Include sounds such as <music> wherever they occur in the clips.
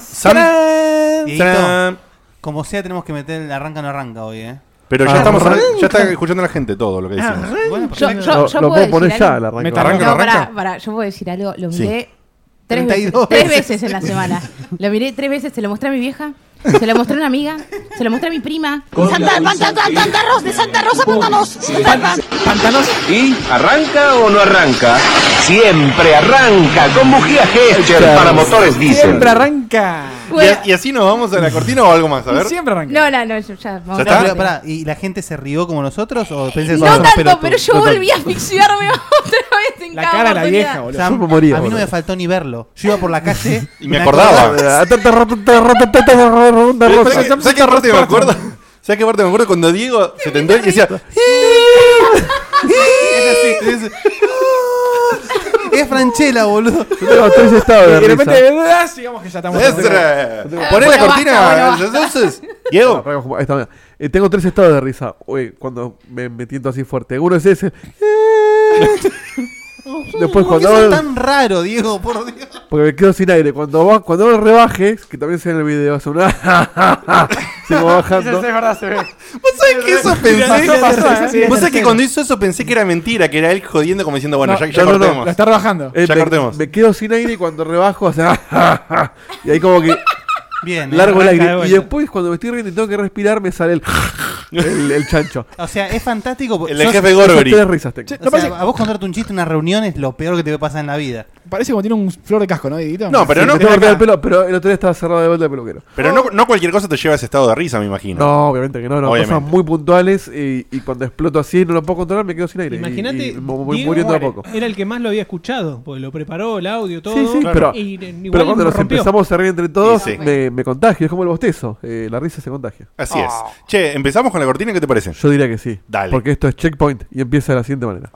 Sam- ¡Tarán! Dieguito, ¡Tarán! Como sea, tenemos que meter el arranca o no arranca hoy, ¿eh? Pero ya, Ah, estamos, arranca. ya está escuchando la gente todo lo que decimos. Bueno, Ah, Yo, perfecto. yo, Lo- yo lo puedo puedo poner decir ya, algo. el arranque. Me No, arranca, pará, arranca. pará, yo puedo decir algo. Lo Sí. miré tres, veces, 32 tres veces. veces en la semana. Lo miré tres veces. Se lo mostré a mi vieja, se lo mostré a una amiga, se lo mostré a mi prima. Santa, Santa, Santa Rosa, de Santa Rosa, pónganos. Santa- ¿Y arranca o no arranca? Siempre arranca con bujía Gescher para motores diésel. Siempre arranca. Y, Bueno, a- y así nos vamos a la cortina o algo más, a ver. Siempre arranca. no, no, no, yo ya. vamos a ¿Ya está? hablar. Pero, pará, ¿y la gente se rió como nosotros o pensé que No somos tanto, unos pero pelotudos? yo volví a asfixiarme otra vez en La cada cara de la oportunidad. vieja, boludo. Sam, Yo me moría, a mí no boludo. me faltó ni verlo. Yo iba por la calle Y me acordaba. <laughs> Ah, ¿Sabes qué- sabes qué parte me acuerdo? ¿Sabes qué parte me acuerdo? Cuando Diego se tentó y decía. Es así, <laughs> es- Es Franchela, boludo. Yo tengo tres estados de Y de repente, risa. ah, sigamos que ya estamos. Este "Esre". Poné Bueno, la basta, cortina. bueno, Entonces, No, Diego. arranca, ahí está, mira. Eh, Tengo tres estados de risa Uy, cuando me, me tiento así fuerte. Uno es ese. Después ¿Por qué cuando son hago- tan raro, Diego? Por Dios. Porque me quedo sin aire. Cuando va, cuando hago el rebajes, que también se ve en el video, hace una. <laughs> se va Eso es bajando. verdad, se ve. ¿Vos sabés que eso Pasó, ¿eh? pasó, pensé? sí, ¿Vos sabés sí. que cuando hizo eso pensé que era mentira? Que era él jodiendo como diciendo, bueno, No, ya, ya no, no, no, cortemos. Lo está rebajando. Eh, Ya me, cortemos. me quedo sin aire y cuando rebajo hace. <laughs> y ahí como que Bien. ¿eh? largo el Arranca aire. de Y vuelta. después cuando me estoy riendo y tengo que respirar, me sale el. <laughs> el, el chancho. <laughs> O sea, es fantástico. porque- El del sos- jefe Esas Gorgori. tres risas tengo. Che, o no sea, parece, a vos contarte un chiste en una reunión es lo peor que te puede pasar en la vida. parece como tiene un flor de casco, ¿no, Dieguito? No, pero Sí, no, me tengo que cortar el pelo, pero, pero el otro día estaba cerrado de vuelta el peluquero. no, no cualquier cosa te lleva a ese estado de risa, me imagino. No, obviamente que no, no. Obviamente. Cosas muy puntuales y, y cuando exploto así no lo puedo controlar, me quedo sin aire. y- Imagínate, y mu- voy Diego muriendo de a poco. era el que más lo había escuchado, porque lo preparó el audio, todo. Sí, sí, pero- y, eh, igual Pero cuando nos rompió. empezamos a reír entre todos, Sí, sí. Me, me contagio, es como el bostezo. eh, la risa se contagia. Así es. Ah. Che, empezamos con la cortina, ¿qué te parece? Yo diría que sí. Dale. Porque esto es checkpoint y empieza de la siguiente manera.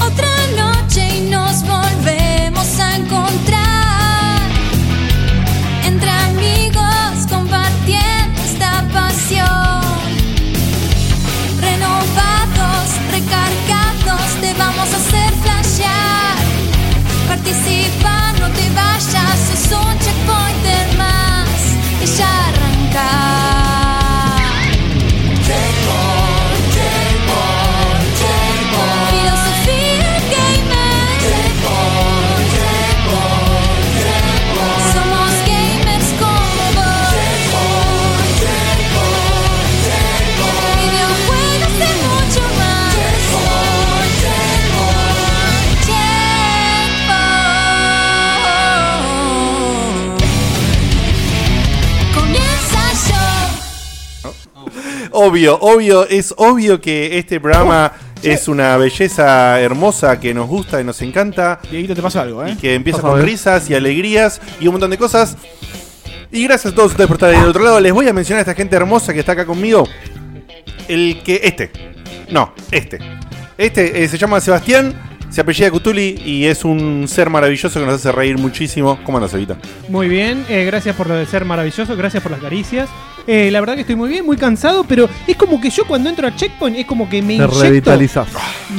Otra noche y nos volvemos a encontrar entre amigos combatiendo esta pasión. Renovados, recargados, te vamos a hacer flashear. Participa, no te vayas, es un checkpointer más y ya arrancar. Filosofía gamer. Somos gamers como vos. Videojuegos y mucho más. Checkpoint. Comienza yo. Obvio, obvio, es obvio que este programa es una belleza hermosa que nos gusta y nos encanta Dieguito, te pasó algo, y ¿eh? que empieza Vamos a con ver. risas y alegrías y un montón de cosas. Y gracias a todos ustedes por estar ahí del otro lado. Les voy a mencionar a esta gente hermosa que está acá conmigo. El que. Este. No, este. Este eh, se llama Sebastián, se apellida Cutuli y es un ser maravilloso que nos hace reír muchísimo. ¿Cómo andas, Evita? Muy bien, eh, gracias por lo de ser maravilloso, gracias por las caricias. Eh, la verdad que estoy muy bien, muy cansado, pero es como que yo cuando entro a Checkpoint es como que me Te inyecto, revitalizás.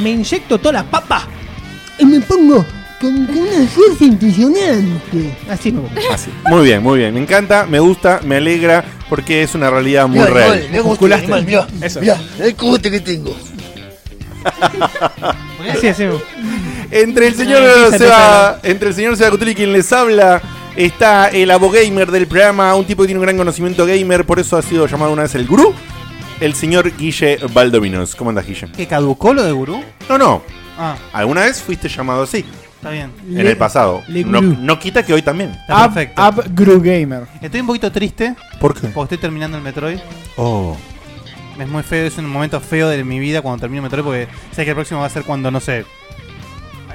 me inyecto toda la papa. Y me pongo con con una fuerza impresionante. Así me pongo. Así. Muy bien, muy bien. Me encanta, me gusta, me alegra porque es una realidad muy real. Mirá cómo estoy, animal, mirá. Mirá, el cubote que tengo. Así hacemos. Entre el señor Ay, qué Seba, entre el señor Seba Cutuli y quien les habla, está el abogamer del programa, un tipo que tiene un gran conocimiento gamer, por eso ha sido llamado una vez el gurú, el señor Guille Valdominos. ¿Cómo andas, Guille? ¿Qué caducó lo de gurú? No, no. Ah, Alguna vez fuiste llamado así, está bien. en el pasado. le No, gurú. no quita que hoy también. Está Up, perfecto. Up Gru Gamer. Estoy un poquito triste ¿Por qué? porque estoy terminando el Metroid. Oh. Es muy feo, es un momento feo de mi vida cuando termino Metroid porque sé que el próximo va a ser cuando, no sé.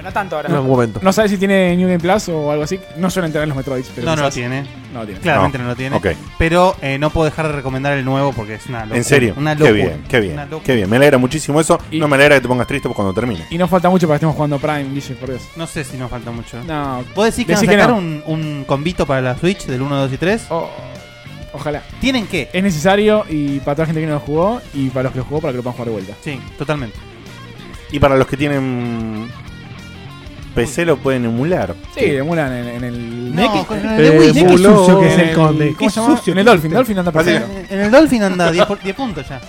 no tanto ahora. En algún momento. No sabes si tiene New Game Plus o algo así. No suelen tener los Metroids, pero. No, no quizás- lo tiene. No lo tiene. Claramente no, lo tiene. ok. Pero eh, no puedo dejar de recomendar el nuevo porque es una locura. En serio. Una qué locura. bien, qué bien. Una locura. Qué bien. Me alegra muchísimo eso. no me alegra que te pongas triste cuando termine. Y no falta mucho para que estemos jugando Prime, Guille, por Dios. No sé si nos falta mucho. No. ¿Puedo decir que Decí van a que sacar no. Oh, un, un convito para la Switch del 1, 2 y 3? Ojalá. Tienen que. Es necesario y para toda la gente que no lo jugó y para los que lo jugó para que lo puedan jugar de vuelta. Sí, totalmente. Y para los que tienen PC lo pueden emular. Sí, emulan en, en el. eh, No, Neque- con el de Wii, qué emuló sucio que es el en conde, ¿Cómo qué se llama? sucio En el que Dolphin. es Dolphin anda Así perfecto. En el Dolphin anda 10, por- 10 puntos ya.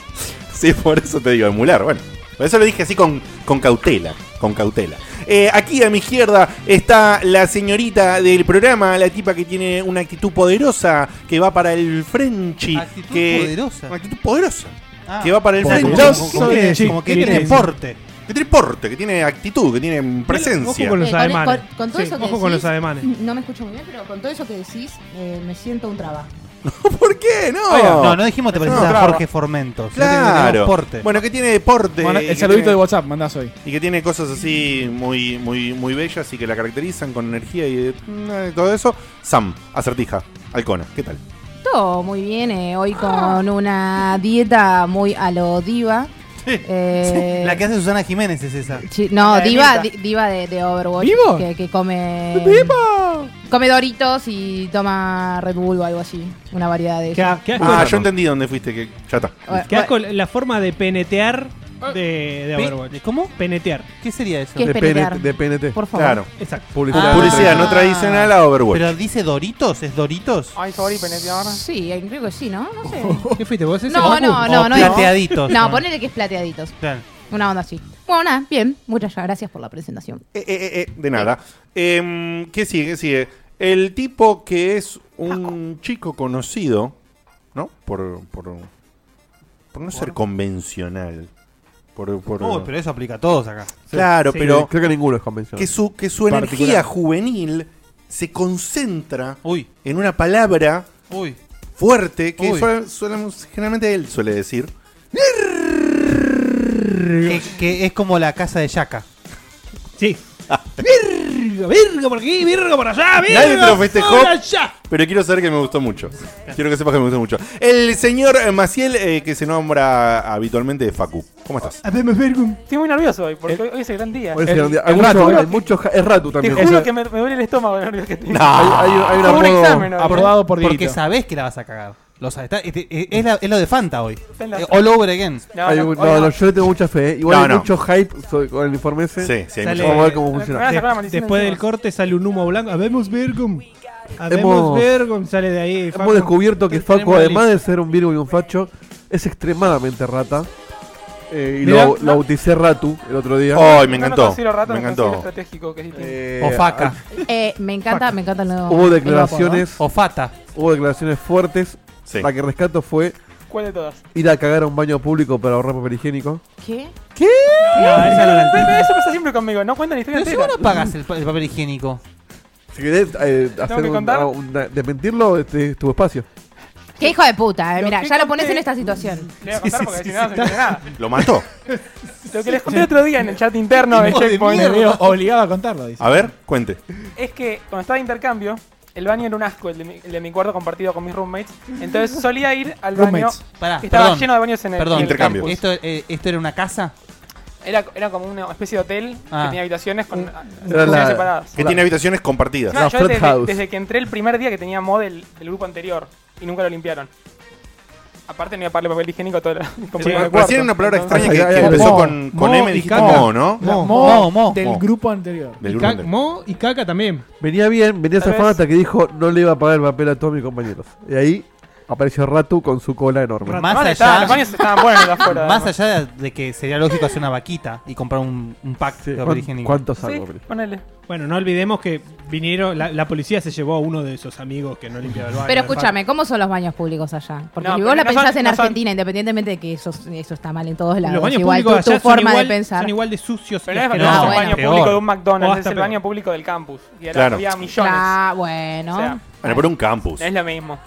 Sí, por eso te digo, emular. Bueno, por eso lo dije así con, con cautela. Con cautela. Eh, aquí a mi izquierda está la señorita del programa, la tipa que tiene una actitud poderosa, que va para el Frenchy. Actitud que, poderosa. Actitud poderosa. Ah. que va para el Poderoso. Frenchy. Como, Como que- que- como que que tiene tiene porte. Que tiene porte, que tiene actitud, que tiene presencia. Ojo con los Eh, ademanes. Con, con todo Sí, eso que ojo con decís, los ademanes. No me escucho muy bien, pero con todo eso que decís, eh, me siento un traba. ¿Por qué? No. Oiga, no, no dijimos te No, pareces a traba. Jorge Formentos. Claro. Porte. Bueno, que tiene deporte. Bueno, el que saludito tiene- de WhatsApp mandás hoy. Y que tiene cosas así muy, muy, muy bellas y que la caracterizan con energía y eh, todo eso. Sam, acertija, Alcona, ¿qué tal? Todo muy bien, eh, hoy con una dieta muy a lo diva. Eh, La que hace Susana Jiménez es esa. Sí, No, <laughs> La de diva, Mirta. di- diva de, de Overwatch. ¿Vivo? Que, que come. Come Doritos y toma Red Bull o algo así. Una variedad de eso. qué asco ah, raro. yo entendí dónde fuiste, que ya está. Qué asco la forma de penetear Ah. de, de Pe- Overwatch. ¿Cómo? Penetear. ¿Qué sería eso? ¿Qué es de, penetear? PNT, de PNT. Por favor. Claro. Exacto. Ah. Publicidad. Publicidad no tradicional a Overwatch. Pero dice Doritos, ¿es Doritos? Ay, sorry, peneteadora. Sí, eh, creo que sí, ¿no? No sé. ¿Qué fuiste vos? ese? No, no, no, O no. plateaditos. No, ponele que es plateaditos. Claro. Una onda así. Bueno, nada, bien. Muchas gracias por la presentación. Eh, eh, eh, de nada. Em, ¿Qué sigue? ¿Qué sigue? El tipo que es un chico conocido, ¿no? Por, por, por no ser convencional. Por, por- Oh, Uy, pero eso aplica a todos acá. Claro, Sí, pero Creo que ninguno es convencional. que su, que su Particular. energía juvenil se concentra en una palabra Uy. fuerte que Uy. suele- suele- generalmente él suele decir. Que, que es como la casa de Yaka. Sí. Virgo, virgo por aquí, virgo por allá, virgo. Nadie te lo festejó, por allá. pero quiero saber que me gustó mucho. Quiero que sepas que me gustó mucho. El señor eh, Maciel, eh, que se nombra habitualmente Facu. ¿Cómo estás? Estoy muy nervioso hoy, porque hoy, hoy es el gran día. Hoy es el gran día. Hay Te mucho- juro hay que- mucho ja- es Ratu Ah, también. Te juro Eso- que me, me duele el estómago de lo nervioso que estoy. No. Hay- hay- hay un Como apodo- examen. hoy. aprobado por Dieguito. Porque sabés que la vas a cagar. Lo sabés. Está- este- eh, es, la- es lo de Fanta hoy. en la- Eh, All over again. Hay un- no, no, yo le tengo mucha fe. ¿eh? Igual No, hay no. mucho hype sobre- con el informe ese. Sí, sí, hay Vamos mucho a hype. ver cómo funciona. De- después del corte sale un humo blanco. Habemos Virgum. Habemos Hemos- Virgum. Sale de ahí. Facu. Hemos descubierto que Facu, Tenemos la además lista. de ser un Virgo y un facho, es extremadamente rata. Eh, y Mirá, lo, lo bauticé Ratu el otro día. Ay, me No, no encantó. considero rato, Me no considero encantó. estratégico, que es distinto. Eh, O faca. Eh, me encanta, me encanta el nuevo. Hubo el declaraciones. O fata. Hubo declaraciones fuertes. Sí. La que rescato fue ¿Cuál de todas? ir a cagar a un baño público para ahorrar papel higiénico. apodo, ¿no? ¿Qué? ¿Qué? No, esa no la entiendo. Eso pasa siempre conmigo, no cuentan la historia Pero si vos entera. no pagás el, pa- el papel higiénico. Si querés eh, hacer que un- contar? un- ah, desmentirlo, este, es tu espacio. Qué hijo de puta, eh. Mira, que ya lo conté- pones en esta situación. Le voy a contar porque si no, no se entiende nada. ¿Lo mató? Lo que les conté el otro día en el chat interno de Hijo de Checkpoint mierda. Obligado a contarlo, dice. A ver, cuente. es que cuando estaba de intercambio, el baño era un asco, el de mi, el de mi cuarto compartido con mis roommates. Entonces solía ir al baño Roommates. Pará, que estaba perdón. lleno de baños en el, Perdón, en el Intercambio. campus. ¿Esto, eh, ¿Esto era una casa? Era, era como una especie de hotel Ah. que tenía habitaciones con ah, Era habitaciones la- separadas. Que tiene habitaciones compartidas. Es más, yo flat desde, house. desde que entré el primer día que tenía mod del, del grupo anterior y nunca lo limpiaron. Aparte no iba a pagarle papel higiénico a <laughs> todo el Recién una palabra extraña que, Ay, ay, que ay, empezó mo, con, con mo M, y dijiste caca. mo, ¿no? La Mo, mo mo, mo. del Mo. grupo anterior. Del Y grupo ca- entero. Mo y Caca también. Venía bien, venía Tal esa vez- hasta que dijo no le iba a pagar el papel a todos mis compañeros. Y ahí apareció Ratu con su cola enorme. Más Más allá. Ah, Los allá, baños estaban buenos afuera. <laughs> más además. allá de que sería lógico hacer una vaquita y comprar un, un pack Sí, de ¿cuán- papel higiénico. ¿Cuántos algo? Sí, ponele. Bueno, no olvidemos que vinieron. La, la policía se llevó a uno de esos amigos que no limpiaba el baño. Pero escúchame, ¿cómo son los baños públicos allá? Porque No, si pero vos la no son- pensás en no son- Argentina, independientemente de que eso, eso está mal en todos lados, Los baños igual tu, públicos tu allá son forma igual, de pensar. son igual de sucios. Pero no es, que no es No, un bueno. baño Peor. público de un O McDonald's, es hasta el peor. baño público del campus. Y era- Claro. había millones. Ah, O bueno. sea, Bueno, por un campus. no es lo mismo.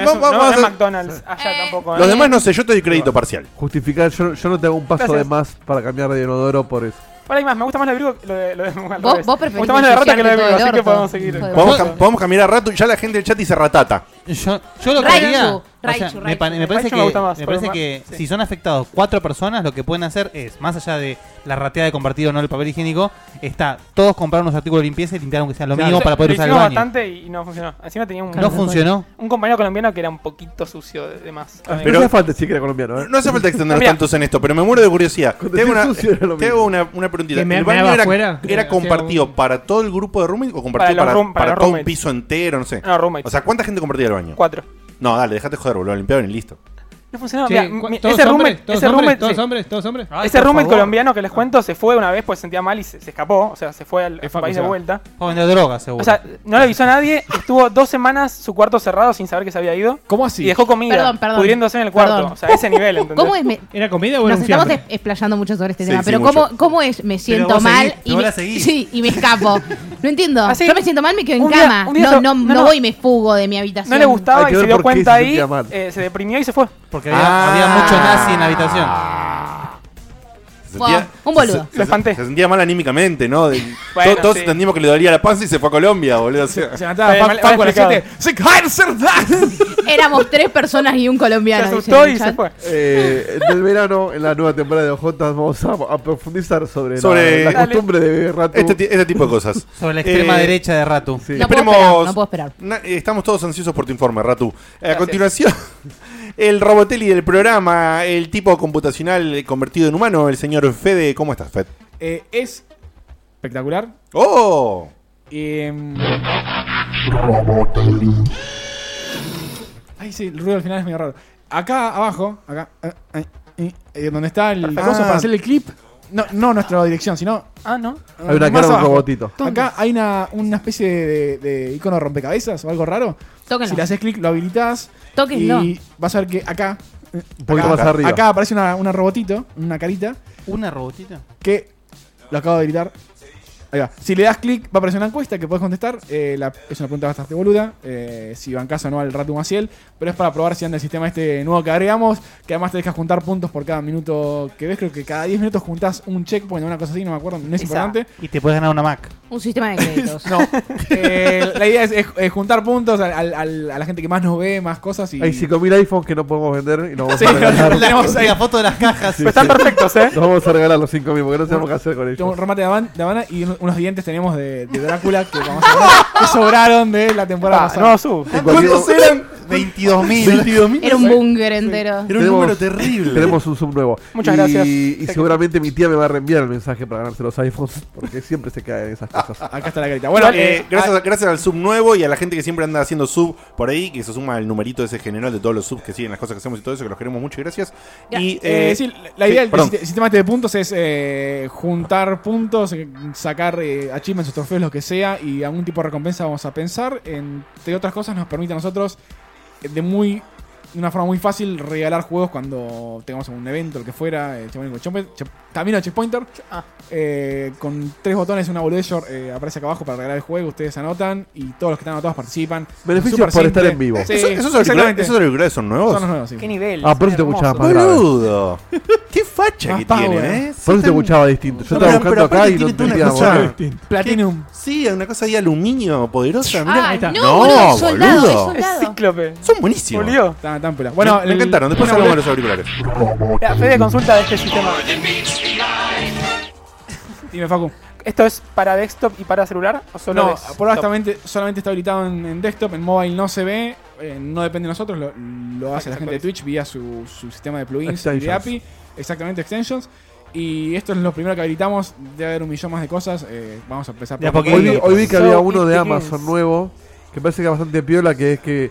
no es, va- un- va- no vamos es a- McDonald's allá tampoco. ¿eh? Los demás no sé, yo te doy crédito parcial. Justificar, yo, yo no te hago un paso Gracias. de más para cambiar de inodoro por eso. Ahora hay más, me gusta más lo de Virgo que lo de, lo de- al Vos- revés. vos Me preferís gusta más lo de Rata que lo de Virgo, ensuciarte así todo que el podemos orto. seguir. Podemos, cam- podemos cambiar a rato y ya la gente del chat dice ratata. Yo, yo lo que Raichu, haría- o sea, Raichu, me, pa- Raichu. me parece Raichu que, me gusta más, me parece pero que más- sí. si son afectados cuatro personas, lo que pueden hacer es, más allá de la rateada de compartir o no el papel higiénico, está todos comprar unos artículos de limpieza y limpiar aunque sea lo Sí, mínimo lo- para poder lo usar el hicimos baño. bastante y no funcionó. Encima tenía un, No funcionó. un compañero colombiano que era un poquito sucio de, de más. Pero- Ah, no hace falta decir que era colombiano, ¿eh? <laughs> No hace falta extender Mira. tantos en esto, pero me muero de curiosidad. Te hago decís una, sucio era lo te hago una, una preguntita. Que me ¿El baño meaba era, afuera? era Que- compartido para todo el grupo de roommates o compartido Para para, los room- para para los todo un roommates. piso entero? No sé. No, roommates. O sea, ¿cuánta gente compartía el baño? Cuatro. No, dale, déjate joder, boludo. Lo limpiaron y listo. No funcionaba. Che, Mirá, ¿cu- mi- todos ese hombres? roommate, ¿Todos ese hombres? roommate- ¿Todos sí. hombres? ¿Todos hombres? Ay, ese <laughs> por roommate favor. colombiano que les cuento se fue una vez pues se sentía mal y se, se escapó, o sea, se fue al, a su Facu país se de va. vuelta. O vender droga, seguro. O sea, no le avisó a nadie, estuvo dos semanas su cuarto cerrado sin saber que se había ido. ¿Cómo así? Y dejó comida, Perdón, perdón. pudriéndose en el cuarto. Perdón. O sea, ese nivel, ¿entendés? ¿Cómo es? me- ¿Era comida o era Nos un estamos fiambre? es- explayando mucho sobre este Sí, tema, sí, pero mucho. ¿cómo, ¿cómo es? Me siento vos seguís, mal pero y vos me, la seguís. <laughs> sí, y me escapo. No entiendo. Así- Yo me siento mal, me quedo en Ah, Un día- cama. un día no, se- no, no, no no. voy y me fugo de mi habitación. No le gustaba Hay y que se ver dio por qué cuenta se ahí, sentía mal. eh, se deprimió y se fue. Porque había, había mucho nazi en la habitación. Ah. Se Wow, un boludo. Se, se- se sentía mal anímicamente, ¿no? <laughs> De- Bueno, to- todos sí. entendimos que le dolía la panza y se fue a Colombia, boludo. o sea. Se Está levantaba bien, mal- Facu- Facu a mal las explicado. 7. ¡Se cae el cerdazo! <laughs> Éramos tres personas y un Se colombiano. dicen asustó en y el se chat. fue. <laughs> Eh, en el verano, en la nueva temporada de OJ, vamos a, a profundizar sobre, la- Sobre- la, Dale. costumbre de Ratu. Este, ti- este tipo de cosas. <laughs> Sobre la extrema Eh, derecha de Ratu. Sí. No puedo Esperemos- esperar, no puedo esperar. Na- eh, estamos todos ansiosos por tu informe, Ratu. Eh, a Gracias. continuación, <laughs> el Robotelli del programa, el tipo computacional convertido en humano, el señor Fede. ¿Cómo estás, Fed? Eh, es espectacular. ¡Oh! Em, ay, sí, el ruido al final es medio raro. Acá abajo, acá, eh, eh, eh, eh, donde está el coso Ah. para hacer el clip. No, no nuestra dirección, sino. Ah, ¿no? Hay una más cara de un abajo. robotito. Acá hay una, una especie de, de icono de rompecabezas o algo raro. Tóquenlo. Si le haces clic, lo habilitas. Tóquenlo. Y vas a ver que acá. eh, Un poquito acá, más arriba. acá aparece una, una robotito, una carita, ¿Una robotita? que lo acabo de habilitar. Ahí va. Si le das clic, va a aparecer una encuesta que puedes contestar. Eh, la- es una pregunta bastante boluda. eh, si bancás o no al Ratu Maciel. Pero es para probar si anda el sistema este nuevo que agregamos. Que además te deja juntar puntos por cada minuto que ves. Creo que cada 10 minutos juntás un checkpoint o una cosa así. No me acuerdo, no es Esa. importante. Y te puedes ganar una Mac. Un <laughs> sistema de créditos. No. Eh, la idea es, es- es juntar puntos al- al- al- a la gente que más nos ve, más cosas. Y Hay 5.000 iPhones que no podemos vender y nos vamos <laughs> Sí, <laughs> a lo- lo regalar. tenemos ahí. la foto de las cajas. Pero están perfectos, ¿eh? Nos vamos a regalar los 5.000 porque no sabemos qué hacer con Tengo ellos. un remate de Havan- de Habana y un- unos dientes tenemos de, de Drácula que, vamos a ver, que sobraron de la temporada Ah, pasada. no, sub. En cualquier- ¿Cuántos eran? 22.000. Era un búnker entero. Era un número terrible. Tenemos un sub nuevo. Muchas Y- gracias. Y seguramente mi tía me va a reenviar el mensaje para ganarse los iPhones porque siempre se caen esas cosas. Acá está la carita. Bueno, Bueno, eh, eh, gracias, gracias al sub nuevo y a la gente que siempre anda haciendo sub por ahí, que se suma el numerito ese general de todos los subs que siguen las cosas que hacemos y todo eso, que los queremos mucho, gracias. Y, eh, eh, sí, la idea sí, del perdón. sist- sistema este de puntos es eh, juntar puntos, eh, sacar eh, achievements o trofeos, lo que sea, y algún tipo de recompensa vamos a pensar. Entre otras cosas, nos permite a nosotros, eh, de muy de una forma muy fácil, regalar juegos cuando tengamos algún evento, lo que fuera. eh, Checkpoint, Checkpoint, Check- camino a Checkpointer. Ah. Eh, con tres botones, una boludez short, eh, aparece acá abajo para regalar el juego. Ustedes anotan y todos los que están anotados participan. Beneficios Súper por estar simple. en vivo. Sí, ¿Esos, esos auriculares, exactamente. ¿Esos auriculares son nuevos? Son los nuevos, sí. ¿Qué nivel? Ah, por eso te Hermoso. escuchaba más grave. Boludo. Qué facha Más que power. tiene, ¿eh? Por eso te escuchaba distinto. Yo No, estaba pero- pero buscando acá aparte y no tiene toda entendía. una cosa- boludo. Platinum. Sí, una cosa ahí aluminio poderosa. mirá. Ah, está. no, boludo, es soldado, boludo. es soldado. Es cíclope. Son buenísimos. Volvió. Tan, tan piola. Bueno, Bueno, me, me el- encantaron. Después una hablamos de boludez- los auriculares. Mira, Fede consulta de este sistema. <laughs> Dime, Facu. ¿Esto es para desktop y para celular? ¿O solo No, desktop? por ahora solamente, solamente está habilitado en, en desktop, en mobile no se ve, eh, no depende de nosotros, lo, lo hace la gente de Twitch vía su, su sistema de plugins y de Extensions. API, exactamente extensions. Y esto es lo primero que habilitamos, debe haber un millón más de cosas, eh, vamos a empezar De a poco. poquito. Hoy, vi- hoy vi que había So uno it este de begins. Amazon nuevo que parece que es bastante piola, que es que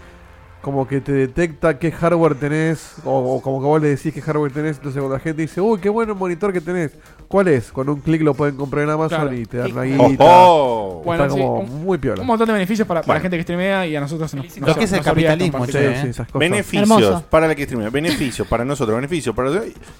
como que te detecta qué hardware tenés o, o como que vos le decís qué hardware tenés, entonces cuando la gente dice, uy, qué bueno el monitor que tenés, ¿cuál es? Con un clic lo pueden comprar en Amazon Claro. y te dan una Oh, guita. oh. Bueno, Está sí, como un- muy Un piola. montón de beneficios para, para Bueno. la gente que streamea y a nosotros nos, Felicito. nos- Lo que es el nos olvida capitalismo, Sí, compartir. che. eh. sí, esas cosas. Beneficios Hermoso. para la que streamea, beneficios para nosotros, beneficios para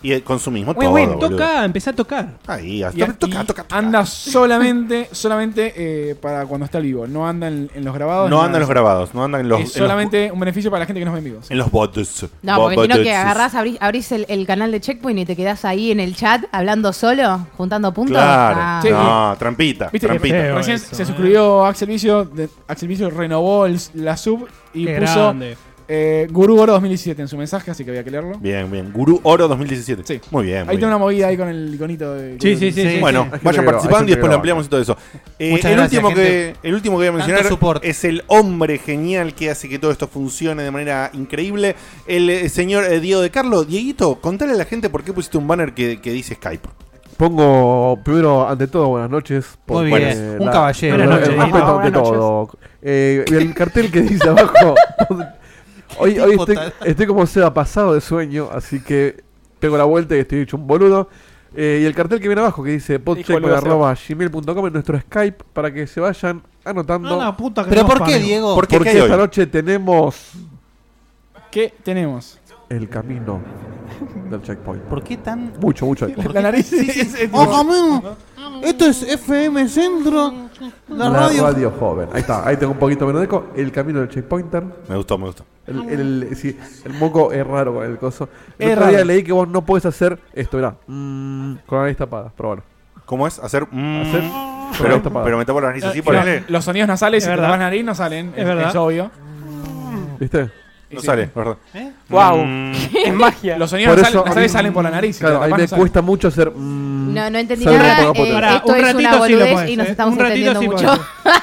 y el consumismo todo. Win-win, boludo. Toca, empecé a tocar. Ahí, Y, hasta, toca, y toca, toca. anda solamente, solamente eh, para cuando está al vivo, no anda en, en los grabados. ni No nada andan de los eso. grabados, no andan los. es en los- solamente un beneficio para la gente que nos ve en vivo. En los bots. No, porque si no que agarrás, abrís, abrís el, el canal de Checkpoint y te quedás ahí en el chat hablando solo, juntando puntos. Claro. Ah. No, trampita. Viste que trampita. recién se suscribió eh. Axel Vicio, de- Axel Vicio renovó el- la sub y Qué puso grande. eh, Gurú Oro 2017 en su mensaje, así que había que leerlo. Bien, bien. Gurú Oro 2017. Sí. Muy bien. Ahí muy tiene bien. una movida ahí con el iconito de Bueno, vayan participando y después lo ampliamos y todo eso. Eh, el, Muchas gracias, último que, gente. el último que voy a Tanto mencionar es el hombre genial que hace que todo esto funcione de manera increíble. El eh, señor eh, Diego de Carlo. Dieguito, contale a la gente por qué pusiste un banner que, que dice Skype. Pongo primero, ante todo, buenas noches. Muy porque bien, un caballero. el- Buenas el noches, respeto Guido. ante Buenas todo. Eh, el cartel que dice <laughs> abajo. <laughs> <laughs> hoy hoy estoy, eh, estoy como sea pasado de sueño, así que pego la vuelta y estoy hecho un boludo. Eh, y el cartel que viene abajo que dice podcheck.gmail.com en nuestro Skype para que se vayan anotando. Ah, la puta que ¿Pero nos por qué, parió. Diego? Porque, ¿Por qué hay esta hoy? noche tenemos ¿Qué tenemos? el camino del checkpoint. ¿Por qué tan.? Mucho, mucho. <laughs> alcohol. La nariz. Ojo, amigo. Ah, Esto es FM Centro. La La radio. radio. joven. Ahí está, ahí tengo un poquito menos de eco. El camino del checkpointer. Me gustó, me gustó. El, el, sí, el moco es raro con el coso. El Es otro día raro. leí que vos no podés hacer esto, mirá. mm, con la nariz tapada, pero bueno. ¿Cómo es? Hacer. mm, Hacer- con la pero, nariz tapada. pero me tapo la nariz así, Eh, ponele. <laughs> Los sonidos nasales, Es si te verdad. tapas la nariz, no salen. Es verdad. <laughs> obvio. ¿Viste? No sale, es verdad. Wow. Mm. es magia. Los sonidos Por nasales, eso a mí- nasales salen por la nariz. Claro, a mí me cuesta mucho hacer. mm, No, no entendí Sale poca nada. eh, potencia. esto un es ratito una sí lo boludez podés, y nos eh. estamos Un ratito entendiendo sí mucho. podés.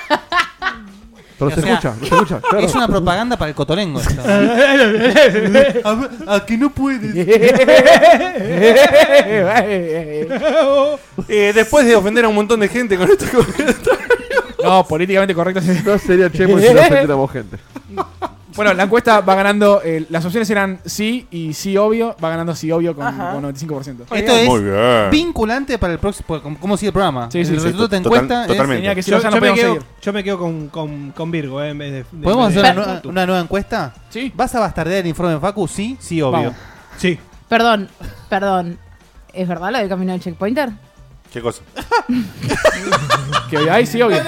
Pero O se sea, escucha, se escucha. claro. Es una propaganda para el <laughs> cotolengo. esto. eh. a, a que no <laughs> Oh, Eh, después de ofender a un montón de gente con esto. No, políticamente correcto. No sería Chemo pues, <laughs> si no ofendiéramos gente. Bueno, la encuesta va ganando. eh, las opciones eran sí y sí obvio. Va ganando sí obvio con, con 95%. Esto es vinculante para el próximo. porque como- ¿Cómo sigue el programa? Sí, sí, el sí, resultado to- de total- encuesta. es- totalmente. Tenía que ser, Yo, ya no yo me podemos quedo, seguir. yo me quedo con, con, con Virgo eh, en vez de. de- ¿Podemos de- hacer de- una, nueva- una nueva encuesta? Sí. ¿Vas a bastardear el informe de Facu? Sí, sí, obvio. Vamos. Sí. <laughs> Perdón, perdón. ¿Es verdad lo del camino del checkpointer? ¿Qué cosa? que hoy hay sí obvio. <laughs>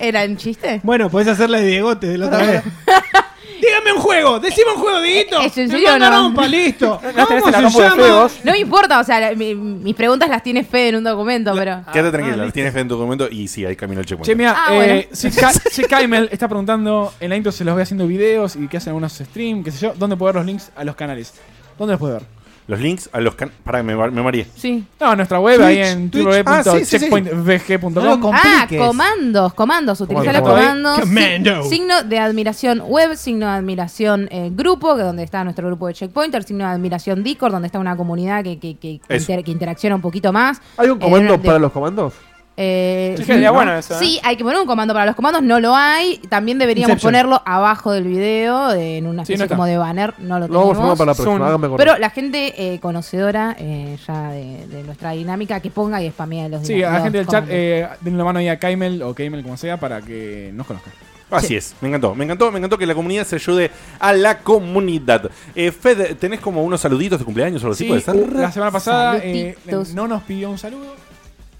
¿Era un chiste? Bueno, podés hacerle de Diegote de la otra vez. Dígame un juego, decime un juego, Dieguito. ¿Es en Me serio o no? mandaron pa' <laughs> listo. tenés en la compu ¿Cómo se de llama? No me importa, o sea, la- mi- mis preguntas las tiene Fede en un documento, pero. Quédate tranquila, tienes fe en tu documento y sí, hay camino al checkpoint. ah, Che, mira, Ah, eh, bueno. Sid Ka- Sid Kaimel está preguntando, en la intro se los ve haciendo videos y que hacen algunos streams, qué sé yo, ¿dónde puedo ver los links a los canales? ¿Dónde los puedo ver? <laughs> Los links a los can... Pará, me, mar- me mareé. Sí. No, en nuestra web, ahí en Twitch. Ah, sí, sí, sí. www.checkpointvg.com. Ah, comandos, comandos, utiliza los Comando. comandos. si- Comando. Signo de admiración web, signo de admiración eh, grupo, que donde está nuestro grupo de checkpointer, signo de admiración Discord, donde está una comunidad que, que, que- que Eso. inter- que interacciona un poquito más. ¿Hay un Eh, comando de- para los comandos? Eh, Sí, sería bueno eso, ¿eh? Sí, hay que poner un comando para los comandos, no lo hay. También deberíamos Inception. ponerlo abajo del video, de- en una Sí, especie no está. como de banner, no lo Lo vamos a tenemos. poner para la próxima, Zoom. hágame acordar. Pero la gente eh, conocedora eh, ya de, de nuestra dinámica, que ponga y spamea los Sí, dina- a la los gente del chat, comandos. eh, denle la mano ahí a Kaimel o Kaimel, como sea, para que nos conozcan. Ah, Así es, me encantó, me encantó, me encantó que la comunidad se ayude a la comunidad. Eh, Fed, ¿tenés como unos saluditos de cumpleaños o algo así? Sí, ¿Puede ser? la semana pasada eh, Saluditos. no nos pidió un saludo.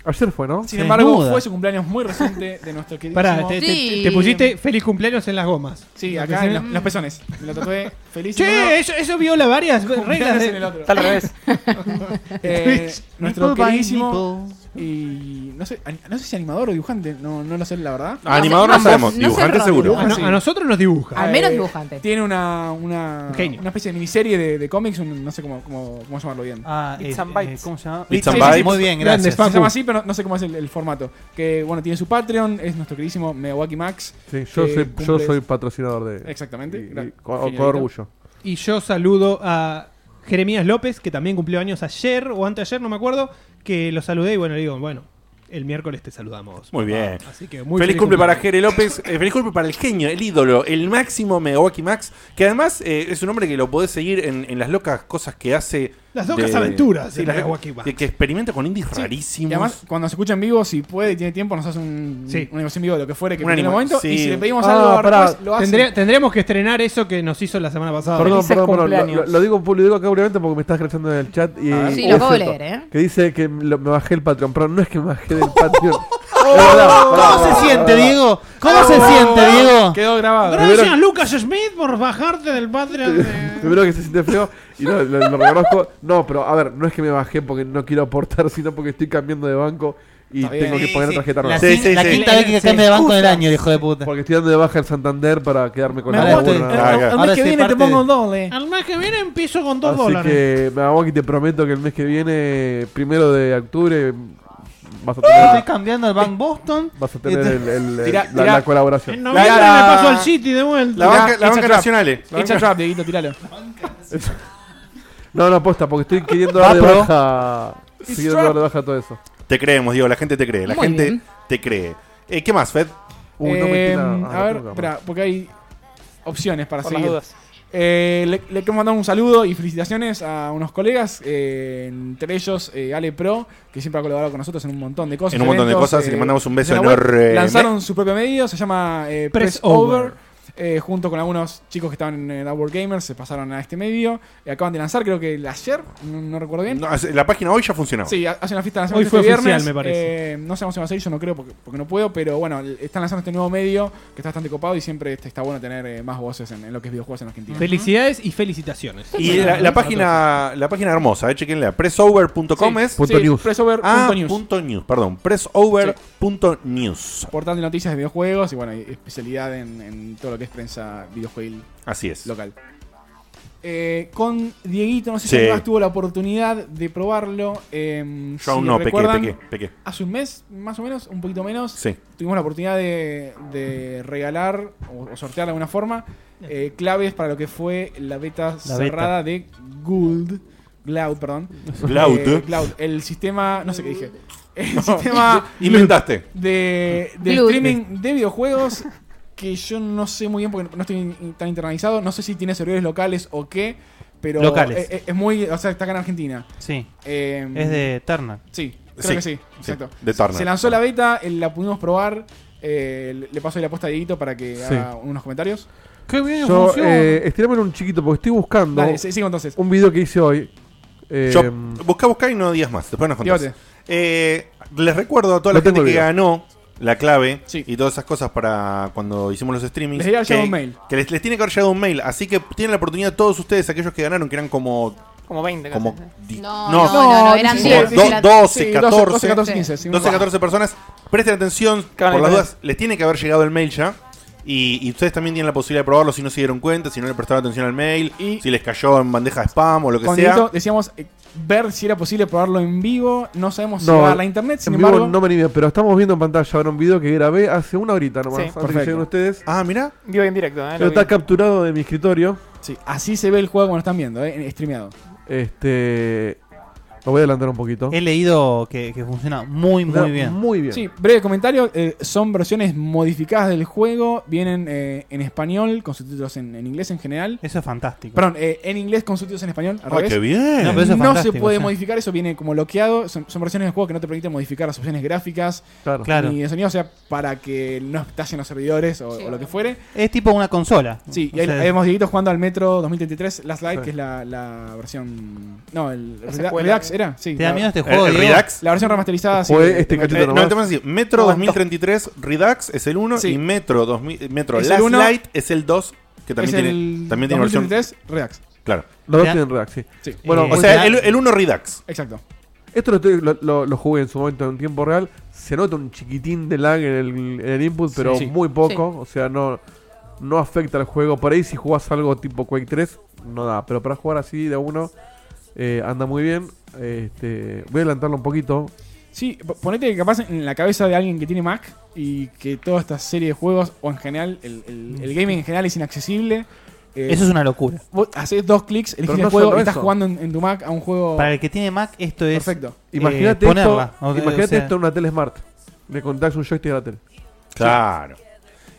Ayer fue, ¿no? Sin embargo, fue su cumpleaños muy reciente de nuestro querido. Pará, te, te- te pusiste feliz cumpleaños en las gomas. Sí, acá en los, los pezones. Me lo tatué feliz. Che, eso- eso viola varias reglas de- en el otro. Está al revés. <laughs> Eh, Twitch. nuestro Nipple by queridísimo y no sé, ani- no sé si animador o dibujante, no, no lo sé la verdad. No, Ah, Animador no no sabemos, no sé, dibujante no sé, seguro. A, no- a nosotros nos dibuja. Eh, dibujante. Tiene una, una, una especie de miniserie de, de cómics, un- no sé cómo, cómo, cómo llamarlo bien. Ah, Bits eh, and Bytes. eh, ¿cómo se llama? Bits and Sí, sí, sí, Bytes. Muy bien, se- gracias. Se Facu. llama así, pero no, no sé cómo es el, el formato. Que bueno, tiene su Patreon, es nuestro queridísimo Megawaki Max. Sí, yo, que soy, yo cumple- soy patrocinador de. Exactamente. y- y Gra- con, con genialito. orgullo. Y yo saludo a Jeremías López, que también cumplió años ayer o anteayer, no me acuerdo, que lo saludé y bueno, le digo, bueno, el miércoles te saludamos. Muy bien. Ah, Así que muy feliz, feliz cumple cumpleaños. para Jere López. eh, feliz cumple para el genio, el ídolo, el máximo Megawaki Max. Que además eh, es un hombre que lo podés seguir en, en las locas cosas que hace. Las locas aventuras sí, de las- Megawaki Max. de que experimenta con indies Y rarísimos. además, cuando se escucha en vivo, si puede y tiene tiempo, nos hace un, Sí. una versión vivo de lo que fuere que Un en el anima- momento. sí. Y si le pedimos Ah, algo, pará, después lo hace. tendría- tendríamos que estrenar eso que nos hizo la semana pasada. Perdón, perdón, perdón, lo- Lo, lo digo, lo digo acá brevemente porque me estás creciendo en el chat. Y, A ver. Sí, y lo es puedo cierto, leer, ¿eh? <laughs> Oh, Que dice que lo- me bajé el Patreon, pero no es que me bajé del Patreon. Oh, ¿Cómo, se siente, Diego? ¿Cómo se siente, Diego? Quedó grabado. Primero- Gracias, Lucas Smith, por bajarte del patria. de- Primero que se siente feo y no, lo, lo reconozco. No, pero a ver, no es que me bajé porque no quiero aportar, sino porque estoy cambiando de banco y Está bien. tengo que Sí, poner sí. tarjeta La nueva. quin- la quinta vez que cambia de banco en el año, hijo de puta. Porque estoy dando de baja el Santander para quedarme con Me la aguanto, buena. el- el- el mes Ahora que sí, viene te parte- pongo un doble. Al mes que viene empiezo con dos Así ¿eh? dólares. Ah, que, Mamaki, te prometo que el mes que viene, primero de octubre, vas a tener, Ah. Estoy cambiando el Bank Boston. eh, vas a tener Este- el- el- el- Tirá, la, tirá. la colaboración. No, ya le pasó al City de vuelta. Ah. La banca- la banca nacional, eh. La It's a banca- trap, Dieguito, <laughs> tiralo. No, no, posta, porque estoy queriendo Ah, dar de Papro. baja. Estoy queriendo dar de baja todo eso. Te creemos, Diego, la gente te cree. La Muy gente bien. te cree. Eh, ¿Qué más, Fed? Eh, Ah, a ver, espera, porque hay opciones para Por las seguir. dudas. Eh, le, le quiero mandar un saludo y felicitaciones a unos colegas, eh, entre ellos eh, Ale Pro, que siempre ha colaborado con nosotros en un montón de cosas. En un montón de cosas, y le mandamos un beso en la web. enorme. Lanzaron su propio medio, se llama eh, Press, Press Over. Over. eh, junto con algunos chicos que estaban en eh, Outward Gamers, se pasaron a este medio. y acaban de lanzar, creo que el ayer, no, no recuerdo bien. No, hace- la página hoy ya funcionaba. Sí, ha- hace una fiesta Hoy nacional fue este viernes. oficial, me parece. Eh, no sabemos si va a salir, yo no creo porque, porque no puedo, pero bueno, l- están lanzando este nuevo medio que está bastante copado y siempre este, está bueno tener eh, más voces en, en lo que es videojuegos en Argentina. Felicidades y felicitaciones. Y la, la página la página hermosa, eh, chequenla. Pressover.com es. Punto sí, news. pressover punto Ah, news. punto news, perdón. Pressover.news. Portal de noticias de videojuegos y bueno, hay especialidad en, en todo lo que es prensa videojuegil Así es. local. Eh, con Dieguito, no sé Sí. si más tuvo la oportunidad de probarlo. eh, Yo aún si no, pequé, recuerdan, pequé, pequé. Hace un mes, más o menos, un poquito menos, Sí. tuvimos la oportunidad de, de regalar o, o sortear de alguna forma eh, claves para lo que fue la beta cerrada de Gould. Cloud, perdón. Glaud. Eh, Glaud, el sistema. No sé qué dije. El sistema. <laughs> Inventaste. De, de Glaud. streaming de videojuegos que yo no sé muy bien porque no estoy in- tan internalizado. No sé si tiene servidores locales o qué, pero Locales. eh, eh, Es, muy. O sea, está acá en Argentina. Sí. Eh, Es de Terna. Sí, creo Sí, que sí. sí, Exacto. de Turner. Se lanzó la beta, eh, la pudimos probar. eh, le- le paso ahí la posta a Dieguito para que Sí. haga unos comentarios. Qué bien Yo, eh, estirámelo un chiquito porque estoy buscando Dale, sí, sigo entonces. un video que hice hoy. Eh, Yo- busca, busca y no digas más. Después nos contás. Dígate. Eh, les recuerdo a toda Lo la gente tengo que el video. ganó la clave y todas esas cosas para cuando hicimos los streamings. Les llega que, un mail. que les, les tiene que haber llegado un mail. Así que tienen la oportunidad todos ustedes, aquellos que ganaron, que eran como. Como 20. Como di- No, no, no, eran como 10, do- 12, 12, sí, 14, 12, 14, 15, sí, 12, bueno. 14 personas. Presten atención, Claro, por las claro. dudas, les tiene que haber llegado el mail ya. Y, y ustedes también tienen la posibilidad de probarlo si no se dieron cuenta, si no le prestaron atención al mail, si les cayó en bandeja de spam o lo que Con sea. Dieguito decíamos eh, ver si era posible probarlo en vivo. No sabemos si va a la internet, sin en vivo embargo. no me animé, pero estamos viendo en pantalla ahora un video que grabé hace una horita nomás. Sí, antes que perfecto. lleguen ustedes. Ah, mira. Vivo en directo, ¿eh? Pero Lo está vi. capturado de mi escritorio. Sí, así se ve el juego cuando lo están viendo, eh, en- streameado. Este. Lo voy a adelantar un poquito. He leído que, que funciona muy, muy bien. Sí, breve comentario. eh, son versiones modificadas del juego. Vienen eh, en español, con subtítulos en, en inglés en general. Eso es fantástico. Perdón, eh, en inglés con subtítulos en español. al Ay, revés. qué bien. No, No, pero eso es se fantástico, puede sí. modificar, eso viene como bloqueado. Son, son versiones del juego que no te permiten modificar las opciones gráficas Claro. Claro. ni de sonido, o sea, para que no estallen los servidores o, o lo que fuere. Es tipo una consola. Sí, O y ahí sea, vemos Dieguito jugando al Metro 2033 Last Light, Sí. que es la, la versión. No, el La Reda- secuela. Redux era. Sí, ¿Te da la- miedo este ¿El- juego, el Diego? Redux? La versión remasterizada. sí, de- este de- Eh, no, te así. Metro 2033 Redux es el 1 Sí. y Metro 2000, Metro Es el Last uno. Light es el 2 que también Es tiene el también tiene versión 2033 Redux. Claro. Los dos tienen React, sí. Eh, Bueno, o sea, el, el 1 Redux. Exacto. Esto lo, estoy- lo- lo- lo jugué en su momento en tiempo real. Se nota un chiquitín de lag en el, en el input, Sí. pero Sí. muy poco. O sea, no, no afecta al juego. Por ahí, si jugás algo tipo Quake 3, no da. Pero para jugar así de a uno, eh, anda muy bien. Este, voy a adelantarlo un poquito. Sí, po- ponete que capaz en la cabeza de alguien que tiene Mac y que toda esta serie de juegos, o en general, el, el- el gaming en general es inaccesible. eh, Eso es una locura. Vos haces dos clics, Pero eliges no el juego solo y estás eso. jugando en, en tu Mac a un juego. Para el que tiene Mac, esto es. Perfecto. eh, Imagínate ponerla. esto, O- o imagínate sea, esto en una tele smart. Le contás un joystick a la tele. Claro.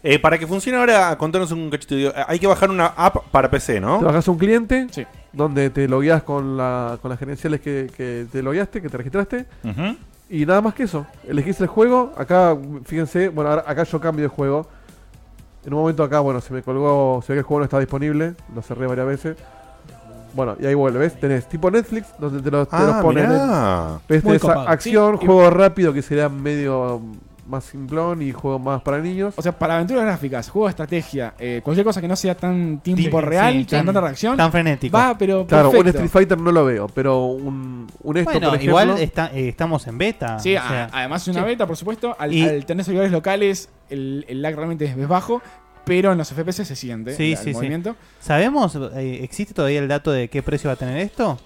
Eh, para que funcione ahora, contanos un cachito. Diego. Eh, Hay que bajar una app para PC, ¿no? Te bajas un cliente donde te logueas con, la, con las credenciales que, que te logueaste, que te registraste. Ujú. Y nada más que eso. Elegís el juego. Acá, fíjense, bueno, ahora- acá yo cambio de juego. En un momento acá, bueno, se me colgó, se ve que el juego no está disponible. Lo cerré varias veces. Bueno, y ahí vuelve, ¿ves? Tenés tipo Netflix, donde te los, te Ah, los ponen. mirá. ¿Ves? Muy Tenés a- copado. acción, Sí, y- juego rápido, que sería medio mm, más simplón y juego más para niños. O sea, para aventuras gráficas, juego de estrategia, eh, cualquier cosa que no sea tan tiempo Sí, real, sí, tan, tan- tanta reacción. tan frenético. Va, pero Claro, un perfecto. Street Fighter no lo veo, pero un, un esto, Bueno, por ejemplo, igual está- eh, estamos en beta. Sí, o a- sea, además es una sí. beta, por supuesto. Al, Y- al tener servidores locales, el, el lag realmente es bajo, pero en los FPS se siente Sí, la- sí, el sí. movimiento. ¿Sabemos? eh, ¿Existe todavía el dato de qué precio va a tener esto?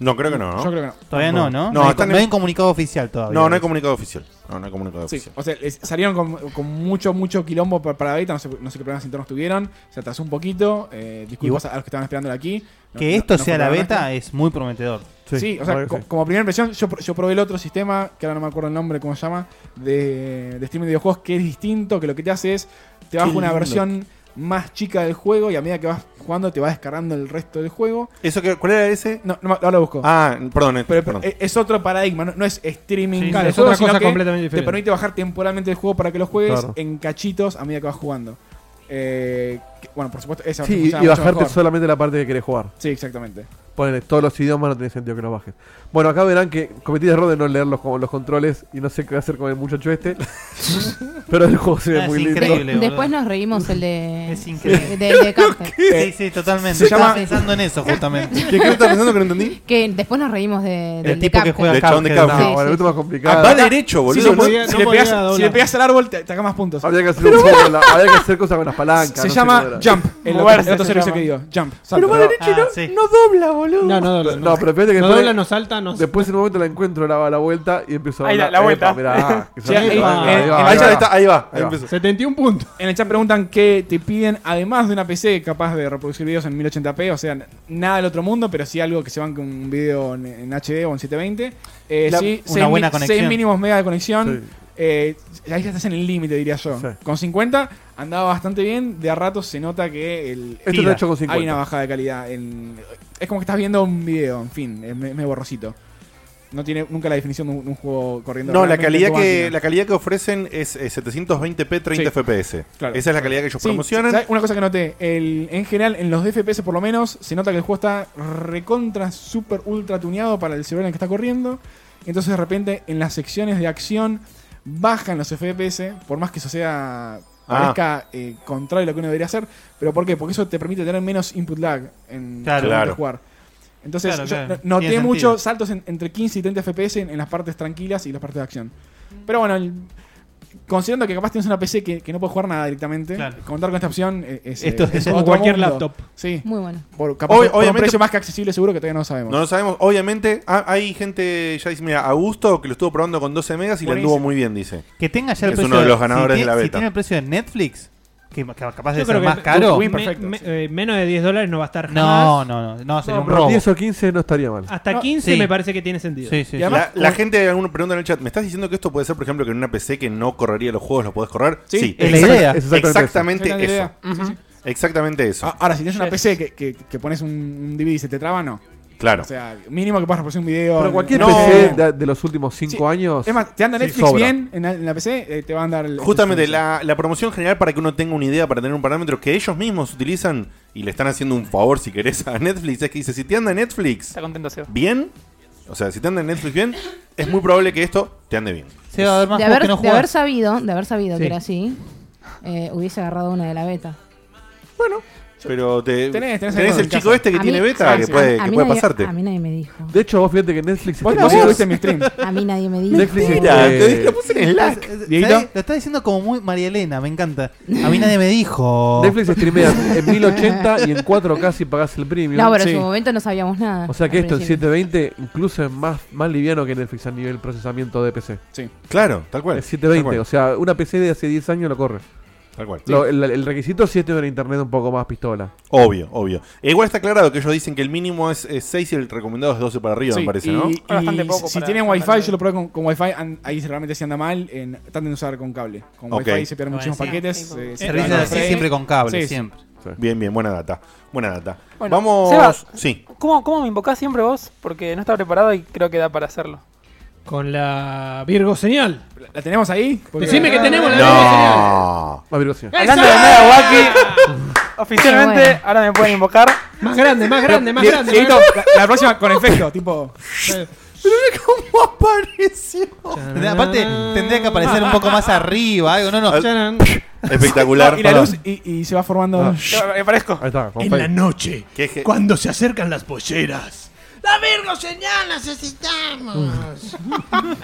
No, creo que no, ¿no? Yo creo que no. Todavía no, ¿no? No, hay, están no en- hay un comunicado oficial todavía. No, no hay comunicado oficial. No, no hay comunicado Sí, oficial. o sea, les- salieron con, con mucho, mucho quilombo pa- para, beta, no sé, no sé qué problemas internos tuvieron, se atrasó un poquito, eh, disculpas Igual- a los que estaban esperando aquí. No- Que no- esto no sea fue la para beta nuestra. es muy prometedor. Sí, o sea, co- como primera impresión, yo, pro- yo probé el otro sistema, que ahora no me acuerdo el nombre, cómo se llama, de, de streaming de videojuegos, que es distinto, que lo que te hace es, te baja Qué una lindo. versión más chica del juego y a medida que vas jugando te va descargando el resto del juego. ¿Eso que, ¿Cuál era ese? No, no, me- ahora lo busco. Ah, perdón, Pero, perdón. e- es otro paradigma, no, no es streaming Sí, cada sí, es juego, otra sino cosa que completamente diferente. Te permite bajar temporalmente el juego para que lo juegues Claro. en cachitos a medida que vas jugando. Eh, que- bueno, por supuesto, esa versión Sí, funciona y mucho bajarte mejor. solamente la parte que querés jugar. Sí, exactamente. Ponele todos los idiomas, no tiene sentido que los bajes. Bueno, acá verán que cometí el error de no leer los, como los controles y no sé qué hacer con el muchacho este. <laughs> pero el juego se ve Ah, es muy lindo. increíble, boludo. Después nos reímos el de. <laughs> Es increíble. de- de <laughs> Cuphead. Sí, sí, totalmente. Se Estaba llama- pensando en eso, <laughs> justamente. ¿Qué creo que estás pensando que no entendí? Que después nos reímos de, del de tipo que Cuphead. juega De chabón de Cuphead. Cuphead. No, Sí, bueno, sí, esto sí. más complicado. Ah, va derecho, boludo. Sí, no ¿no? podía- si, le pegas, si le pegas al árbol, te, te sacas más puntos. Habría <laughs> que hacer un juego con la- habría que hacer cosas con las palancas. Se no sé llama cómo era. Jump, el, otro- el otro servicio que digo. Jump. salta. Pero va derecho y no- no dobla, boludo. Ah, No, no dobla. No, pero espérate que no después- dobla, no salta, no. Después en un momento la encuentro, la, la vuelta y empiezo a Ahí la- hablar. la vuelta. Epa, mirá, que <laughs> Sí, ahí- sonido, ahí- ahí va, ahí ahí ya va. está, ahí va, ahí Ahí va. empezó. 71 puntos. En el chat preguntan qué te piden, además de una PC capaz de reproducir videos en 1080p, o sea, n- nada del otro mundo, pero sí algo que se van con un video en, en HD o en 720. Eh, La- sí, una seis buena mi- conexión. seis mínimos mega de conexión. Sí. Eh, ahí ya estás en el límite, diría yo. Con 50 andaba bastante bien, de a ratos se nota que el, Esto está hecho con 50. hay una bajada de calidad. en- es como que estás viendo un video, en fin, es me, me borrosito. No tiene nunca la definición de un, de un juego corriendo. No, la realmente en calidad, tu que, máquina. la calidad que ofrecen es, eh, 720p 30 Sí. fps. Claro. Esa es la calidad que ellos Sí, promocionan. ¿sabes? Una cosa que noté, el, en general, en los DFPS por lo menos, se nota que el juego está recontra, super, ultra tuneado para el celular en el que está corriendo. Entonces de repente en las secciones de acción bajan los FPS, por más que eso sea... Ah. Parezca eh, contrario a lo que uno debería hacer. ¿Pero por qué? Porque eso te permite tener menos input lag en Claro. al momento Claro. de jugar. Entonces, Claro, yo claro. no- noté Tiene muchos sentido. saltos en- entre 15 y 30 FPS en, en las partes tranquilas y las partes de acción. Mm. Pero bueno, el- considerando que capaz tienes una PC que, que no puede jugar nada directamente, contar con esta opción eh, es, Esto eh, es otro como cualquier mundo. laptop. Sí. Muy bueno. Por, capaz Ob- por un obviamente- precio más que accesible seguro que todavía no lo sabemos. No lo sabemos. Obviamente, ah, hay gente, ya dice, mira, Augusto que lo estuvo probando con 12 megas y le Buenísimo. anduvo muy bien, dice. Que tenga ya el es precio. uno de los si ganadores tiene- de <laughs> la Si beta. tiene el precio de Netflix, que ma- que capaz de Yo ser creo que más me- caro. me- me- eh, menos de 10 dólares no va a estar No, jamás. no, no, no, sería No, un pero robo. 10 o 15 no estaría mal. Hasta No, 15 sí. me parece que tiene sentido. Sí, sí, Y además, la, la gente alguno pregunta en el chat, ¿me estás diciendo que esto puede ser, por ejemplo, que en una PC que no correría los juegos los podés correr? Sí. Es la idea. Exact- Exactamente, Es la eso. idea. Sí, sí. Exactamente eso. Ah, Ahora, si tienes una PC que, que- que pones un- un DVD y se te traba, no. Claro. O sea, mínimo que puedas reproducir un video. Pero cualquier No. PC de, de los últimos 5 años. Es más, te anda sí, Netflix sobra. bien en la, en la PC, eh, este, te va a andar el- <laughs> Justamente, el- la, la promoción general para que uno tenga una idea, para tener un parámetro que ellos mismos utilizan y le están haciendo un favor, si querés, a Netflix, es que dice, si te anda Netflix Está contento, Seba. bien, o sea, si te anda Netflix bien, es muy probable que esto te ande bien. Se va a ver más De juegos haber, que no de haber juegas. sabido, de haber sabido Sí. que era así, eh, hubiese agarrado una de la beta. Pero te- tenés, Tenés- tenés algo el en chico casa. este que A tiene mí- beta sí, que sí. puede, A que mí puede nadie- pasarte. A mí nadie me dijo. De hecho, vos fíjate que Netflix. Vos- está vos muy- lo viste en <laughs> mi stream. A mí nadie me dijo. Netflix es- Mira, eh, te dije, Dieguito. ¿Sabés? Lo está diciendo como muy María Elena, me <laughs> encanta. A mí nadie me dijo. Netflix streamea en 1080 y en 4K si pagás el premium. No, pero en su momento no sabíamos nada. O sea que al esto en principio. 720 incluso es más, más liviano que Netflix a nivel procesamiento de PC. Sí. Claro, tal cual. Es 720, Tal cual. o sea, una PC de hace 10 años lo corre. Tal cual. Lo- el, el requisito es 7 de internet un poco más pistola. Obvio, obvio. E igual está aclarado que ellos dicen que el mínimo es, 6 y el recomendado es 12 para arriba, Sí, me parece, y- ¿no? y Bastante poco si para- tienen para wifi, el- yo lo probé con, con wifi, an- ahí realmente se anda mal, en, traten de usar con cable. Con Ok. wifi se pierden Bueno, muchísimos sí. paquetes. Sí, eh, con- se Se pierden realiza los así, siempre con cable, siempre. Bien, bien, buena data. Buena data. Bueno, Vamos. Sebas. Sí. ¿Cómo, ¿Cómo me invocás siempre vos? Porque no estaba preparado y creo que da para hacerlo. Con la Virgo señal. ¿La tenemos ahí? Decime que tenemos la No. Virgo señal. Más velocidad. Hablando de Megawaki, oficialmente Qué bueno. ahora me pueden invocar. Más grande, más grande, más Die- grande. Dieguito, más grande. la, la próxima con efecto, tipo. ¿Cómo apareció? Tendría- Aparte, tendría que aparecer un poco más arriba, algo, no, no. Espectacular. y la luz y, y se va formando. Ah. aparezco. Ahí está, con En fe. la noche, Qué ge- cuando se acercan las polleras, ¡La Virgo señal necesitamos!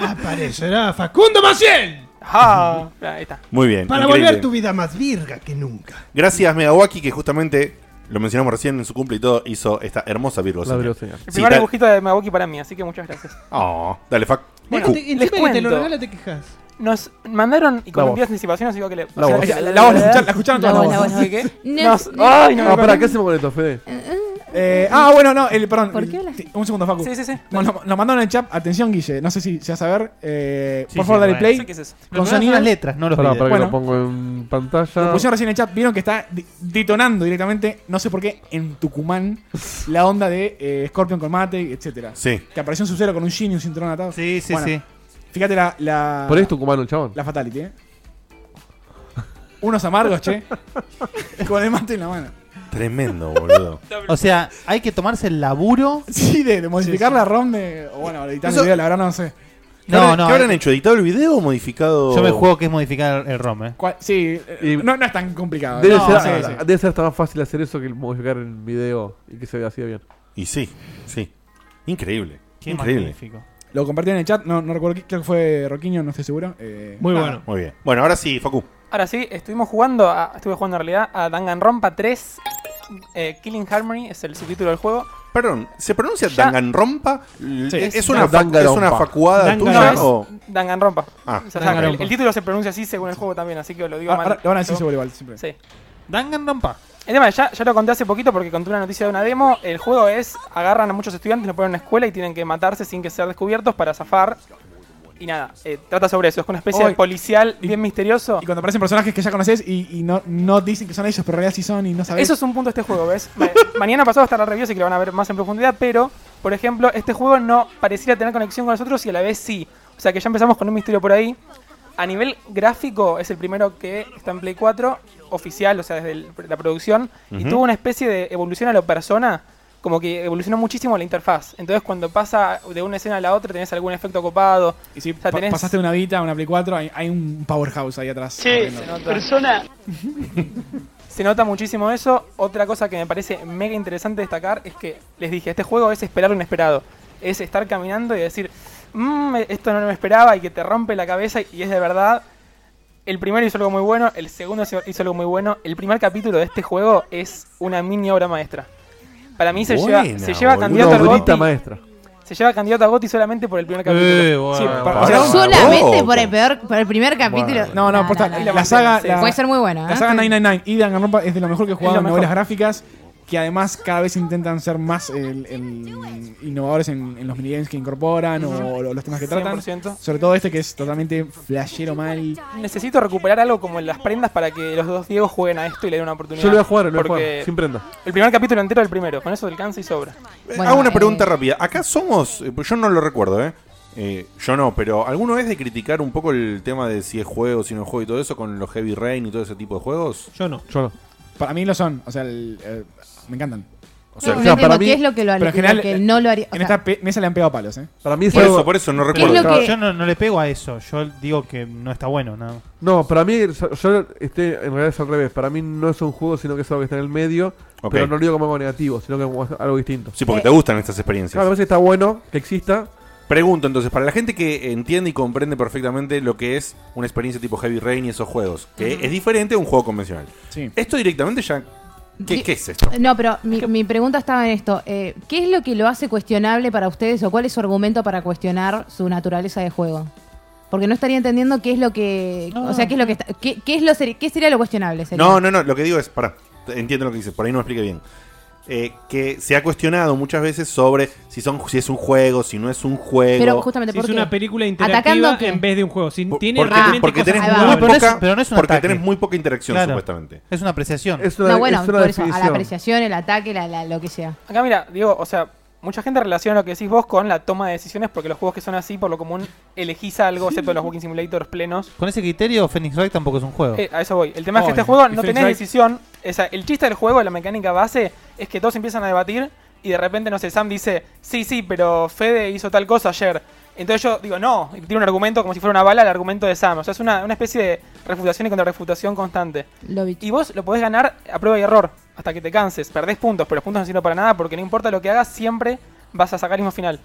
aparecerá Facundo Maciel. Ahí está. Muy bien. Para increíble. volver tu vida más virga que nunca. Gracias, Megawaki, que justamente lo mencionamos recién en su cumple y todo, hizo esta hermosa Virgo. La señal. Virgo señal. El Sí, primer da- dibujito de Magoki para mí, así que muchas gracias. Oh, dale, fac. Bueno, Cu. te- encima que te lo regala, te quejas. Nos mandaron y La con voz. envíos anticipaciones digo que le. La o sea, voz. La voz, la escucharon- la escucharon todas las voces. Así que- <laughs> No, Nos- no. ¡Ay, no! No, pará, ¿qué hacemos con esto, Fede? Eh, ah, bueno, no, el, perdón. ¿Por el- qué la- ti- Un segundo, Facu. Sí, sí, sí. No, no, Nos mandaron en el chat. Atención, Guille. No sé si se va a saber. Eh, Sí, por sí, favor, dale bueno. play. Sé qué es eso. Con sonidos- las letras, no los Pará, pará, videos. que Bueno. lo pongo en Lo pantalla. pusieron recién en el chat. Vieron que está di- detonando directamente, no sé por qué, en Tucumán, la onda de eh, Scorpion con Mate, etcétera. Sí. Que apareció en su cero con un Shin y un cinturón atado. Sí, sí, sí. Fíjate la. la Por ahí es tucumano el chabón. La Fatality, ¿eh? Unos amargos, che. con el mate en la mano. Tremendo, <laughs> boludo. O sea, hay que tomarse el laburo. Sí, de, de modificar la ROM de. O bueno, editar Eso- el video, la verdad no sé. ¿Qué No, habrán- no, ¿Qué habrán hay- hecho? ¿Editado el video o modificado? Yo me juego que es modificar el ROM, eh. ¿Cuál- Sí, eh, no, no es tan complicado. Debe, No, ser, ah, sí, ah, sí. debe ser hasta más fácil hacer eso que modificar el video y que se vea así de bien. Y sí, sí. Increíble. Qué Increíble. magnífico. Lo compartí en el chat, no, no recuerdo, quién- creo que fue Roquiño, no estoy seguro. Eh, nada. ah, Muy bien. Bueno, ahora sí, Facu. Ahora sí, estuvimos jugando, a- estuve jugando en realidad a Danganronpa 3. eh, Killing Harmony es el subtítulo del juego. Perdón, ¿se pronuncia Danganronpa? Sí. ¿Es, Es una fa- ¿Es una facuada No, tuya? es o- Danganronpa. Ah. O sea, Danganronpa. el, el título se pronuncia así según el juego también, así que lo digo Ah, mal. ahora lo van a decir ¿no? seguro igual, siempre. Sí. Danganronpa. El tema, ya, ya lo conté hace poquito porque conté una noticia de una demo. El juego es, agarran a muchos estudiantes, los ponen en una escuela y tienen que matarse sin que sean descubiertos para zafar. Y nada, eh, trata sobre eso. Es una especie Oh, de policial bien misterioso. Y cuando aparecen personajes que ya conoces y, y no, no dicen que son ellos, pero en realidad sí son y no sabes. Eso es un punto de este juego, ¿ves? Ma- <laughs> Mañana pasado estará la review, así que lo van a ver más en profundidad, pero, por ejemplo, este juego no pareciera tener conexión con nosotros y a la vez sí. O sea que ya empezamos con un misterio por ahí. A nivel gráfico, es el primero que está en Play 4, oficial, o sea, desde el- la producción, y Ujú. tuvo una especie de evolución a la persona, como que evolucionó muchísimo la interfaz. Entonces, cuando pasa de una escena a la otra, tenés algún efecto copado. Y si o sea, pa- tenés... pasaste de una Vita a una Play 4, hay, hay un powerhouse ahí atrás. corriendo. persona. Ah, <laughs> Se nota muchísimo eso. Otra cosa que me parece mega interesante destacar es que les dije, este juego es esperar lo inesperado. Es estar caminando y decir, "Mm, esto no me esperaba y que te rompe la cabeza y es de verdad. El primero hizo algo muy bueno, el segundo hizo algo muy bueno. El primer capítulo de este juego es una mini obra maestra. Para mí se Buena, lleva, se lleva boludo. candidato Una al obrita Gotti. maestra. Eh, Se lleva candidato a Gotti solamente por el primer capítulo. bueno, Sí, por- bueno. o sea, Solamente por el peor, por el primer capítulo. No, no, posta, la, saga. la- puede ser muy buena. La ¿eh? saga 999 y Danganronpa es de lo mejor que he jugado lo en mejor. novelas gráficas. Que además cada vez intentan ser más el- el- innovadores en, en los minigames que incorporan o, lo- los temas que tratan. 100%. Sobre todo este que es totalmente flashero mal. Necesito recuperar algo como en las prendas para que los dos Diegos jueguen a esto y le den una oportunidad. Yo lo voy a jugar, lo voy a Porque jugar, sin prenda. El primer capítulo entero del primero, con eso alcanza y sobra. Eh, Hago una pregunta rápida. Acá somos, eh, pues yo no lo recuerdo, ¿eh? Eh, yo no, pero ¿alguno es de criticar un poco el tema de si es juego, si no es juego y todo eso con los Heavy Rain y todo ese tipo de juegos? Yo no. Yo no. Para mí lo son. O sea, el, eh, me encantan. O sea, No, no o sea, entiendo para qué mí- es lo que lo haría- pero en lo general, eh, que no lo haría- o En sea- esta pe- mesa le han pegado palos, ¿eh? Para mí es Por algo- eso, por eso, no ¿Qué recuerdo. es lo que- Yo no, no le pego a eso, yo digo que no está bueno, nada. más. No, para mí, yo yo, este, en realidad es al revés. Para mí no es un juego, sino que es algo que está en el medio. Ok. Pero no lo digo como algo negativo, sino que como algo distinto. Sí, porque te gustan estas experiencias. Claro, me parece que está bueno que exista. Pregunto entonces, para la gente que entiende y comprende perfectamente lo que es una experiencia tipo Heavy Rain y esos juegos, que es diferente a un juego convencional. Esto directamente ya... ¿Qué, qué es esto? No, pero mi, mi pregunta estaba en esto. Eh, ¿Qué es lo que lo hace cuestionable para ustedes o cuál es su argumento para cuestionar su naturaleza de juego? Porque no estaría entendiendo qué es lo que... O sea, qué es lo que... está- qué, qué es lo, seri- qué sería lo cuestionable? sería? No, no, no, lo que digo es, pará, entiendo lo que dices, por ahí no me expliqué bien. Eh, que se ha cuestionado muchas veces sobre si son si es un juego, si no es un juego. Pero justamente Si es ¿por qué? una película interactiva ¿Atacando qué? en vez de un juego. Si tiene porque realmente porque cosas tenés que muy jugar. poca, pero no es un porque ataque. tenés muy poca interacción Claro. supuestamente. Es una apreciación. no, bueno, por eso, a la apreciación, el ataque, la, la- lo que sea. Acá mira, digo, o sea, mucha gente relaciona lo que decís vos con la toma de decisiones porque los juegos que son así, por lo común, elegís algo, excepto los Walking Simulators plenos. Con ese criterio, Phoenix Wright tampoco es un juego. Eh, a eso voy. El tema Oh, es que Ay, este juego y no Phoenix tenés Wright- decisión. O sea, el chiste del juego, la mecánica base, es que todos empiezan a debatir y de repente, no sé, Sam dice, sí, sí, pero Fede hizo tal cosa ayer. Entonces yo digo, no, y tiene un argumento como si fuera una bala el argumento de Sam. O sea, es una, una especie de refutación y contrarrefutación constante. Y vos lo podés ganar a prueba y error, hasta que te canses. Perdés puntos, pero los puntos no sirven para nada porque no importa lo que hagas, siempre vas a sacar el mismo final.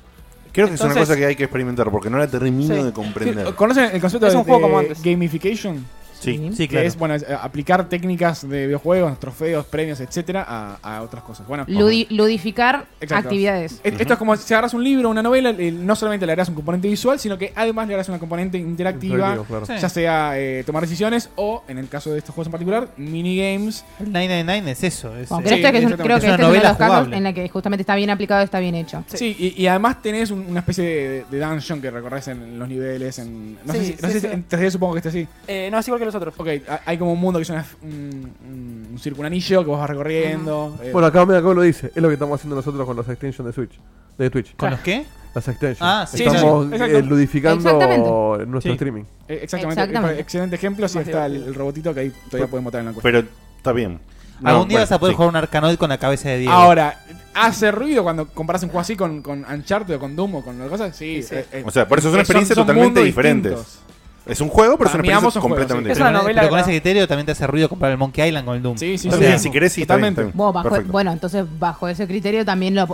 Creo que es una Entonces- cosa que hay que experimentar porque no la termino Sí. de comprender. ¿Conocen el concepto Es de, un juego de como antes. gamification? Sí. Sí, Que claro. Es bueno, es, eh, aplicar técnicas de videojuegos, trofeos, premios, etcétera, a, a otras cosas. Bueno, Ludi- Ludificar Exacto. actividades. E- Esto es como si agarras un libro, una novela, eh, no solamente le agregas un componente visual, sino que además le agregas una componente interactiva, Interactivo, claro. ya Sí. sea eh, tomar decisiones o, en el caso de estos juegos en particular, minigames. El 999 es eso. Es, Bueno, pero eh, este es un- exactamente. creo que este Es una es uno de novela los casos jugable. en la que justamente está bien aplicado, está bien hecho. Sí, y, y además tenés un- una especie de, de dungeon que recorres en los niveles. En, no sé Sí, si, no sí, sé si sí. en 3D supongo que este sí. Eh, no, es igual que los otros. Ok, ha- hay como un mundo que es una f- un, un, un círculo, un anillo que vos vas recorriendo. eh, Bueno, acá, mira, acá lo dice. Es lo que estamos haciendo nosotros con las extensions de Switch. De Twitch. ¿Con los qué? Las extensions. Ah, sí, Estamos sí, sí. Exacto. eh, ludificando Exactamente. nuestro Sí. streaming. eh, Exactamente, Exactamente. excelente ejemplo. Si está el, el robotito que ahí todavía podemos votar en la encuesta. Pero está bien. Algún No, día bueno, vas a poder sí. jugar un arcanoid con la Eh, cabeza de Diego. Ahora, ¿hace ruido cuando comparas un juego así con, con Uncharted o con Doom o con otras cosas? Sí. eh, eh, O sea, por eso es son- una experiencia son totalmente mundos diferente. distintos. Es un juego, pero es una Para mí ambos son experiencia juegos, completamente sí. Es Pero, una con- novela pero con grabada. ese criterio también te hace ruido comprar el Monkey Island con el Doom. Sí, Está sí, bien, sí. si querés, sí, está bien, está bien. Vos, bajo- Perfecto. bueno, entonces bajo ese criterio también lo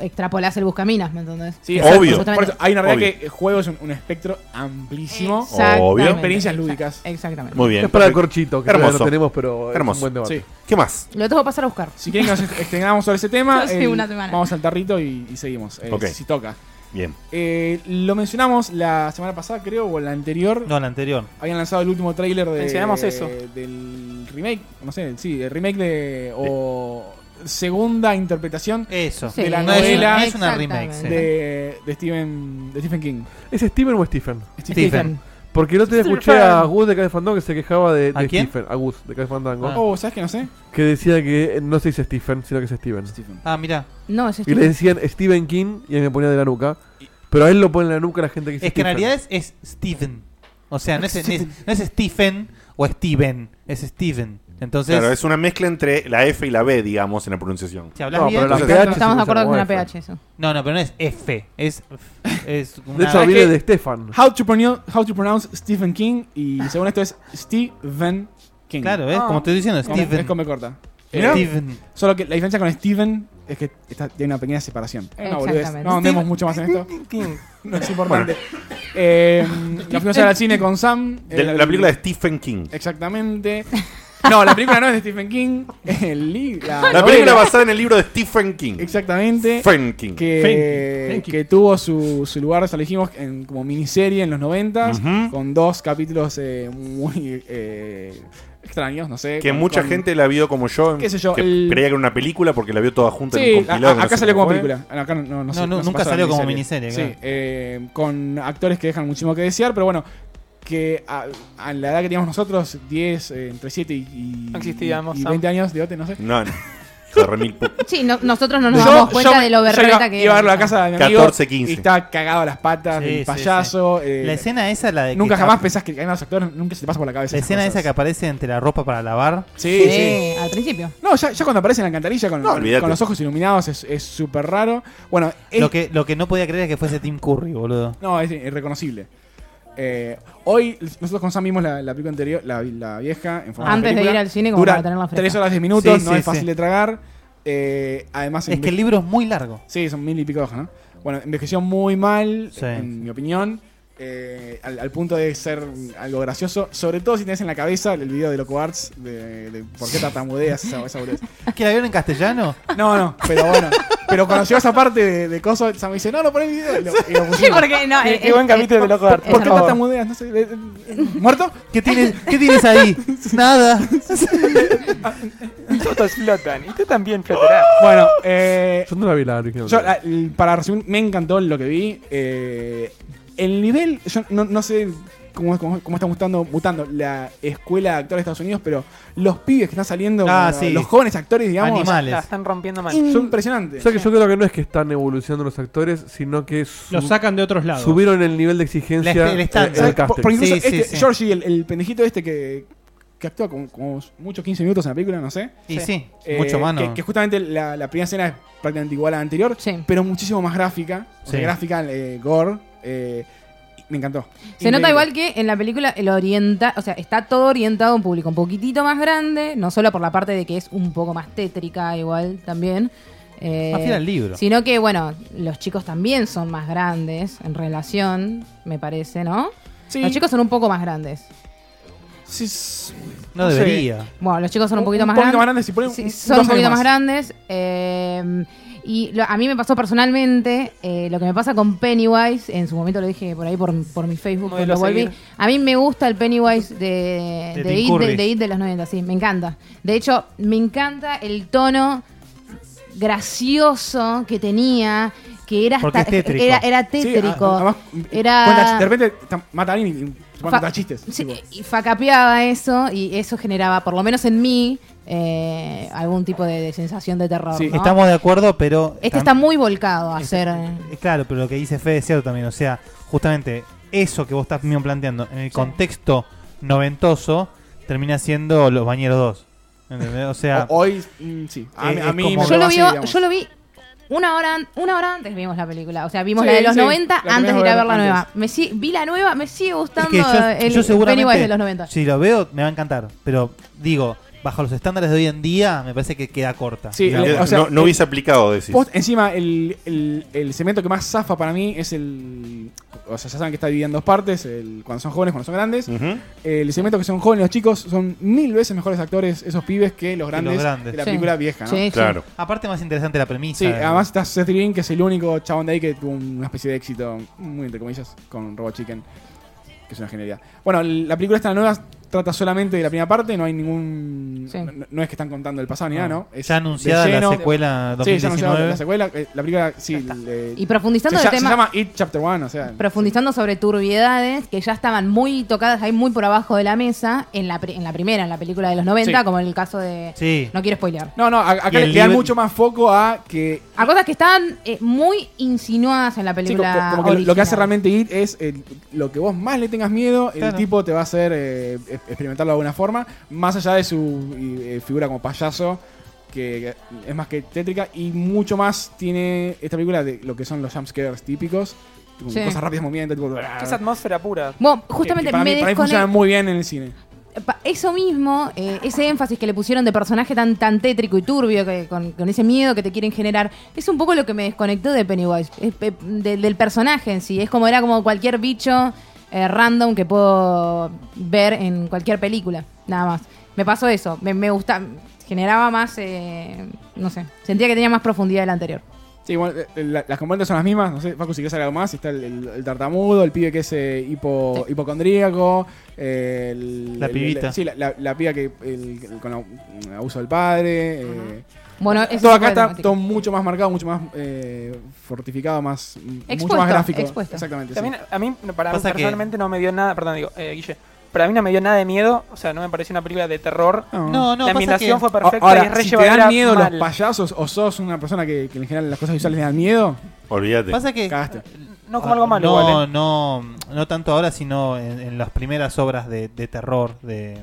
extrapolás el buscaminas, ¿me entendés? Sí, exacto. Obvio. Por eso, hay una realidad Obvio. que el juego es un, un espectro amplísimo Obvio. de experiencias lúdicas. Exactamente. Muy bien. Es para el perfecto. corchito, que Hermoso. todavía no tenemos, pero es Hermoso. un buen debate. Sí. ¿Qué más? Lo tengo que pasar a buscar. Si quieren que nos extendamos sobre ese <laughs> tema, Hace eh, una semana. vamos al tarrito y, y seguimos. eh, Ok. Si toca. Bien. Eh, lo mencionamos la semana pasada, creo, o la anterior. No, la anterior. Habían lanzado el último tráiler de. Mencionamos eso. Del remake, no sé, sí, el remake de. o segunda interpretación Eso. de la No es una- novela no es una remake, sí. de, de Stephen de Stephen King. ¿Es Steven o Stephen? Stephen. Stephen. Porque el otro día Stephen. escuché a Gus de Café Fandango que se quejaba de, ¿A de quién? Stephen. A Gus de Café Fandango. Oh, ¿sabes que no sé? Que decía que eh, no se dice Stephen, sino que es Steven. Ah, mira. No, es Y le decían Stephen King y a mí me ponía de la nuca. Pero a él lo pone en la nuca la gente que dice Es que en Stephen. realidad es, es Steven. O sea, no es, no es- no es Stephen o Steven. Es Steven. Entonces, claro, es una mezcla entre la F y la B, digamos, en la pronunciación. Si hablas No, bien, pero la Entonces- PH Estamos de acuerdo que es una PH eso. no, no, pero no es F. Es. es una- De hecho, ¿Sabes viene qué? de Stefan. Ah. How to, pronounce, how to pronounce Stephen King. Y según esto es Stephen King. Claro, Ah. ¿ves? Como estoy diciendo, Es con- Stephen. Es como corta. Mirá. Eh, Stephen. Solo que la diferencia con Steven es que está- tiene una pequeña separación. Eh, no, boludez. Exactamente. No andemos Stephen mucho más en esto. King. <laughs> No es importante. Eh, la fuimos a ver al cine con Sam. De la, la película de Stephen King. Exactamente. No, la película no es de Stephen King. El li- La película basada en el libro de Stephen King. Exactamente. Stephen King. que, que tuvo su, su lugar, ya lo dijimos, en, como miniserie en los 90 Ujú. con dos capítulos eh, muy eh, extraños, no sé. Que con- mucha con- gente la vio como yo, Qué sé yo, que el- creía que era una película porque la vio toda junta en Sí, un compilado. a- que no acá sé salió cómo como fue. película. Acá no, no, No, se- no, se nunca pasó la salió como miniserie, Sí, claro. eh, con actores que dejan muchísimo que desear, pero bueno, que a, a la edad que teníamos nosotros, 10, eh, entre 7 y, y- No existíamos, y Sam. 20 años, de no sé. No, no. Hijo de remil pu- Sí, no- nosotros no nos Yo- damos cuenta yo- de lo yo berreta iba, que iba a verlo a es. la casa de mi amigo 14, 15. Y estaba cagado a las patas, Sí, el sí, payaso. sí. eh, La escena esa, la de que Nunca está- jamás pensás que hay más actores, nunca se te pasa por la cabeza. La esas escena cosas. esa que aparece entre la ropa para lavar. Sí, sí. Al principio. No, ya, ya cuando aparece en la alcantarilla con, con- olvídate. con los ojos iluminados es es súper raro. Bueno, es- Lo que, lo que no podía creer es que fuese Tim Curry, boludo. No, es irreconocible. Eh, hoy nosotros con Sam vimos la, la película anterior, la, la vieja, en forma Antes de película. ir al cine como Dura para tenerla fresca. 3 horas 10 minutos, Sí, no sí, es fácil sí. de tragar. Eh, además Es que el libro es muy largo. Sí, son mil y pico de hojas, ¿no? Bueno, envejeció muy mal, en mi opinión. eh, al, al punto de ser algo gracioso, sobre todo si tenés en la cabeza el video de Loco Arts de, de por qué tartamudeas esa, esa boludez. ¿Que la vieron en castellano? No, no, pero bueno. Pero cuando llegó esa parte de, de coso, Sam me dice, no, no poné el video. Y lo, y lo pusimos. Sí, porque no, Qué- eh, qué buen eh, capítulo de eh, Loco por- Arts. por ¿Por qué favor. tartamudeas? No sé. eh, eh, ¿Muerto? ¿Qué tienes, ¿Qué tienes ahí? Nada. Todos flotan. Y tú también flotarás. Bueno, eh, Yo no la vi la original. Yo, la- l- para resumir, me encantó lo que vi. Eh, el nivel, yo no, no sé cómo, cómo- cómo está mutando, mutando la escuela de actores de Estados Unidos, pero los pibes que están saliendo, Ah, bueno, sí. los jóvenes actores, digamos, La están rompiendo mal. Son impresionantes. O sea que yo creo que no es que están evolucionando los actores, sino que su- Lo sacan de otros lados. Subieron el nivel de exigencia La- el estándar. en eh, el Por- casting. Porque incluso este, Georgie, el, el pendejito este que, que que actúa como, como muchos 15 minutos en la película, no sé. Eh, Y sí, mucho más, Que, ¿no? que justamente la, la primera escena es prácticamente igual a la anterior, pero muchísimo más gráfica. o sea, Sí. gráfica, eh, gore. eh, y me encantó. Se nota igual que en la película el orienta, o sea, está todo orientado a un público un poquitito más grande, no solo por la parte de que es un poco más tétrica igual también. eh, Más fiel al libro. Sino que, bueno, los chicos también son más grandes en relación, me parece, ¿no? Sí. Los chicos son un poco más grandes. Sí, No sé. debería. Bueno, los chicos son un Un- poquito un más grandes. poquito más grandes, si ponen Sí, un- son un dos años poquito más más. grandes. eh, y lo- a mí me pasó personalmente eh, lo que me pasa con Pennywise. En su momento lo dije por ahí por, por mi Facebook Modelo cuando a volví. seguir. A mí me gusta el Pennywise de, de, De Tim It, de- Curry. de It de los 90, sí, me encanta. De hecho, me encanta el tono gracioso que tenía, que era Porque hasta- es tétrico. Era, era Sí, a- tétrico. además, era... Cuenta- de repente tam- mata a alguien y- y se Fa- manda chistes. Sí, tipo. y facapeaba eso y eso generaba, por lo menos en mí, eh, algún tipo de, de sensación de terror. ¿no? Estamos de acuerdo, pero. Este tam- está muy volcado a hacer. Eh, Claro, pero lo que dice Fede es cierto también. O sea, justamente eso que vos estás mismo planteando en el contexto noventoso termina siendo Los Bañeros 2. ¿Entendés? O sea. O- hoy, mm, sí. A, eh, mí- a es mí como- me Yo lo, así, vio- digamos. yo lo vi una hora, an- una hora antes vimos la película. O sea, vimos Sí, la de los sí, 90 la antes de queríamos ir a ver ver la antes. nueva. Me si- vi la nueva, me sigue es gustando que yo, el yo seguramente. Pennywise de los 90. Si lo veo, me va a encantar. Pero digo, bajo los estándares de hoy en día, me parece que queda corta. Sí, Digamos. el- o sea, no, no el- hubiese aplicado, decís. Post- encima, el, el, el cemento que más zafa para mí es el. O sea, ya saben que está dividido en dos partes: el, cuando son jóvenes, cuando son grandes. El cemento que son jóvenes, los chicos, son mil veces mejores actores esos pibes que los Que los grandes, grandes. de la Sí. película vieja. ¿no? Sí, sí. Claro. Aparte, más interesante la premisa. Sí, Eh, además está Seth Green, que es el único chabón de ahí que tuvo una especie de éxito, muy entre comillas, con Robot Chicken, que es una genialidad. Bueno, l- la película esta nueva trata solamente de la primera parte, no hay ningún... No, no es que están contando el pasado ni nada, ¿no? Ya Es de anunciada la lleno. secuela Sí, ya anunciada 2019. la secuela, eh, la película, sí. le- Y profundizando se, en el ll- tema- Se llama It Chapter One, o sea... Profundizando sobre turbiedades que ya estaban muy tocadas ahí, muy por abajo de la mesa, en la, pri- en la primera, en la película de los 90, Sí. como en el caso de. Sí. No quiero spoilear. No, no, a- acá Y el le le dan libro- mucho más foco a que A cosas que están eh, muy insinuadas en la Sí, co- co- película. como que lo- lo que hace original. realmente IT es eh, lo que vos más le tengas miedo, el Claro. tipo te va a hacer eh, e- experimentarlo de alguna forma, más allá de su eh, figura como payaso, que que es más que tétrica, y mucho más tiene esta película de lo que son los jumpscares típicos, tipo, Sí. cosas rápidas, movimientos, tipo, Es atmósfera pura. Bueno, que- justamente que para, me mí, para mí funciona desconecto. muy bien en el cine. Pa- Eso mismo, eh, ese énfasis que le pusieron de personaje tan, tan tétrico y turbio, que, con, con ese miedo que te quieren generar, es un poco lo que me desconectó de Pennywise, es pe- de- del personaje en sí. Es como era como cualquier bicho eh, random que puedo ver en cualquier película, nada más. Me pasó eso, me, me gusta, generaba más, eh, no sé, sentía que tenía más profundidad del anterior. Sí, bueno, eh, la- las componentes son las mismas. No sé, Facu, si quieres hacer algo más. Está el, el- el tartamudo, el pibe que es eh, hipo- hipocondríaco. eh, el- La el- pibita. el- sí, la, la- la piba que el- el- con au- abuso del padre. eh. Bueno, esa todo es acá otra está temática. todo mucho más marcado, mucho más eh, fortificado, más, mucho Expuesto, más gráfico. expuesto. Exactamente. También, sí. a mí, no, para mí Pasa que- personalmente no me dio nada, perdón, digo, eh, Guille, para mí no me dio nada de miedo, o sea, no me pareció una película de terror. No, no, La pasa ambientación que- fue perfecta Ahora, y es re si te llevadera dan miedo mal. los payasos o sos una persona que, que en general las cosas visuales le dan miedo, Olvídate. Pasa que. cagaste. No como algo malo, No, igual, ¿eh? no, no tanto ahora, sino en, en las primeras obras de, de terror de,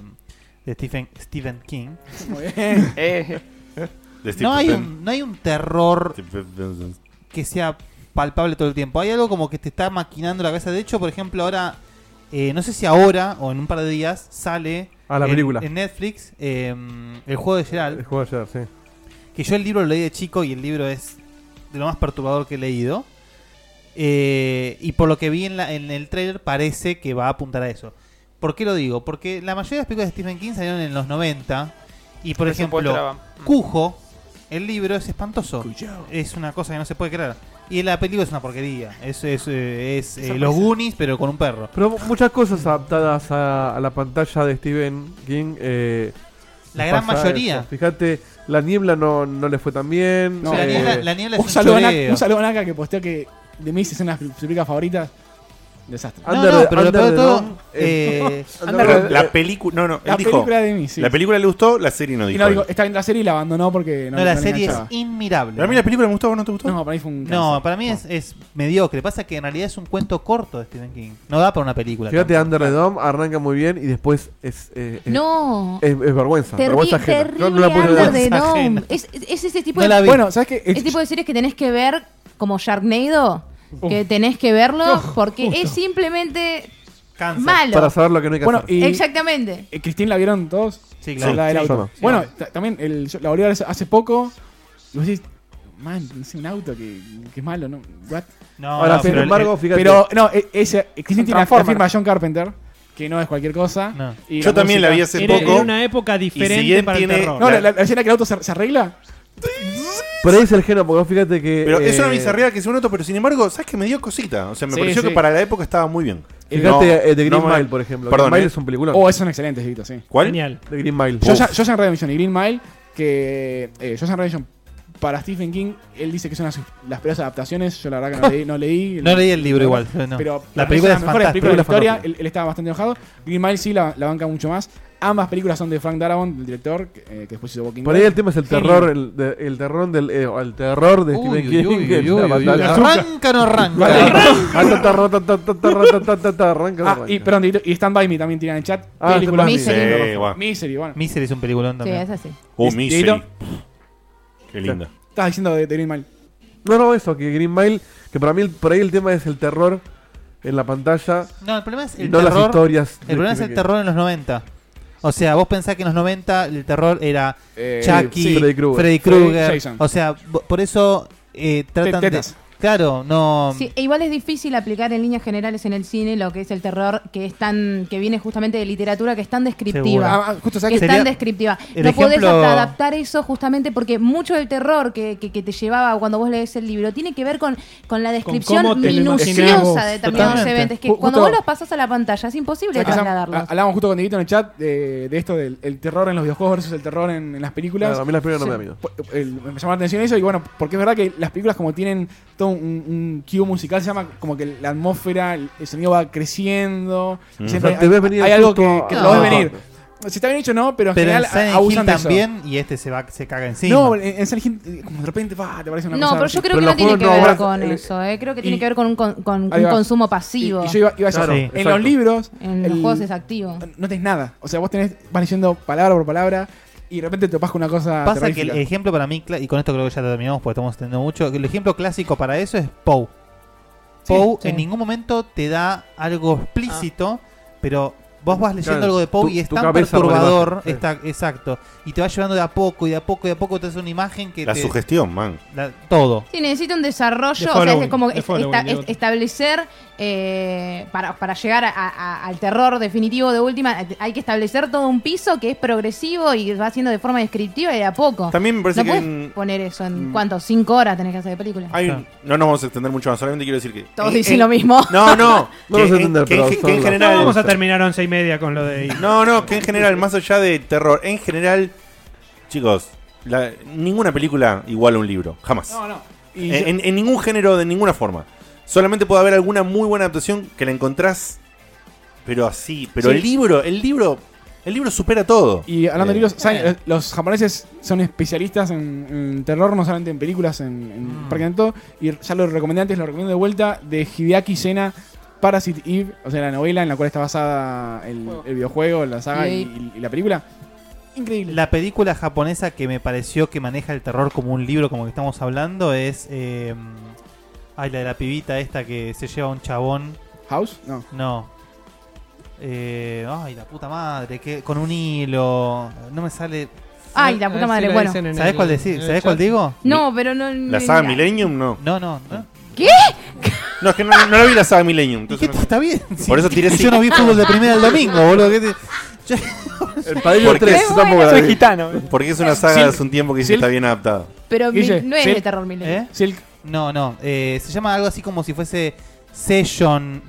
de Stephen, Stephen King. Muy <laughs> bien. Eh. De Stephen no, hay King. un, no hay un terror Stephen que sea palpable todo el tiempo. Hay algo como que te está maquinando la cabeza. De hecho, por ejemplo, ahora, eh, no sé si ahora o en un par de días, sale Ah, la en, película. en Netflix eh, El juego de Gerald. El juego de Gerald, sí. Que yo el libro lo leí de chico y el libro es de lo más perturbador que he leído. Eh, y por lo que vi en, la- en el trailer parece que va a apuntar a eso. ¿Por qué lo digo? Porque la mayoría de las películas de Stephen King salieron en los 90. Y por El presupuesto ejemplo, era- Cujo, el libro es espantoso. Es una cosa que no se puede creer. Y la película es una porquería. Es, es, eh, es, eh, los Goonies, pero con un perro. Pero muchas cosas adaptadas a, a la pantalla de Stephen King. eh, La nos gran pasa mayoría. eso. Fíjate, la niebla no, no le fue tan bien. No, eh, eh, un saludo a Naka- un saludo a Naka que posteó que de mis escenas sus películas favoritas. Desastre. No, Under no, the- pero lo Under peor de the todo, Dome, eh, eh, <laughs> Under Pero the- la película. No, no, La él dijo. película de mí, sí. La película le gustó, la serie no Y dijo. no, él. digo, está bien la serie y la abandonó porque no, No, la le serie es enganchaba. inmirable. Para mí la película me gustó, ¿no te gustó? No, para mí fue un No, para mí es, es mediocre. Pasa que en realidad es un cuento corto de Stephen King. No da para una película. Fíjate, Under the Dome arranca muy bien y después es. eh, es- No. Es, es vergüenza. Terri- vergüenza ajena. No, terrible no la puedo Under ver. the Dome. Es, es- es ese tipo No de. la vi. Bueno, ¿sabes qué? Ese tipo de series que tenés que ver como Sharknado, que tenés que verlo porque es simplemente malo. Para saber lo que no hay que Bueno, hacer. y- Exactamente. Eh, ¿Cristín la vieron todos? Sí, claro. La del Sí, auto. yo no. Bueno, ta- también el- yo la volví a ver hace- hace poco. Y vos decís, man, es un auto que, que es malo, ¿no? What? No, Ahora, no, sin pero embargo, el- fíjate- Pero, no, e- ese, Cristín tiene la, la Transformer. firma John Carpenter, que no es cualquier cosa. Y Yo también la vi hace música- poco. Era una época diferente Y si bien para el tiene- terror. No, la, la- la escena que el auto se, se arregla. Pero ahí es el género, porque vos fíjate que. Pero es una eh, bizarría que es un auto, pero sin embargo, ¿sabes que me dio cosita? O sea, me Sí, pareció sí. que para la época estaba muy bien. Fíjate, No, eh, The Green no me- Mile, por ejemplo. Perdón, Green Mile eh. es un peliculón. Oh, es un excelente escrito, sí. ¿Cuál? Genial. The Green Mile. Josh- Josh Redemption y Green Mile, que eh, Josh Redemption para Stephen King, él dice que son las, las peores adaptaciones. Yo la <laughs> verdad que no leí. No leí, No leí el libro igual, yo no. Pero para La mí película son es las mejores fantástica. películas de la Película historia, fantástica. él, él estaba bastante enojado. Green Mile sí la, la banca mucho más. Ambas películas son de Frank Darabont, el director, que, eh, que después hizo Walking Por ¿eh? ahí el tema es el terror, el, de- el terror del eh, el terror de Uy, Stephen uy, King. <laughs> uy, que uy, la uy, batalla- uy. Arranca o no arranca. Arranca. Ratatatatata, arranca o no Ah, y arranca. perdón, y- y Stand By Me también tiran en chat. Ah, Stand película By Me. Misery. Sí, guau. Misery, bueno. Misery es un peliculón Sí, también. es así. Oh, ¿Y- Misery. Dieguito? Pff, Qué linda. Estás diciendo de, de Green Mile. No, no, eso, que Green Mile, que para mí el- por ahí el tema es el terror en la pantalla. No, el problema es y el no terror. las historias. el problema es el terror en los 90. O sea, vos pensás que en los 90 el terror era Eh, Chucky, sí. Freddy Krueger. Freddy Freddy Krueger. Jason. O sea, bo- por eso eh, tratan de. tetas. Claro, no. Sí, e igual es difícil aplicar en líneas generales en el cine lo que es el terror que es tan que viene justamente de literatura que es tan Seguro. descriptiva. Ah, ah, justo, ¿sabes que qué? es tan Sería- descriptiva. el no podés ejemplo- hasta adaptar eso justamente porque mucho del terror que, que- que te llevaba cuando vos lees el libro tiene que ver con, con la descripción cómo te lo imaginás vos. minuciosa de determinados Totalmente. eventos. Que Ju- cuando justo- vos los pasás a la pantalla es imposible ¿Sabes qué, Sam? trasladarlos. Ha- Hablábamos justo con Dieguito en el chat eh, de, de esto del el terror en los videojuegos versus el terror en, en las películas. Claro, a mí las películas no me dan miedo. me llamó la atención eso y bueno, porque es verdad que las películas como tienen todo un, un cue musical, se llama como que la atmósfera, el, el sonido va creciendo. Mm. y siempre O sea, te hay, ves venir hay el algo susto que, que a- lo ves No. venir. Si está bien hecho no, pero en Pero en general a- Silent Hill abusan de eso. también, y este se va se caga encima. No, en, en Silent Hill eh, como de repente va, te parece una No, cosa pero así. yo creo que no tiene que ver con el- eso. eh. Creo que tiene y- que ver con un, con- con un Ahí va. consumo pasivo. Y, y yo iba, iba a decir, Claro, sí, en los exacto. libros, en los el- juegos es activo. no tenés nada. O sea, vos tenés, vas leyendo palabra por palabra y de repente te topas con una cosa. Pasa que el terrorífica. ejemplo para mí, cla- y con esto creo que ya terminamos porque estamos teniendo mucho, el ejemplo clásico para eso es Poe. Sí, Poe sí. Ah. en ningún momento te da algo explícito, pero vos vas leyendo Claro, algo de Poe tu- y es tu tan cabeza perturbador, rebaja, sí. está, exacto, y te va llevando de a poco y de a poco y de a poco te hace una imagen que La te- sugestión, man. la- todo. Sí, necesita un desarrollo, De o sea, es following, como de est- following, esta- digo. est- establecer, eh, para, para llegar a- a- al terror definitivo de última, hay que establecer todo un piso que es progresivo y va haciendo de forma descriptiva y de a poco. También me parece no que podés en- poner eso en, Mm. ¿cuánto? ¿Cinco horas tenés que hacer de película? Hay un- no nos vamos a extender mucho más, solamente quiero decir que. Todos dicen lo mismo. <laughs> No, no. No vamos a extender, que, pero que- que son en las- general. No, Vamos a terminar once y media con lo de. No, no, que en general, más allá de terror, en general, chicos, la- ninguna película iguala un libro, jamás. No, no. Y Eh, En, en- en ningún género, de ninguna forma. Solamente puede haber alguna muy buena adaptación que la encontrás, pero así. Pero Sí. el libro, el libro, el libro supera todo. Y hablando de Eh, libros, ¿saben? Los- los japoneses son especialistas en, en terror, no solamente en películas, en, Mm. en prácticamente todo. Y ya lo recomendé antes, lo recomiendo de vuelta, de Hideaki Sena, Parasite Eve, o sea, la novela en la cual está basada el, el videojuego, la saga y, y- y la película. Increíble. La película japonesa que me pareció que maneja el terror como un libro, como que estamos hablando, es. eh, ay, la de la pibita esta que se lleva a un chabón. ¿House? No. No. Eh, ay, la puta madre, que con un hilo. No me sale. Ay, la puta madre, bueno. ¿Sabés cuál decir? ¿Sabés cuál digo? No, pero no... ¿La saga Millennium? No. No, no, no. ¿Qué? No, es que no, no la vi la saga Millennium. entonces no- Está bien. <laughs> Por eso tiré Yo no vi fútbol de primera el domingo, boludo. ¿qué te- Yo- El Padrino 3 tampoco la vi. Porque es una saga de Silk- hace un tiempo que Silk- está bien adaptada. Pero mi- Guille, no es Silk- de terror milenio. ¿Eh? No, no. eh, se llama algo así como si fuese Session.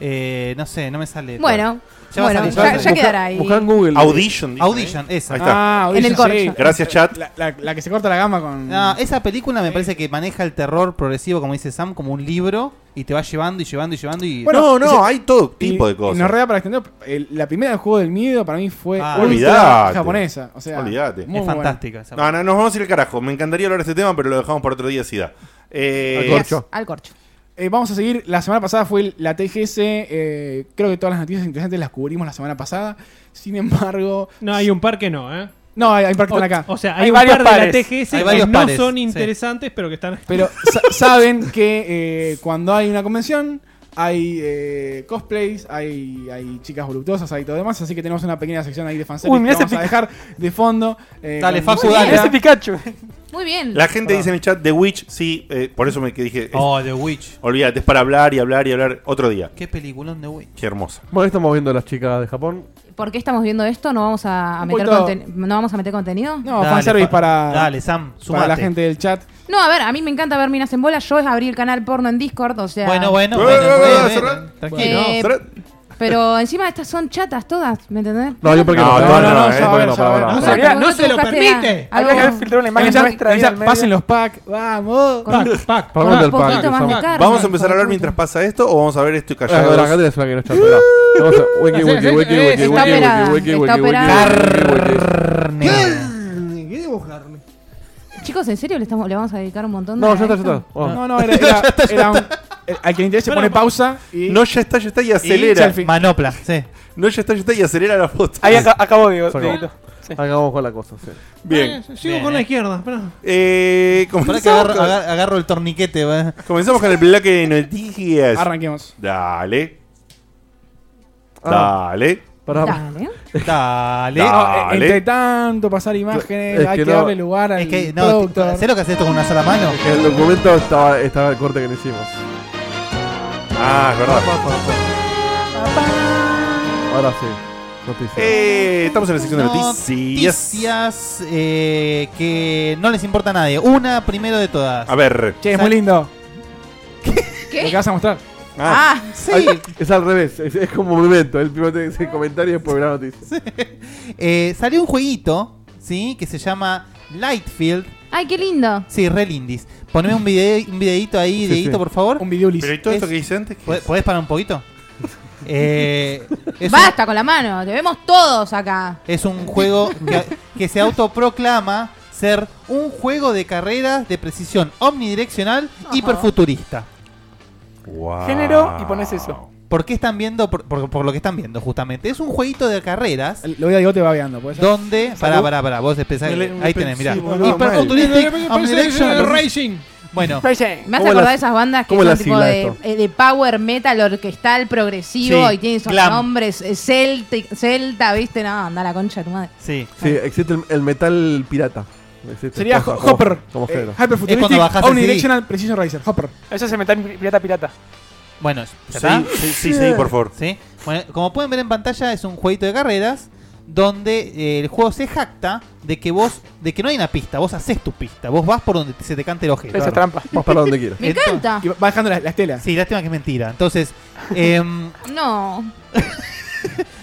Eh, no sé, no me sale. Bueno, Ya va a bueno, salir, ya- va a salir. ya quedará ahí. Buscá en Google. Audition, dicen, Audition, ¿eh? esa. Ahí está. Ah, Audition, En el corcho. sí. Gracias, chat. La, la- la que se corta la gama con. No, esa película me parece que maneja el terror progresivo, como dice Sam, como un libro y te va llevando y llevando y llevando. Y... Bueno, ese- todo tipo de cosas. Nos reda para extender. el- la primera del juego del miedo para mí Eh, fue Ah, ultra olvidate. japonesa. O sea, Olvídate. muy buena. No, no, nos vamos a ir al carajo. Me encantaría hablar de este tema, pero lo dejamos para otro día, Sida. Eh, Al corcho. Al corcho. Eh, vamos a seguir. La semana pasada fue el- la TGS. eh, creo que todas las noticias interesantes las cubrimos la semana pasada. Sin embargo. No, hay un par que no, ¿eh? No, hay, hay un par que O- están acá. o sea, hay Hay un varios par de la pares. TGS Hay que varios no pares, son sí. interesantes, pero que están- Pero sa- saben que eh, cuando hay una convención. Hay eh, cosplays, hay, hay chicas voluptuosas, hay todo demás. Así que tenemos una pequeña sección ahí de fanservice Uy, mirá que ese vamos a dejar de fondo. eh, Dale, con- Facu, Muy dale. bien. Ese Pikachu. Muy bien. La gente dice en el chat The Witch, sí, eh, por eso me que dije. Oh, The Witch. Olvídate, es para hablar y hablar y hablar otro día. Qué peliculón The Witch. Qué hermosa. Bueno, estamos viendo las chicas de Japón. ¿Por qué estamos viendo esto? ¿No vamos a, a Un meter, poquito- conten- ¿no vamos a meter contenido? No, fanservice pa- para, dale, Sam, para la sumate. gente del chat. No, a ver, a mí me encanta ver minas en bola. Yo es abrir el canal porno en Discord, o sea. Bueno, bueno, Eh, bueno, eh, bueno, eh, bueno, cerrá. tranquilo. Eh, Cerrá. Pero encima estas son chatas todas, ¿me entendés? No, yo porque No, no. no, no, eh, ya va, porque no, para, ya va. para. No, para. Mira, no se lo permite. Algo- Hay que filtrar una imagen Avisar- nuestra. ahí avisar, al medio. pasen los packs, vamos. Pack, pack. Pagamos del poquito parque, más de Sam. carne. ¿Vamos a empezar a hablar mientras pasa esto o vamos a ver esto y Ah, callados? la cadena es una que no está <laughs> operada. Vamos a- wiki, wiki, wiki, Eh, wiki, está wiki, operada, wiki, wiki, está wiki, wiki, operada. wiki, wiki. Carne, ¿Qué debo carne? Chicos, ¿en serio le, estamos, le vamos a dedicar un montón de No, ya está, ya esto? está. Oh. No, no, <laughs> era, era- <laughs> era un- el- al que le interese pues, pone pausa y. No, ya está, ya está y Y acelera. selfie. Manopla, sí. No, ya está, ya está y acelera la foto. Ahí aca- acabó, digo. Se acabó. Dieguito. Sí. Acabamos con la cosa, sí. Bien. Sigo con la izquierda, espera. Eh, Pará comenzamos, que agarro, con, agar- agarro el eh, torniquete, va. comenzamos con el bloque de noticias. Arranquemos. Dale. Ah. Dale. Dale. Dale. No, eh, Dale. entre tanto, pasar imágenes, Es Eh, hay que que, no. darle lugar al Es que, no, productor. ¿sabés lo que haces esto con una sola mano? Que El documento estaba, estaba el corte que le hicimos. Ah, es verdad. Ahora sí. Noticias. Eh, estamos en la sección de noticias. Noticias eh, que no les importa a nadie. Una primero de todas. A ver. Che, es muy <laughs> lindo. Lo que vas a mostrar. Ah, Sí. Es al revés, es, es como un momento. El primero tiene que hacer comentario y después ver la noticia. <laughs> Eh, salió un jueguito, ¿sí? Que se llama Lightfield. Ay, qué lindo. Sí, Rel Indies. Poneme un, video, un videito ahí, Sí, Dieguito, sí. por favor. Un video Pero ¿y todo esto que hice antes? ¿Podés, podés parar un <laughs> poquito? Eh, es, un, Basta con la mano, te vemos todos acá. es <laughs> un juego que, que se autoproclama ser un juego de carreras de precisión omnidireccional hiperfuturista. Wow. Género y pones eso. ¿Por qué están viendo? Por, por- por lo que están viendo, justamente. Es un jueguito de carreras Lo voy a digo te va pues. viendo, ¿puede ser? donde. Pará, Salud. pará, pará. Vos empezás. Me le- me Ahí tenés, mirá. pensé, boludo, Hiperfuturistic omnidirectional. Racing. Bueno, Me hace ¿Cómo acordar la- de esas bandas que cómo son la tipo sigla de, esto? eh, de power metal orquestal progresivo Sí, y tienen esos glam. nombres eh, celti- celta, ¿viste? No, anda la concha de tu madre. sí. Sí, existe el, el metal pirata. Existe Sería cosa ho- como- Hopper. Como género. Es cuando bajás Hyperfuturistic el Omnidirectional Precision Racer. Hopper. Eso es el metal pirata pirata. Bueno, ¿ya está? Sí, sí, <laughs> sí, sí, por favor. ¿Sí? Bueno, como pueden ver en pantalla, es un jueguito de carreras donde eh, el juego se jacta de que vos, de que no hay una pista, vos haces tu pista, vos vas por donde te- se te cante el ojete. Esa es trampa. Vamos para donde quieras. Me Entonces- encanta. Y va bajando las, las telas. Sí, lástima que es <laughs> mentira. Entonces, em, No.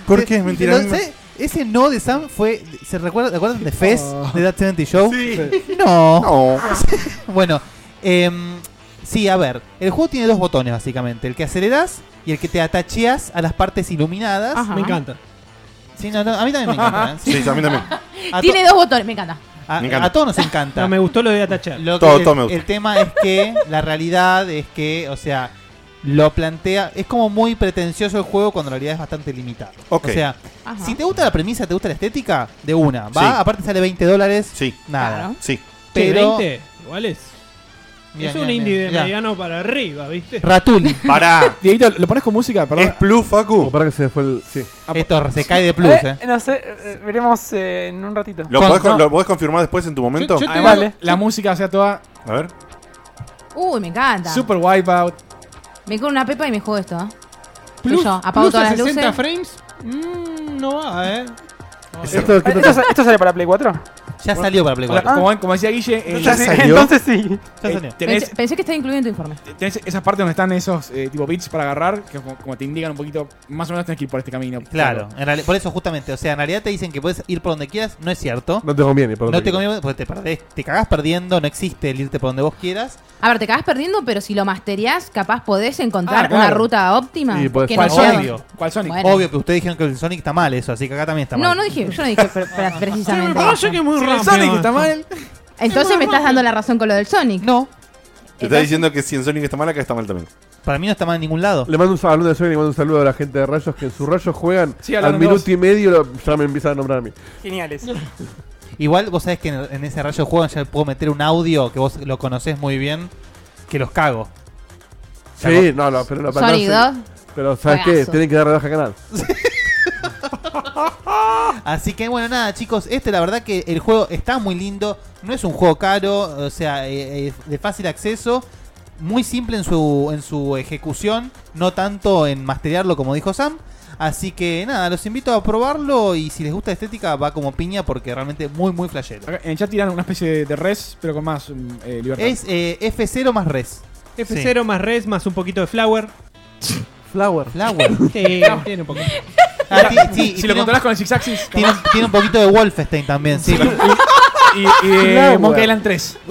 ¿Por qué es mentira? pero, ¿sabes? Ese no de Sam fue. ¿Se recuerda, ¿te acuerdan de Fez? Oh. De That 70 Show. <laughs> Sí. No. No. <laughs> Bueno, em, sí, a ver. El juego tiene dos botones, básicamente: el que acelerás y el que te atacheas a las partes iluminadas. Ajá. Me encanta. Sí, no, no, a mí también me encanta. ¿eh? Sí. Sí, a mí también. A to- Tiene dos botones, me encanta. A, Me encanta. a todos nos encanta. No, me gustó lo de atachar. Lo que Todo, el, todo me gusta. el tema es que la realidad es que, o sea, lo plantea. Es como muy pretencioso el juego cuando la realidad es bastante limitada. Ok. O sea, Ajá. si te gusta la premisa, te gusta la estética, de una. Va, Sí. aparte sale 20 dólares. Sí, Nada. Claro. sí. Pero. Pero... 20, igual es. Mirá, es un mirá, indie de mirá. mediano para arriba, ¿viste? <laughs> Ratuli. Pará. <laughs> Dieguito, ¿lo pones con música? Perdón. Ah, pues, ¿Es plus, Como Facu? para Oh, que se fue el. Sí. Esto se cae de plus, eh. Eh, No sé, eh, veremos eh, en un ratito. ¿Lo Con- podés, no. lo podés confirmar después en tu momento? Ah, Yo- yo te- Además, Vale. la música, o sea, toda A ver. Uy, me encanta. super wipeout. Me corro una pepa y me juego esto. ¿eh? Plus, Soy yo, apago plus todas a las 60 luces. frames. mm, no va, eh. Eh, ¿Esto, esto sale para Play 4? Ya salió para Play Como- 4. Como, como decía Guille, eh, Ya salió. Entonces sí. Ya eh, salió. tenés- Pensé, pensé que estaba incluido en tu informe. Tenés esas partes donde están esos eh, tipo bits para agarrar, que como, como te indican un poquito, más o menos tenés que ir por este camino. Claro, en reali- por eso justamente, o sea, en realidad te dicen que puedes ir por donde quieras, no es cierto. No te conviene, por No donde te quieras. conviene, porque te, perdés, te cagás perdiendo, no existe el irte por donde vos quieras. A ver, te acabas perdiendo, pero si lo masterías, capaz podés encontrar Ah, claro. una ruta óptima. Ah, que no sea- obvio. ¿Cuál Sonic? Bueno. Obvio que ustedes dijeron que el Sonic está mal eso, así que acá también está mal. No, no dije, yo no dije pre- <laughs> pre- precisamente. me parece que es muy Sí, el rápido Sonic está esto. mal. Entonces me estás dando la razón con lo del Sonic. No. Te está diciendo que si en Sonic está mal, acá está mal también. Para mí no está mal en ningún lado. Le mando un saludo de Sony, le mando un saludo a la gente de Rayos que en sus Rayos juegan Sí, hablaron al de minuto vos. y medio lo- ya me empiezan a nombrar a mí. Geniales. Igual vos sabés que en, en ese rayo de juego ya puedo meter un audio que vos lo conocés muy bien, que los cago. Sí, no, no, pero la verdad Sonic sí. 2. Pero ¿sabes qué? Juegazo. Tienen que dar rebaja al canal. Así que bueno, nada, chicos, este la verdad que el juego está muy lindo, no es un juego caro, o sea, eh, eh, de fácil acceso, muy simple en su en su ejecución, no tanto en masterearlo como dijo Sam. Así que nada, los invito a probarlo y si les gusta la estética va como piña porque realmente muy muy flashero. Acá En el chat tiran una especie de, de res, pero con más mm, eh, libertad. Es eh, F0 más res. F0 más res más un poquito de flower. Flower. <laughs> Flower. Sí, tiene un poco. Ah, ti- sí, si tiene lo un- controlas con el <laughs> zigzaxis. Tiene, tiene un poquito de Wolfenstein también, sí. Y, y eh, Monkey Island 3. <laughs>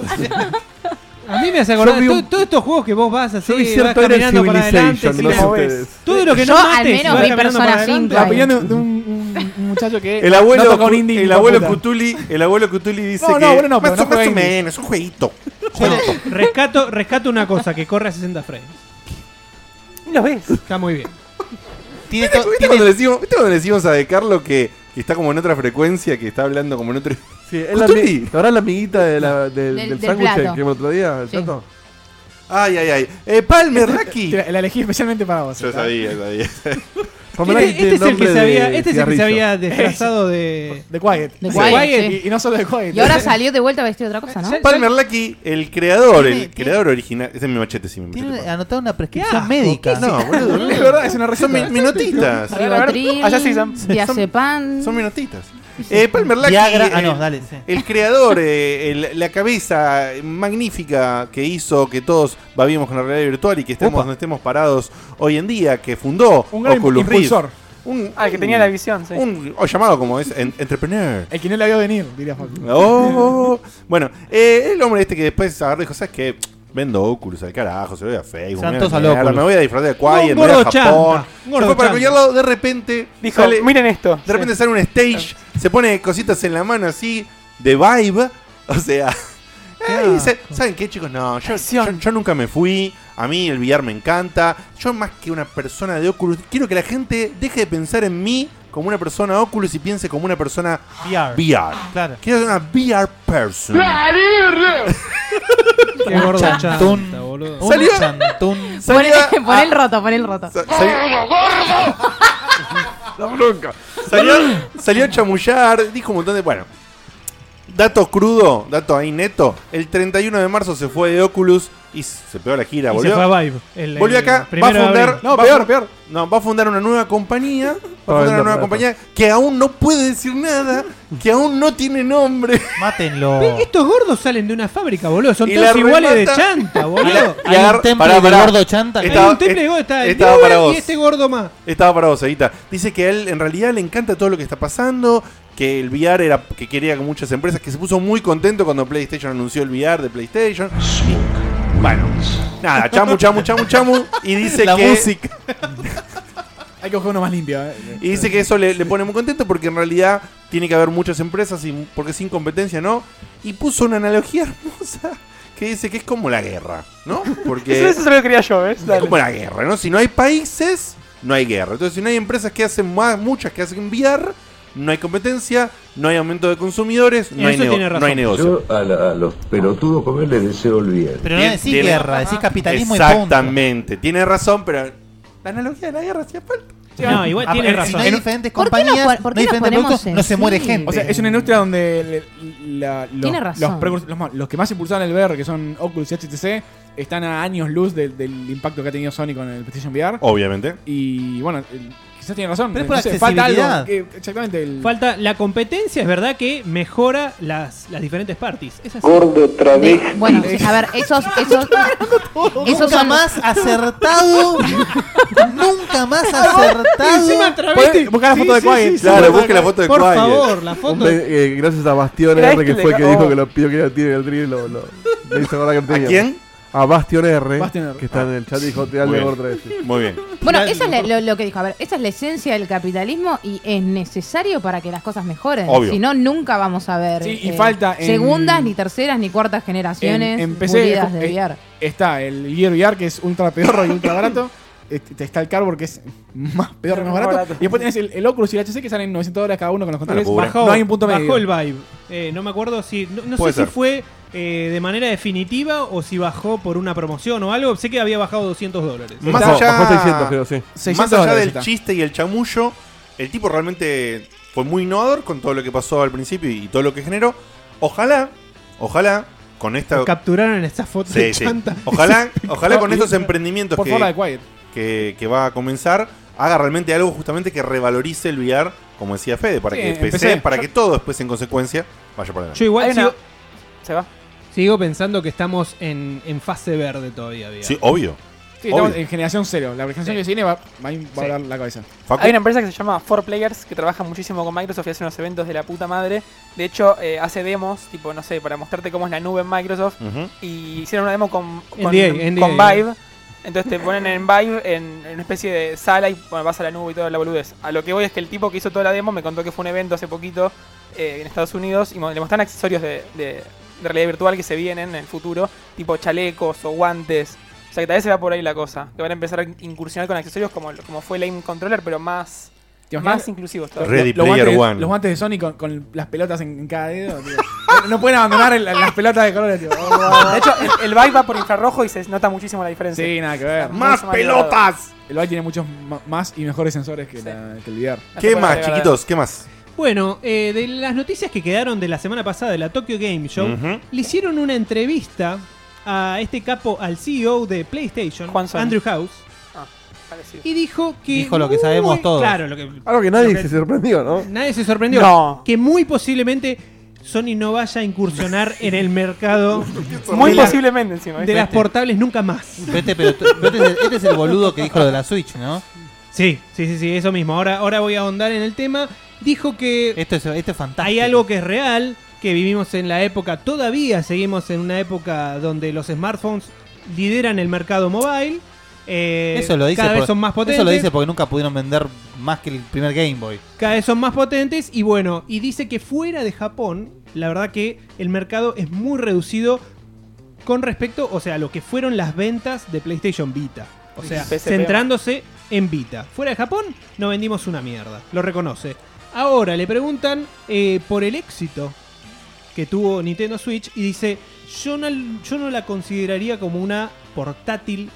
A mí me hace Yo acordar vi todo- un- todos estos juegos que vos vas así, Yo vi vas cierto Era caminando para adelante, Civilization, no sí, sé ves. ustedes. todo lo que Yo no al mates, menos vas vi caminando Persona para adelante. La opinión de, de un, un muchacho que El abuelo, no toca un Cu- indie ni el con abuelo puta. Cutuli, el abuelo Cutuli dice No, no, que abuelo no, pero más, o- no juega más o indie. menos, es un jueguito. Rescato, rescato una cosa que corre a 60 frames. ¿Lo ves? Está muy bien. Tiene ¿Viste, cuando le decimos, viste cuando le decimos a De Carlo que, que está como en otra frecuencia, que está hablando como en otro. <laughs> Sí, es la, ami- ¿Te habrás la amiguita de la- del, Del- del del sándwich plato. que el otro día? ¿El Sí. plato? Ay, ay, ay. Eh, Palmer, Raki. Te la- La elegí especialmente para vos. Yo ¿verdad? sabía, <laughs> sabía. <laughs> Este, este es el que se había, este es el que se había cigarrillo. disfrazado de. De Quiet. De Sí. Quiet, y- y no solo de Quiet. Y ahora salió de vuelta vestido de otra cosa, ¿no? Palmer Lucky, el creador, el creador original. Ese es mi machete, sí, mi machete. Tiene anotado una prescripción médica. No, boludo, Es verdad, es una receta. Son mi- minotitas. Ah, Ribotril, diazepam. Son minotitas. Eh, Palmer Lucky. Viagra- ah, el- no, dale, sí. El creador, eh, el- la cabeza magnífica que hizo que todos babiemos con la realidad virtual y que estemos donde estemos parados hoy en día, que fundó Un gran Oculus Rift. impulsor. Un, ah, el que tenía la visión, sí. Un- o llamado como es en- entrepreneur. El que no la vio venir, diría Facu. Oh. bueno, eh, el hombre este que después agarró y dijo, ¿sabes qué? Vendo Oculus al carajo, se voy a Facebook. me voy a Santos al mierda, Oculus. Me voy a disfrazar de Un Quiet, me voy a Japón. gordo chanta, Se un gordo fue para chanta. cualquier lado, de repente... Dijo, miren esto. De repente sale un stage, se pone cositas en la mano así, de vibe, <laughs> o sea... eh, y dice, ¿Saben qué, chicos? No, yo, yo- yo nunca me fui. A mí el VR me encanta. Yo, más que una persona de Oculus, quiero que la gente deje de pensar en mí como una persona Oculus y piense como una persona VR. VR. Claro. Quiero ser una VR person. <laughs> Qué gordo Un chantón, chantón. boludo. Salió- Un chantón. <laughs> Pon Salía- el, <laughs> pon el roto, pon el roto. La bronca. Salió, salió a chamullar, dijo un montón de. Bueno. Dato crudo, dato ahí neto. El 31 de marzo se fue de Oculus y se pegó la gira, Y se volvió. fue a Vive, el- volvió el acá, va a primero de fundar. abril. No, peor, peor. No, va a fundar una nueva compañía. Va a fundar una vender nueva ratas. compañía que aún no puede decir nada, que aún no tiene nombre. Mátenlo. Ve, Estos gordos salen de una fábrica, boludo. Son Y todos la iguales de remata- chanta, boludo. Y agar- pará, pará. Estaba- eh, Hay un temple de gordo. Está el estaba Newell para vos. y este gordo más. Estaba para vos, Evita. Dice que a él en realidad le encanta todo lo que está pasando. Que el VR era que quería con muchas empresas. Que se puso muy contento cuando PlayStation anunció el VR de PlayStation. Y, bueno, nada, chamu, chamu, chamu, chamu. Y dice La que. música. <laughs> Hay que buscar uno más limpio. eh. Y dice que eso le, le pone muy contento porque en realidad tiene que haber muchas empresas. Y, porque sin competencia, ¿no? Y puso una analogía hermosa que dice que es como la guerra, ¿no? Porque. Eso, eso es lo que quería yo, ¿ves? Es como la guerra, ¿no? Si no hay países, no hay guerra. Entonces, si no hay empresas que hacen más, muchas que hacen enviar, no hay competencia, no hay aumento de consumidores, no hay, nego- no hay negocio. Yo a, la- a los pelotudos como él les deseo el bien. Pero no Tien- decís tiene- guerra, decís capitalismo y punto. Exactamente, tiene razón, pero la analogía de la guerra hacía falta. No, igual tiene En- razón. No hay diferentes compañías, no hay diferentes productos, no se muere gente. O sea, es una industria donde le- la- los, Tiene los razón. precursores- los, más- los que más impulsaron el VR, que son Oculus y HTC, están a años luz del, del impacto que ha tenido Sony con el PlayStation VR. Obviamente. Y bueno, el- quizás tiene razón. Pero es por no sé, falta algo. Eh, accesibilidad. que- exactamente. El, Falta la competencia, es verdad que mejora las, las diferentes parties. Es así. Gordo travesti. Bueno, a ver, <laughs> esos, esos, esos Nunca son más <laughs> acertado. nunca más acertado. Podés buscar la foto de Quiet. Claro, busque la foto de Por Quiet. favor, la Un foto. be- eh, gracias a Bastión Mirá R, que este fue le- el que dijo oh. que lo pidió que lo tire el trío y lo, lo- me hizo acordar que lo tenía. quién? A Bastión R, Bastión R. que está en el chat, dijo, te Muy dale bien. gordo travesti. Muy bien. Bueno, eso es la- lo, lo que dijo. A ver, esa es la esencia del capitalismo y es necesario para que las cosas mejoren. Obvio. Si no, nunca vamos a ver eh, Sí, y falta en- segundas, ni terceras, ni cuartas generaciones en PC muridas de eh, VR. está el Gear VR, que es ultra peor y ultra barato. <laughs> Este, Está el Cardboard, que es más peor y más barato. Y después tenés el, el Oculus y el HC, que salen 900 dólares cada uno con los controles. Bajó, no hay un punto bajó medio. el vibe. Eh, no me acuerdo si. No, no sé Puede si ser. fue eh, de manera definitiva o si bajó por una promoción o algo. Sé que había bajado 200 dólares. Más allá, más allá del chiste chiste y el chamullo, el tipo realmente fue muy innovador con todo lo que pasó al principio y todo lo que generó. Ojalá, ojalá, con esta. Capturaron esas fotos de Sí, sí. chanta. <laughs> Ojalá, ojalá con estos esos emprendimientos Por que, favor, la de Quiet. que, que va a comenzar, haga realmente algo justamente que revalorice el VR, como decía Fede, para Sí, que PC, empecé. para que todo después en consecuencia vaya para adelante. Yo igual Hay sigo, una- Se va. sigo pensando que estamos en, en fase verde todavía. digamos. Sí, obvio. Sí, estamos <laughs> en generación cero. La generación Sí. que se viene va, va a volar la cabeza. Hay una empresa que se llama 4Players que trabaja muchísimo con Microsoft y hace unos eventos de la puta madre. De hecho, eh, hace demos, tipo, no sé, para mostrarte cómo es la nube en Microsoft. Ujú. Y hicieron una demo con, con, NDA, NDA. con Vive. Entonces te ponen en Vive en, en una especie de sala y bueno, vas a la nube y toda la boludez. A lo que voy es que el tipo que hizo toda la demo me contó que fue un evento hace poquito eh, en Estados Unidos y mo- le mostraron accesorios de, de- de realidad virtual que se vienen en el futuro, tipo chalecos o guantes. O sea que tal vez se va por ahí la cosa. Que van a empezar a incursionar con accesorios como, como fue el aim controller, pero más, ¿Te imaginas? más inclusivos. Los- todavía. Ready los guantes Player de- One. Los guantes de Sony con, con las pelotas en, en cada dedo. tío. No- no pueden abandonar el- las pelotas de colores. Tío. Oh, De hecho, el, el Vive va por infrarrojo y se nota muchísimo la diferencia. Sí, nada que ver. Está ¡Más mucho logrado. pelotas! El Vive tiene muchos ma- más y mejores sensores que, la- que el VR. ¿Qué más, chiquitos? ¿Qué más? Bueno, eh, de las noticias que quedaron de la semana pasada de la Tokyo Game Show, Ujú. le hicieron una entrevista a este capo, al CEO de PlayStation, Andrew House, y dijo que. Dijo lo que sabemos muy- todos. Claro, lo que, Algo que nadie se sorprendió, ¿no? nadie se sorprendió. No. Que muy posiblemente Sony no vaya a incursionar en el mercado. Muy de la- posiblemente, encima, De ¿viste? las portables nunca más. Vete, pero tú- pero este, es el, este es el boludo que dijo lo de la Switch, ¿no? Sí, sí, sí, sí, eso mismo. Ahora, ahora voy a ahondar en el tema. Dijo que. Esto es, esto es fantástico. Hay algo que es real, que vivimos en la época, todavía seguimos en una época donde los smartphones lideran el mercado mobile. eh, Eso lo dice cada vez por- son más potentes. Eso lo dice porque nunca pudieron vender más que el primer Game Boy. Cada vez son más potentes y bueno, y dice que fuera de Japón, la verdad que el mercado es muy reducido con respecto, o sea, a lo que fueron las ventas de PlayStation Vita. O sea, PSP. centrándose en Vita. Fuera de Japón no vendimos una mierda, lo reconoce. Ahora le preguntan eh, por el éxito que tuvo Nintendo Switch y dice, yo no, yo no la consideraría como una portátil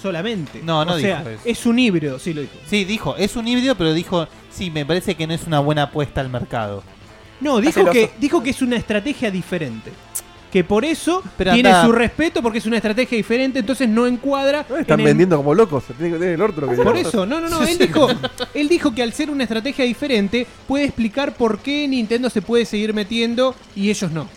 solamente. No, no o sea, dijo eso. es un híbrido, sí lo dijo. Sí, dijo, es un híbrido, pero dijo, sí, me parece que no es una buena apuesta al mercado. No, Está dijo que, celoso. dijo que es una estrategia diferente. Que por eso Pero tiene anda- su respeto porque es una estrategia diferente, entonces no encuadra. Están en el- vendiendo como locos, se tiene que tener el orto lo que Por digo. eso, no, no, no. Él dijo, él dijo que al ser una estrategia diferente puede explicar por qué Nintendo se puede seguir metiendo y ellos no.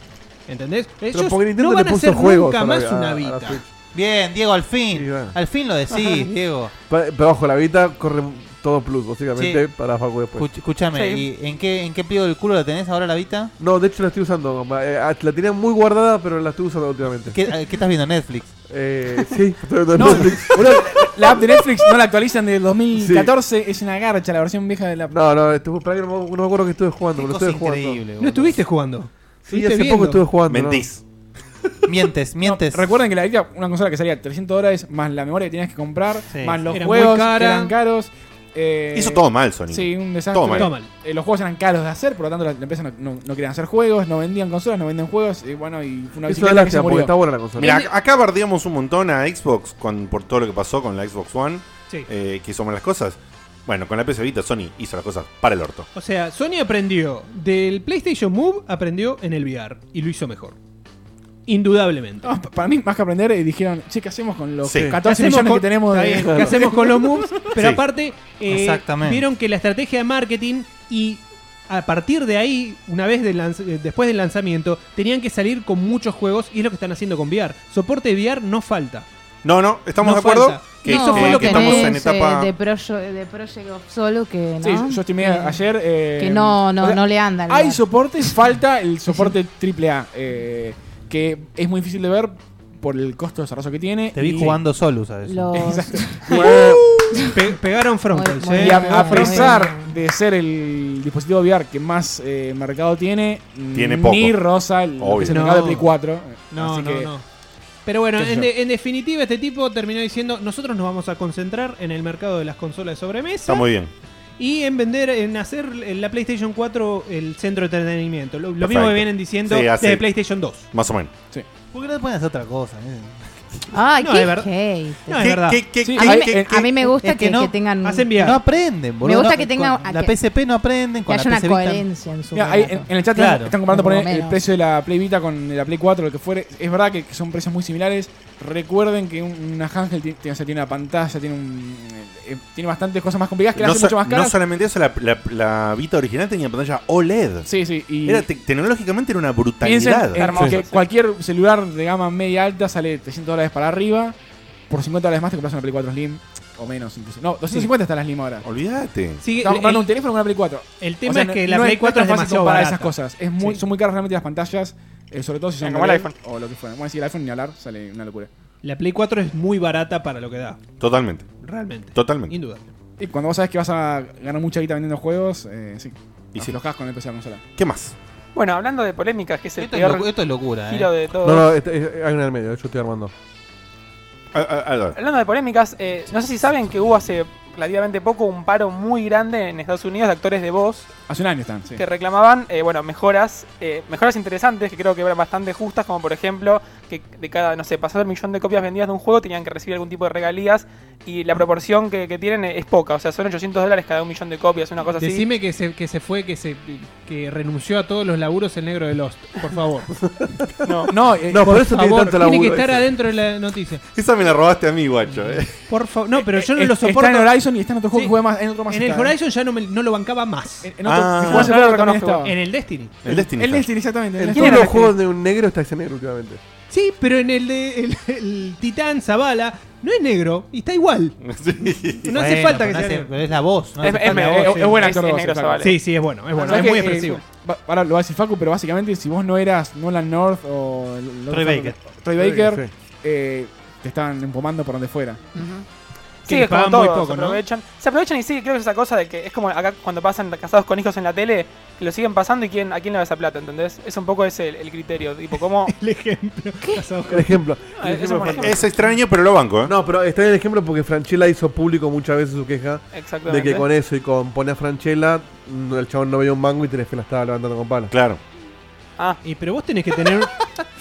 ¿Entendés? Ellos porque Nintendo no le van a puso hacer juegos nunca a la- más a- a una la Vita. Switch. Bien, Diego, al fin. Al fin lo <laughs> decís, Diego. Pa- Pero ojo, la vida corre todo plus, básicamente, Sí. para Facu después. Escuch- Escuchame, ¿y en qué, en qué pliego del culo la tenés ahora la Vita? No, de hecho la estoy usando. eh, La tenía muy guardada, pero la estoy usando últimamente. ¿Qué, eh, qué estás viendo? ¿Netflix? Eh, sí, <laughs> estoy viendo No, Netflix. una- la app de Netflix no la actualizan desde el 2014. Es una garcha la versión vieja de la. No, no, estuve, para que no, me- no me acuerdo que estuve jugando, pero estuve jugando. No estuviste jugando. Sí, Estuviste hace viendo. poco estuve jugando. ¿no? <laughs> Mientes, mientes. recuerden que la Vita, una consola que salía 300 dólares, más la memoria que tenías que comprar, Sí. más los Era muy juegos cara. eran caros. eh, Hizo todo mal, Sony. Sí, un desastre. Todo mal. Todo mal. Eh, los juegos eran caros de hacer, por lo tanto la, la empresa no, no, no querían hacer juegos, no vendían consolas, no venden juegos, y bueno, y fue una bicicleta que se murió. Mira, ac- acá bardeamos un montón a Xbox con, por todo lo que pasó con la Xbox One, Sí. eh, que hizo malas cosas. Bueno, con la PS Vita Sony hizo las cosas para el orto. O sea, Sony aprendió del PlayStation Move, aprendió en el VR y lo hizo mejor. Indudablemente. No, pa- para mí, más que aprender, eh, dijeron, che, ¿qué hacemos con los Sí. que- ¿Qué 14 hacemos millones con- que tenemos? está de- <laughs> bien, ¿Qué hacemos con los moves? Pero Sí. aparte, eh, Exactamente. vieron que la estrategia de marketing y a partir de ahí, una vez del lanz- eh, después del lanzamiento, tenían que salir con muchos juegos y es lo que están haciendo con VR. Soporte VR no falta. No, no, estamos No de acuerdo. falta. Eso fue lo que estamos en tenés, eh, etapa. de, Proyo- de Project Ops solo que no. Sí, yo- yo estimé Que- ayer. eh, que no, no, o sea, no le andan. Hay soportes, falta el soporte AAA, eh, que es muy difícil de ver por el costo de desarrollo que tiene. Te vi y- jugando solo, <laughs> ¿sabes? <laughs> Exacto. Pe- pegaron frontals. eh. Y a, a Pegaron pesar de ser el dispositivo VR que más eh, mercado tiene, Tiene ni poco. rosa el, lo que es el No. mercado de Play 4. No, Así no, que- no. Pero bueno, qué sé en, yo. de- en definitiva, este tipo terminó diciendo: Nosotros nos vamos a concentrar en el mercado de las consolas de sobremesa. Está muy bien. Y en vender, en hacer la PlayStation 4 el centro de entretenimiento. Lo, lo mismo Perfecto. que vienen diciendo Sí, hace- desde PlayStation 2. Más o menos. ¿Por qué no te pueden hacer otra cosa? ¿eh? Ay, No, qué es verdad. hate. No, es a, verdad. mí me, a mí me gusta Es que, que tengan. No aprenden, boludo. Me gusta No, que tengan. con a La que- PSP no aprenden. que Con haya la una PSP están- coherencia en su. Mira, ahí en, relato. en el chat Claro. están comparando por Por lo el menos. precio de la Play Vita con la Play 4, lo que fuere. Es verdad que, que son precios muy similares. Recuerden que un- una Hangel ti- tiene, o sea, tiene una pantalla, tiene un, eh, tiene bastantes cosas más complicadas que la No, hacen so- mucho más no caras. solamente eso, la, la, la Vita original tenía pantalla OLED. Sí, sí. y- Era, te- tecnológicamente era una Piensen brutalidad. en que cualquier celular de gama media alta sale 300 dólares para arriba. Por 50 dólares más te compras una Play 4 Slim. O menos incluso. No, 250 está la Slim ahora. Olvídate. Sí, Estamos el- comprando el- un teléfono con una Play 4. el O tema sea, es no- que la no Play 4 no es fácil demasiado comparar barata. esas cosas. Es muy, Sí. Son muy caras realmente las pantallas. eh, sobre todo si son Como el OLED O lo que fuera. Bueno, si el iPhone ni hablar, sale una locura. La Play 4 es muy barata para lo que da. Totalmente. Realmente. Totalmente. Indudable. Y cuando vos sabes que vas a ganar mucha guita vendiendo juegos, eh, sí. Y Y sí. aflojás con el PC de la consola. ¿Qué más? Bueno, hablando de polémicas, que es el Esto es peor locu- esto es locura, giro eh. de todo. No, no, este- eh, hay una en el medio, yo estoy armando. Hablando de polémicas, eh, no sé si saben que hubo hace relativamente poco un paro muy grande en Estados Unidos de actores de voz Hace un año están, sí. que reclamaban eh, bueno mejoras eh, mejoras interesantes que creo que eran bastante justas como por ejemplo que de cada no sé pasado el millón de copias vendidas de un juego tenían que recibir algún tipo de regalías y la proporción que, que tienen es poca o sea son 800 dólares cada un millón de copias una cosa así Decime que se, que se fue, que se que renunció a todos los laburos el negro de Lost, por favor. No, no, eh, No, por eso tiene favor, tanto laburo Tiene que estar ese. adentro de la noticia. Esa me la robaste a mí, guacho. eh. Por favor. No, pero yo no Eh, lo soporto. Está en Horizon y está en otro juego Sí. que juega más, en otro más. En el está, eh. Horizon ya no, me- no lo bancaba más. En otro- Ah. que juega hace No, no lo poco también reconozco. estaba. En el Destiny. El Destiny. El está. Destiny, exactamente. En el todos Destiny. los juegos de un negro está ese negro últimamente. Sí, pero en el de el, el Titán Zavala no es negro y está igual. Sí. No hace Bueno, falta que sea pero hace- negro. pero es la voz. ¿no? Es- Hace es- falta es- la voz, es- sí. Es buen Es- actor es de voz, negro, exacto. Zavala. Sí, sí, es bueno, es bueno, ¿Sabes es qué? muy Eh, expresivo. va- Ahora lo va a decir Facu, pero básicamente si vos no eras Nolan North o el- el otro Troy Facu- Baker. Troy Troy Baker, Baker, eh, te estaban empomando por donde fuera. Sí, Que le es como pagan todo, muy se poco, ¿no? aprovechan. Se aprovechan y sí, creo que es esa cosa de que es como acá cuando pasan casados con hijos en la tele, que lo siguen pasando y quién, a quién le va esa plata, ¿entendés? Es un poco ese el, el criterio, tipo, ¿cómo? <laughs> El ejemplo. Casado con- El ejemplo. Ah, es un buen ejemplo. Es extraño, pero lo banco, ¿eh? No, pero está en el ejemplo porque Franchella hizo público muchas veces su queja de Exactamente. que con eso y con poner a Franchella, mm, el chabón no veía un mango y Telefe la estaba levantando con pala. Claro. Ah, Y pero vos tenés que tener.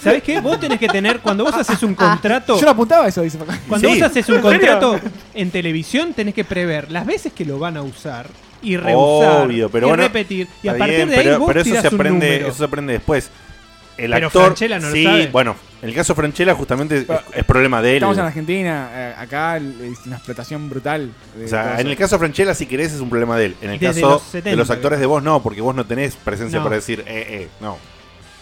¿Sabés qué? Vos tenés que tener. Cuando Ah, vos haces un contrato. Yo no apuntaba a eso, dice Facu. Cuando Sí. vos haces un ¿En serio? contrato en televisión, tenés que prever las veces que lo van a usar y reusar Obvio, pero y bueno. repetir. Y a está partir bien, de ahí pero, vos pero eso tirás se un aprende, número. eso se aprende después. El Pero actor. Francella no lo sí, sabe. bueno, el caso Franchella justamente es, Pero- es problema de él. Estamos en Argentina, eh, acá es una explotación brutal. de todo O sea, en eso. el caso Franchella, si querés, es un problema de él. En el Desde caso los 70, de los actores de voz, no, porque vos no tenés presencia No. para decir, eh, eh, no.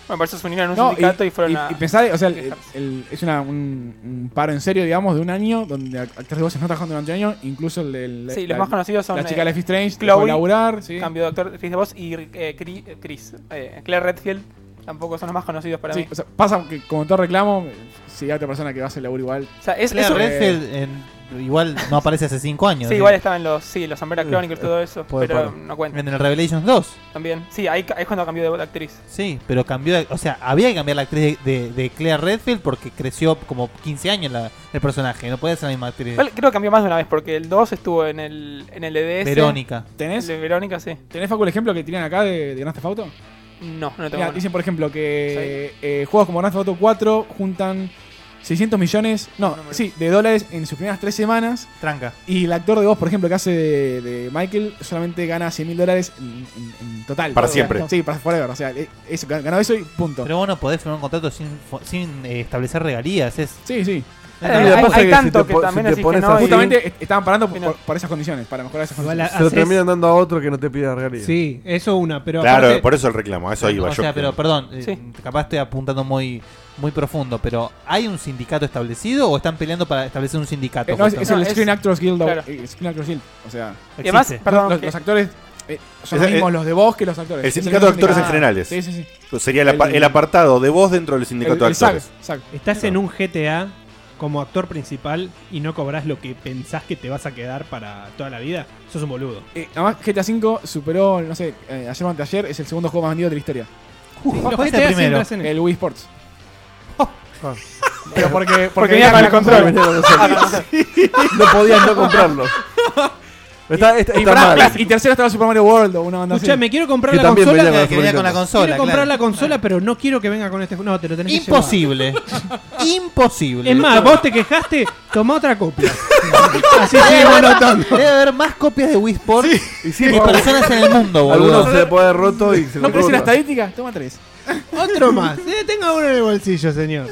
bueno, por eso se unieron a un No, sindicato y, fueron a. y pensar, o sea, el- quejarse. el- es una- un, un paro en serio, digamos, de un año, donde act- actores de voces no trabajaron durante un año, incluso el del. Sí, los la- más conocidos son, La chica de eh, Life is Strange, Chloe, dejó de laburar, sí. Cambio de actor, actriz de voz y eh, Cri- eh, Chris. eh, Claire Redfield tampoco son los más conocidos para Sí, mí. o sea, pasa que como todo reclamo, si hay otra persona que va a hacer el laburo igual. O sea, es, Claire eso- Redfield, en- igual no aparece hace 5 años. Sí, ¿eh? igual estaban los, sí, los Eh, Umbrella Chronicles, todo eso, Poder pero paro. no cuenta. En el Revelations 2. También, sí, ahí, ahí es cuando cambió de actriz. Sí, pero cambió. de- o sea, había que cambiar la actriz de, de- de Claire Redfield porque creció como 15 años la- el personaje. No podía ser la misma actriz. Igual Creo que cambió más de una vez, porque el 2 estuvo en el, en el EDS. Verónica. El ¿Tenés, de Verónica, sí. ¿Tenés Facu el ejemplo que tiran acá de, de Grand Theft Auto? No, no tengo. Mira, uno. dicen, por ejemplo, que eh, juegos como Grand Theft Auto 4 juntan 600 millones, no, sí, de dólares en sus primeras tres semanas. Tranca. Y el actor de voz, por ejemplo, que hace de, de Michael, solamente gana 100 mil dólares en, en- en total. O Para sea, siempre. Sí, para forever. O sea, eh, eso, ganó eso y punto. Pero vos no podés firmar un contrato sin, fo- sin eh, establecer regalías. Es... Eh, Sí, sí. Justamente Justamente est- estaban parando por, por esas condiciones, para mejorar esas Igual condiciones. Se lo terminan dando a otro que no te pida regalías. Sí, eso una, pero Claro, por eso el reclamo, a eso iba o yo. sea, pero perdón, eh, capaz estoy apuntando muy muy profundo, pero ¿hay un sindicato establecido o están peleando para establecer un sindicato? Eh, no, es, es justo? el Screen Actors Guild. claro. eh, Screen Actors Guild. O sea, Y además, existe. perdón, los, que- los actores eh, son Es- los mismos eh, los de voz que los actores. El Es sindicato de mismo actores en sindicato. generales. Sí, sí, sí. Sería el, apa- El- el apartado de voz dentro del sindicato de actores. Estás en un GTA como actor principal y no cobras lo que pensás que te vas a quedar para toda la vida. Sos un boludo. Eh, además, GTA V superó, no sé, eh, ayer o anteayer, es el segundo juego más vendido de la historia. Sí, los ¿cuál es el GTA siempre primero? hacen eso. El Wii Sports. <laughs> Pero Ah. Oh. porque, Porque porque venía venía con para el el control. Ah, control, <laughs> venía con el control. No podías no comprarlo. Está, está, <laughs> y, está pará, mal. y tercero estaba Super Mario World o una banda así. Escuchame, quiero comprar Que la también consola. venía con la Que venía con la consola, Quiero comprar claro. la consola, pero no quiero que venga con este. No, te lo tenés que <laughs> Imposible. llevar. <laughs> Imposible. Es más, vos te quejaste, toma otra <laughs> copia. Así sigue monotón. Debe haber más copias de Wii Sports y, porque- personas en el mundo, boludo. Algunos se le puede haber roto y se ¿No lo crees en la roban. estadística? Toma tres. Otro más. Eh, tengo uno en el bolsillo, señor.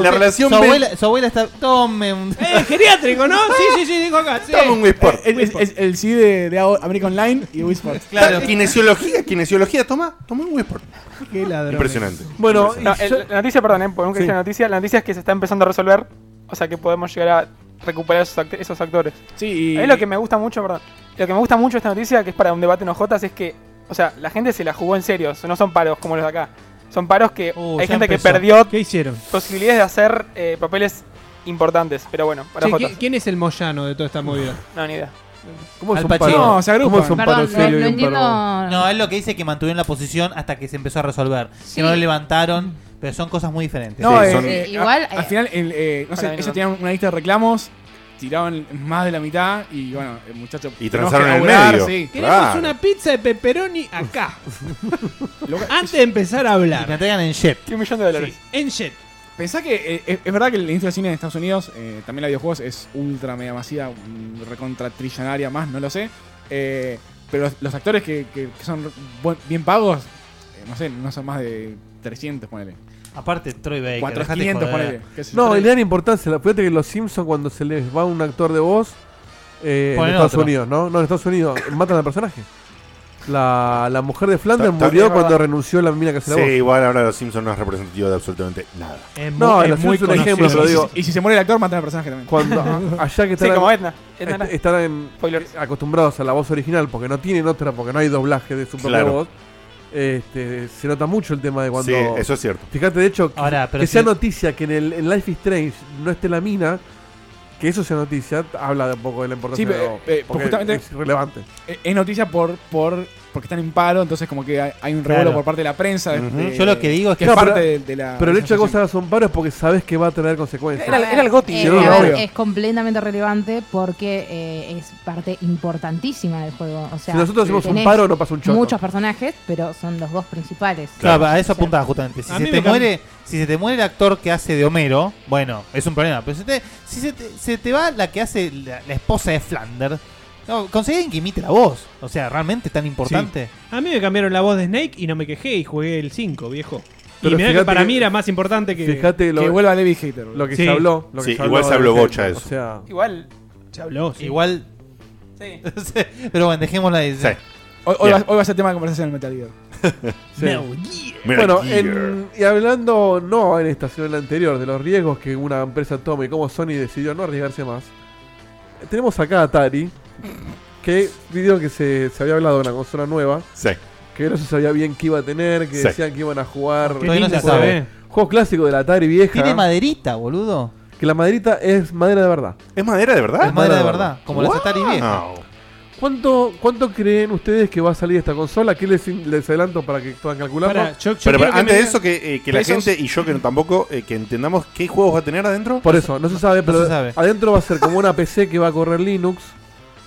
la relación Su ve- abuela, su abuela está. Tome un. Eh, geriátrico, ¿no? Sí, sí, sí, dijo acá. sí. El, el, el, el CD de, de América Online y Wii <laughs> Sports. Claro. Kinesiología, kinesiología, toma, toma un Whisper. Qué ladrón. Impresionante. Bueno, Impresionante. la noticia, perdón, eh, porque nunca Sí. dije la noticia. La noticia es que se está empezando a resolver. O sea que podemos llegar a recuperar esos, act- esos actores. Sí, y- A mí lo que me gusta mucho, perdón. Lo que me gusta mucho de esta noticia, que es para un debate en OJs, es que, o sea, la gente se la jugó en serio. No son paros como los de acá. Son paros que Uh, hay ya gente que empezó. perdió ¿Qué hicieron? posibilidades de hacer eh, papeles importantes. Pero bueno, para Che, OJs. ¿qui- ¿Quién es el Moyano de toda esta movida? No, ni idea. ¿Cómo Al son Pacino. paros? No, se agrupan. ¿Cómo son Perdón, paros no- serio no y un entiendo- paro- No, es lo que dice que mantuvieron la posición hasta que se empezó a resolver. Sí. Que no lo levantaron, pero son cosas muy diferentes. No, eh, son- eh, a- Igual, eh, al final, el, eh, no sé, Pará, ellos perdón. tenían una lista de reclamos, tiraban más de la mitad y bueno, el muchacho. Y tenemos transaron que en el laburar, medio. sí. Queremos Claro. una pizza de pepperoni <laughs> acá. Antes de empezar a hablar. la traigan en jet. un millón de dólares. En jet. Pensá que eh, es, es verdad que la industria del cine en Estados Unidos, eh, también la de videojuegos, es ultra mega masiva, mm, recontra trillonaria más, no lo sé. Eh, pero los, los actores que, que- que son buen- bien pagos, eh, no sé, no son más de 300, ponele. Aparte, Troy Baker. 400, ponele. qué sé yo. No, y le dan importancia. Fíjate que los Simpsons, cuando se les va un actor de voz eh, en Ponen Estados otro. Unidos, ¿no? No, en Estados Unidos eh, matan al personaje. La, la mujer de Flanders Ta- ta- murió es verdad. cuando renunció la mina que se la Sí, voz. igual ahora los Simpsons no es representativo de absolutamente nada. No, los Simpsons es un ejemplo, pero Y si- digo. Y si se muere el actor, matan al personaje también. <laughs> Cuando allá que están, Sí, como Edna. Edna est- era. están en- eh, acostumbrados a la voz original porque no tienen otra, porque no hay doblaje de su propia Claro. voz. Este, se nota mucho el tema de cuando. Sí, eso es cierto. Fíjate, de hecho, que- Ahora, que, pero si- sea noticia que en, el, en Life is Strange no esté la mina, que eso sea noticia, habla de un poco de la Sí, importancia pero, de la voz, eh, eh, pues porque justamente es relevante. eh, Es noticia por, por porque están en paro, entonces como que hay- hay un revuelo Claro. por parte de la prensa. este, de- Ujú. de- Yo lo que digo es que- es No, parte pero- de, de la. Pero el hecho de que organización. vos hagas un paro es porque sabes que va a tener consecuencias. Si Eh, no, no, a ver, obvio. es completamente relevante porque eh, es parte importantísima del juego. O sea, Si nosotros hacemos un tenés paro, no pasa un choto. Muchos personajes, pero son los dos principales. Claro, a eso O sea, apuntaba justamente. Si A se, mí te me cam- muere, si se te muere el actor que hace de Homero, bueno, es un problema. Pero si, te, si se, te, se te va la que hace la, la esposa de Flanders, no, conseguí alguien que imite la voz. O sea, realmente tan importante. A mí me cambiaron la voz de Snake y no me quejé y jugué el 5, viejo. Pero y mirá que fíjate para que- mí era más importante que. fíjate lo- que vuelva David Hater. Lo que Sí. se habló. Lo que Sí, igual se habló de- bocha eso. O sea, Igual. Se habló, sí. Igual. <laughs> Pero bueno, dejémosla ahí. Hoy, hoy Bien. va, hoy va a ser tema de conversación el Metal <laughs> Gear. Sí. Metal Bueno, Gear. en- y hablando no en esta, sino en la anterior, de los riesgos que una empresa tome y cómo Sony decidió no arriesgarse más, tenemos acá a Atari, que vieron que se, se había hablado de una consola nueva, Sí. que no se sabía bien qué iba a tener, que Sí. decían que iban a jugar Todavía no se juegos- sabe. juegos clásicos de la Atari vieja. Tiene maderita, boludo. Que la maderita es madera de verdad. ¿Es madera de verdad? Es madera de verdad, como las Atari viejas. ¿Cuánto, ¿Cuánto creen ustedes que va a salir esta consola? ¿Qué les, les adelanto para que puedan calcularlo? Pará, yo- yo Pero, pero antes de eso, que, eh, que la gente y yo que no- tampoco, eh, que entendamos qué juegos va a tener adentro. Ah, Por eso, no se sabe, pero se sabe. adentro va a ser como una PC que va a correr Linux,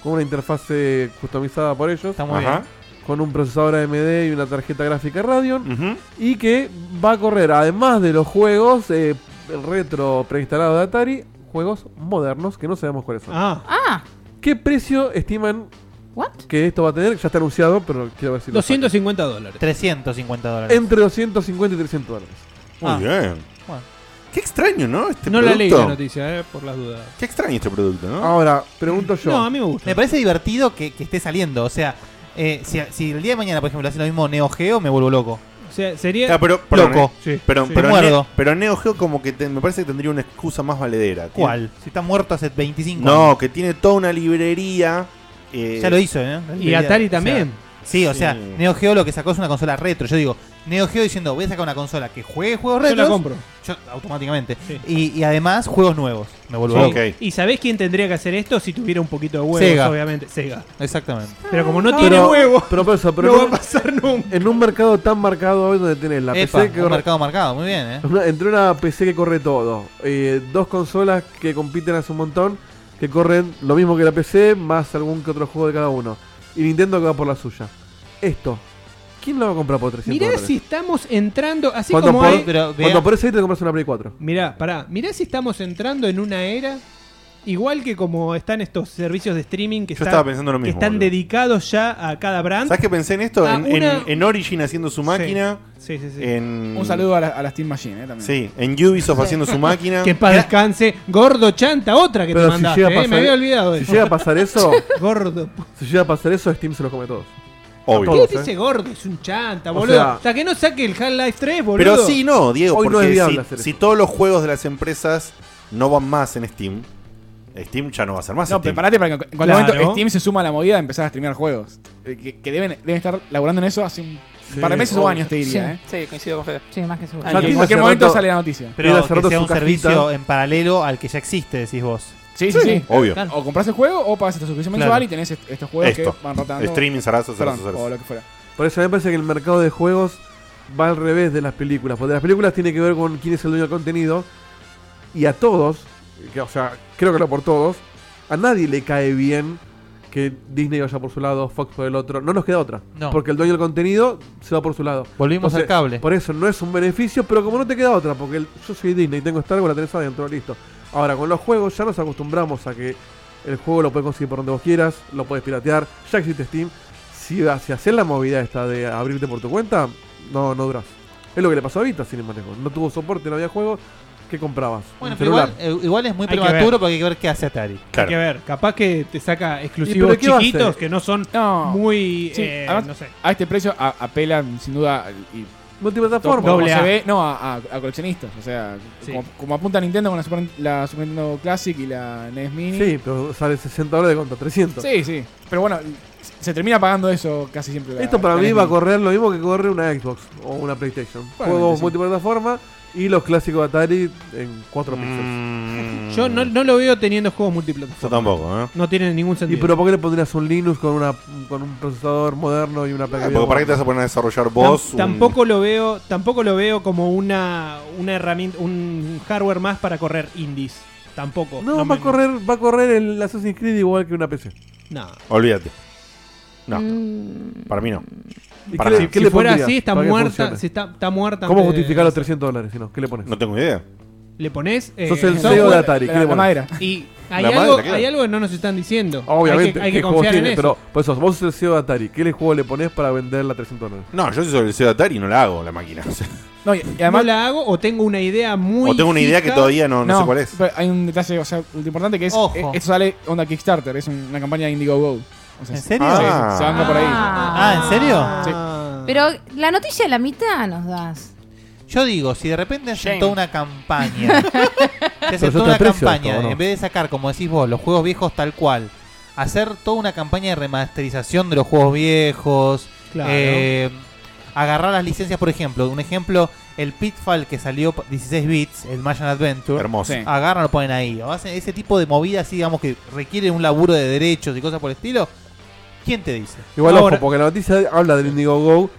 con una interfase customizada por ellos. muy Ajá. bien. Con un procesador AMD y una tarjeta gráfica Radeon. Y que va a correr, además de los juegos, eh, el retro preinstalado de Atari, juegos modernos que no sabemos cuáles son. Ah. Ah. ¿Qué precio estiman que esto va a tener? Ya está anunciado, pero quiero ver si lo sacan. 250 dólares. 350 dólares. Entre 250 y 300 dólares. Muy bien. Bueno. Qué extraño, ¿no? Este No la leí la producto. noticia, eh, por las dudas. Qué extraño este producto, ¿no? Ahora, pregunto yo. No, a mí me gusta. Me parece divertido que, que esté saliendo. O sea, eh, si, si el día de mañana, por ejemplo, hace lo mismo Neo Geo, me vuelvo loco. O sea, sería. Ah, pero, perdón, Loco. eh. Pero, Sí. pero, Me muerdo. Ne- pero Neo Geo como que te- me parece que tendría una excusa más valedera. ¿Cuál? Si está muerto hace 25 No, años. que tiene toda una librería. eh, Ya lo hizo, ¿eh? Y Atari también. sí, o Sí. sea, Neo Geo lo que sacó es una consola retro. Yo digo, Neo Geo diciendo, voy a sacar una consola que juegue juegos Yo la retro. compro. Yo automáticamente. Y, y además, juegos nuevos. Me vuelvo Sí. loco. ¿Y sabés quién tendría que hacer esto si tuviera un poquito de huevos? Sega. Obviamente, Sega. Exactamente. Pero como no tiene huevo, Ah, Pero, por eso, pero no va a pasar nunca. En un mercado tan marcado hoy donde tenés la Epa, PC que un corre- mercado marcado, muy bien, ¿eh? Una- entre una PC que corre todo, eh, dos consolas que compiten hace un montón, que corren lo mismo que la PC, más algún que otro juego de cada uno. Y Nintendo que va por la suya. Esto, ¿quién lo va a comprar por 300 Mirá dólares? si estamos entrando. Así cuando como por, hay- cuando por ese ahí te compras una Play 4. Mirá, pará, mirá si estamos entrando en una era igual que como están estos servicios de streaming que, Yo están- estaba pensando lo que mismo, están boludo. dedicados ya a cada brand. ¿Sabes qué pensé en esto? A en, en- una- en Origin haciendo su máquina. Sí, sí, sí. En... Un saludo a, la- a las Team Machine, eh, también. Sí, en Ubisoft haciendo <laughs> su máquina. Que para descanse. Gordo Chanta, otra que te Pero si mandaste. llega a eh, pasar, me había olvidado de si eso. llega a pasar <laughs> eso, Gordo. si llega a pasar eso, Steam se los come a todos. A Obvio. todos, ¿Qué ¿eh? dice gordo? Es un chanta, O boludo. sea- Hasta que no saque el Half-Life 3, boludo. Pero sí, no, Diego, Hoy no porque es viable si- hacer si, todos los juegos de las empresas no van más en Steam, Steam ya no va a ser más. No, Steam. prepárate para que en cualquier Claro. momento Steam se suma a la movida de empezar a streamear juegos. Eh, Que, que deben, deben estar laburando en eso hace un Sí. par de meses o Obvio. años, te diría. ¿eh? Sí, sí, coincido con Fede. Sí, más que seguro. Ah, en cualquier momento sale la noticia. Pero que sea un servicio en paralelo al que ya existe, decís vos. Sí, sí, sí. O compras el juego o pagas esta suscripción Claro. mensual y tenés est- estos juegos Esto. que van rotando. Streaming, zarazo, Perdón, zarazo, zarazo. O lo que fuera. Por eso me parece que el mercado de juegos va al revés de las películas. Porque las películas tiene que ver con quién es el dueño del contenido. Y a todos, que, o sea, creo que no por todos, a nadie le cae bien que Disney vaya por su lado, Fox por el otro. No nos queda otra. No. Porque el dueño del contenido se va por su lado. Volvimos al cable. Por eso no es un beneficio, pero como no te queda otra, porque el- yo soy Disney, tengo Star Wars, la tenés adentro, listo. Ahora, con los juegos ya nos acostumbramos a que el juego lo puedes conseguir por donde vos quieras, lo puedes piratear, ya existe Steam. Si, si haces la movida esta de abrirte por tu cuenta, no, no duras. Es lo que le pasó a Vita, sin embargo. No tuvo soporte, no había juegos. ¿Qué comprabas? Bueno, ¿Un pero celular? igual, eh, igual es muy Hay que prematuro ver. porque hay que ver qué hace Atari. Hay que ver, capaz que te saca ¿Y exclusivos pero qué va a chiquitos hacer? que no son muy. Sí, eh, además, no sé. A este precio a- apelan sin duda. Y, Multiplataforma. Como Doble se A. ve, no, a, a- a coleccionistas. O sea, como, como apunta Nintendo con la Super, la Super Nintendo Classic y la NES Mini. Sí, pero sale 60 dólares contra 300. Sí, sí. Pero bueno, se termina pagando eso casi siempre. la- Esto para la mí NES va a Mini. correr lo mismo que corre una Xbox o una PlayStation. Juegos sí. multiplataforma y los clásicos de Atari en 4 Mm. píxeles. Yo no, no lo veo teniendo juegos multiplataforma. Yo tampoco, ¿eh? No tiene ningún ¿Y sentido. pero por qué le pondrías un Linux con, una, con un procesador moderno y una placa de Porque video para qué te vas a poner a desarrollar vos. Tam- tampoco lo veo, tampoco lo veo como una, una herramienta, un hardware más para correr indies. Tampoco. No, va, a correr, va a correr el Assassin's Creed igual que una PC. No. Olvídate. No. Para mí no. Para qué mí. le- qué Si le fuera pondrías así, está para que muerta. funcione? Si está, está muerta. ¿Cómo antes de- justificar los 300 dólares? Si no, ¿Qué le pones? No tengo idea. Le eh, pones. Sos el CEO de Atari. ¿Qué le pones? Y hay, La algo, madera, claro. hay algo que no nos están diciendo. Hay Obviamente, que, hay que ¿qué juegos confiar en tiene? eso. Pero por eso, vos sos el CEO de Atari. ¿Qué le- juego le pones para venderla a 300 dólares? No, yo si soy el CEO de Atari y no la hago la máquina. O sea, No, y, y además. no la hago o tengo una idea muy. O tengo una idea fija. que todavía no- no sé cuál es. pero Hay un detalle, o sea, lo importante que es. Ojo. eh, Esto sale onda Kickstarter, es un- una campaña de Indiegogo. O sea, ¿En serio? sí, Ah. se anda por ahí. Ah, ¿en serio? Pero la noticia de la mitad nos das. Yo digo, si de repente hacen toda una campaña, se Pero hacen yo toda te una aprecio campaña, esto, ¿o no? en vez de sacar, como decís vos, los juegos viejos tal cual, hacer toda una campaña de remasterización de los juegos viejos, Claro. eh, agarrar las licencias, por ejemplo, un ejemplo, el Pitfall que salió pa- 16 bits, el Magic Adventure, Hermoso. Sí. agarran, lo ponen ahí, o hacen ese tipo de movidas, así, digamos, que requieren un laburo de derechos y cosas por el estilo, ¿quién te dice? Igual, ojo, porque la noticia habla del Indiegogo,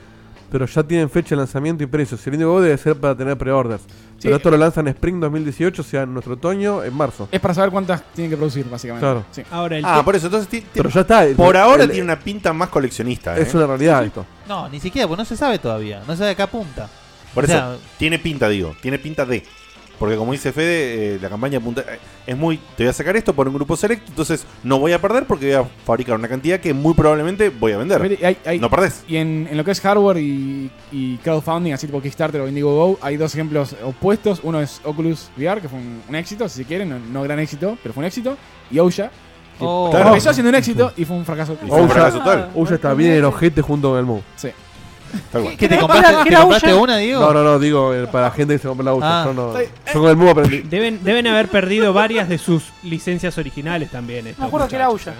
pero ya tienen fecha de lanzamiento y precios. El Indiegogo debe ser para tener pre-orders. pero esto lo lanzan en Spring 2018, o sea, en nuestro otoño, en marzo. Es para saber cuántas tienen que producir, básicamente. Claro. Sí. Ahora el ah, por eso entonces. ti- ti- Pero ya está, el- por ahora el- tiene una pinta más coleccionista. Es ¿eh? una realidad esto. No, ni siquiera, porque no se sabe todavía, no se sabe a qué apunta. Por O eso, sea, tiene pinta, digo. Tiene pinta de. Porque como dice Fede, eh, la campaña apunta- eh, es muy, te voy a sacar esto por un grupo selecto, entonces no voy a perder porque voy a fabricar una cantidad que muy probablemente voy a vender. Hay- hay- No perdés. Y en, en lo que es hardware y, y crowdfunding, así tipo Kickstarter o Indiegogo, hay dos ejemplos opuestos. Uno es Oculus VR, que fue un, un éxito, si se quiere, no, no gran éxito, pero fue un éxito. Y Ouya, que Oh. Ah, empezó siendo un éxito y fue un fracaso. Ah, Ouya- Ouya está bien el ojete junto con el Mu. Sí. ¿Qué te compraste- te compraste una, Diego? No, no, no, digo eh, para la gente que se compra la Ouya. Ah. Yo, no- yo con el Mu aprendí. Deben, deben haber perdido varias de sus licencias originales también. ¿eh? estos Me acuerdo que era Auya.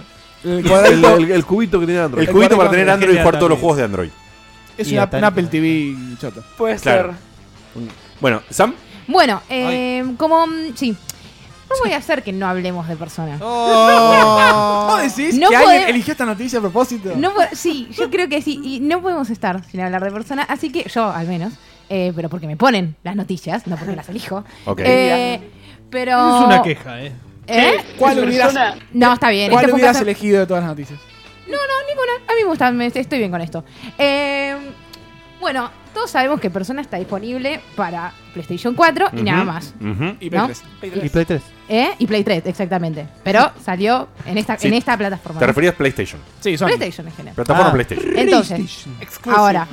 El, cuadradito- el- el cubito que tiene Android. El cubito para tener Genial Android y jugar todos los también. juegos de Android. Es Y una, Atari. un Apple TV choto. Puede Claro. Bueno, Sam, Bueno, eh, como. mm, Sí. No voy a hacer que no hablemos de personas. <laughs> <laughs> ¿Vos decís No que alguien podemos- eligió esta noticia a propósito? No po- sí, yo creo que sí. Y no podemos estar sin hablar de personas, así que yo al menos. eh, pero porque me ponen las noticias, no porque las elijo. Ok. Eh, pero. Es una queja, ¿eh? ¿Eh? ¿Cuál hubieras, No, está bien. ¿Cuál este hubieras podcast- elegido de todas las noticias? No, no, ninguna. A mí me gusta, me- estoy bien con esto. Eh, bueno, todos sabemos que Persona está disponible para PlayStation 4 <laughs> y nada más. Y ¿no? Play 3. Y Play 3. ¿Eh? Y Play 3, exactamente. Pero salió en esta, Sí. en esta plataforma. te referías a PlayStation. Sí, Sony. PlayStation en general. Plataforma Ah. PlayStation. Entonces, ahora,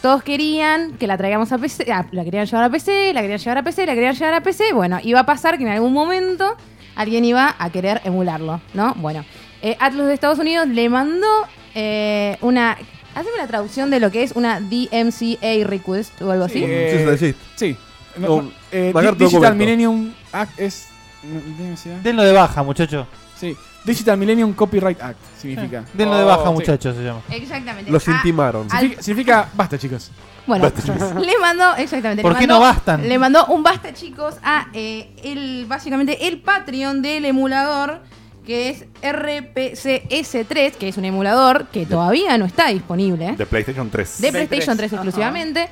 todos querían que la traigamos a PC, ah, la querían llevar a PC, la querían llevar a PC, la querían llevar a PC. Bueno, iba a pasar que en algún momento alguien iba a querer emularlo, ¿no? Bueno, eh, Atlus de Estados Unidos le mandó eh, una. Haceme la traducción de lo que es una DMCA request o algo así. Eh, Sí, sí, sí. Sí. No, eh, bajar Di- Digital documento. Millennium Act es. ¿tiene que Denlo de baja, muchacho. Sí. Digital Millennium Copyright Act significa. Oh, Denlo de baja, muchachos, se llama. Exactamente. Los Ah, intimaron. al- Significa, significa basta, chicos. Bueno, <laughs> le mandó, exactamente. ¿Por le qué mandó- no bastan? Le mandó un basta, chicos, a eh, el, básicamente el Patreon del emulador, que es RPCS3, que es un emulador que todavía no está disponible. De PlayStation 3. De PlayStation 3 exclusivamente.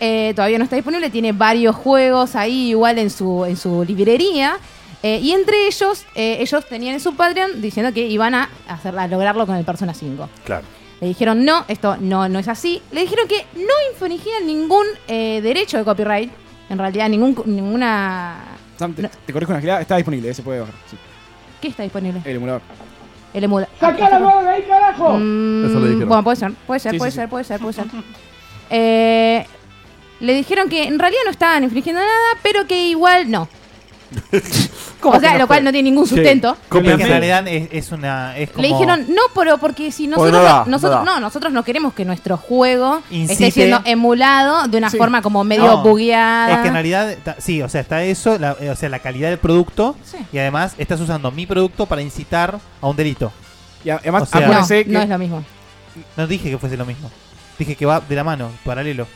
Eh, todavía no está disponible, tiene varios juegos ahí igual en su, en su librería. Eh, y entre ellos, eh, ellos tenían en su Patreon diciendo que iban a, hacer, a lograrlo con el Persona 5. Claro. Le dijeron no, esto no, no es así. Le dijeron que no infringían ningún eh, derecho de copyright. En realidad, ningún, ninguna... Sam, te, te corrijo una gilada. Está disponible, eh, se puede bajar. sí. ¿Qué está disponible? El emulador. El emulador. ¡Sacá la mano de ahí, carajo! Eso le dijeron. bueno, puede ser, puede ser, Sí, puede sí, ser, puede ser, puede <laughs> ser. Eh, le dijeron que en realidad no estaban infringiendo nada, pero que igual no. <laughs> ¿Cómo o sea, que no lo cual fue? no tiene ningún Sí. sustento. Porque en realidad es, es una. Es como Le dijeron, no, pero porque si Porque nosotros no da, no nosotros da. no, nosotros no queremos que nuestro juego Incite. esté siendo emulado de una Sí. forma como medio No. bugueada. Es que en realidad, ta- sí, o sea, está eso, la- eh, o sea, la calidad del producto. Y además, estás usando mi producto para incitar a un delito. Y a- además, O sea- acuérdense No, no que- es lo mismo. No dije que fuese lo mismo. Dije que va de la mano, paralelo.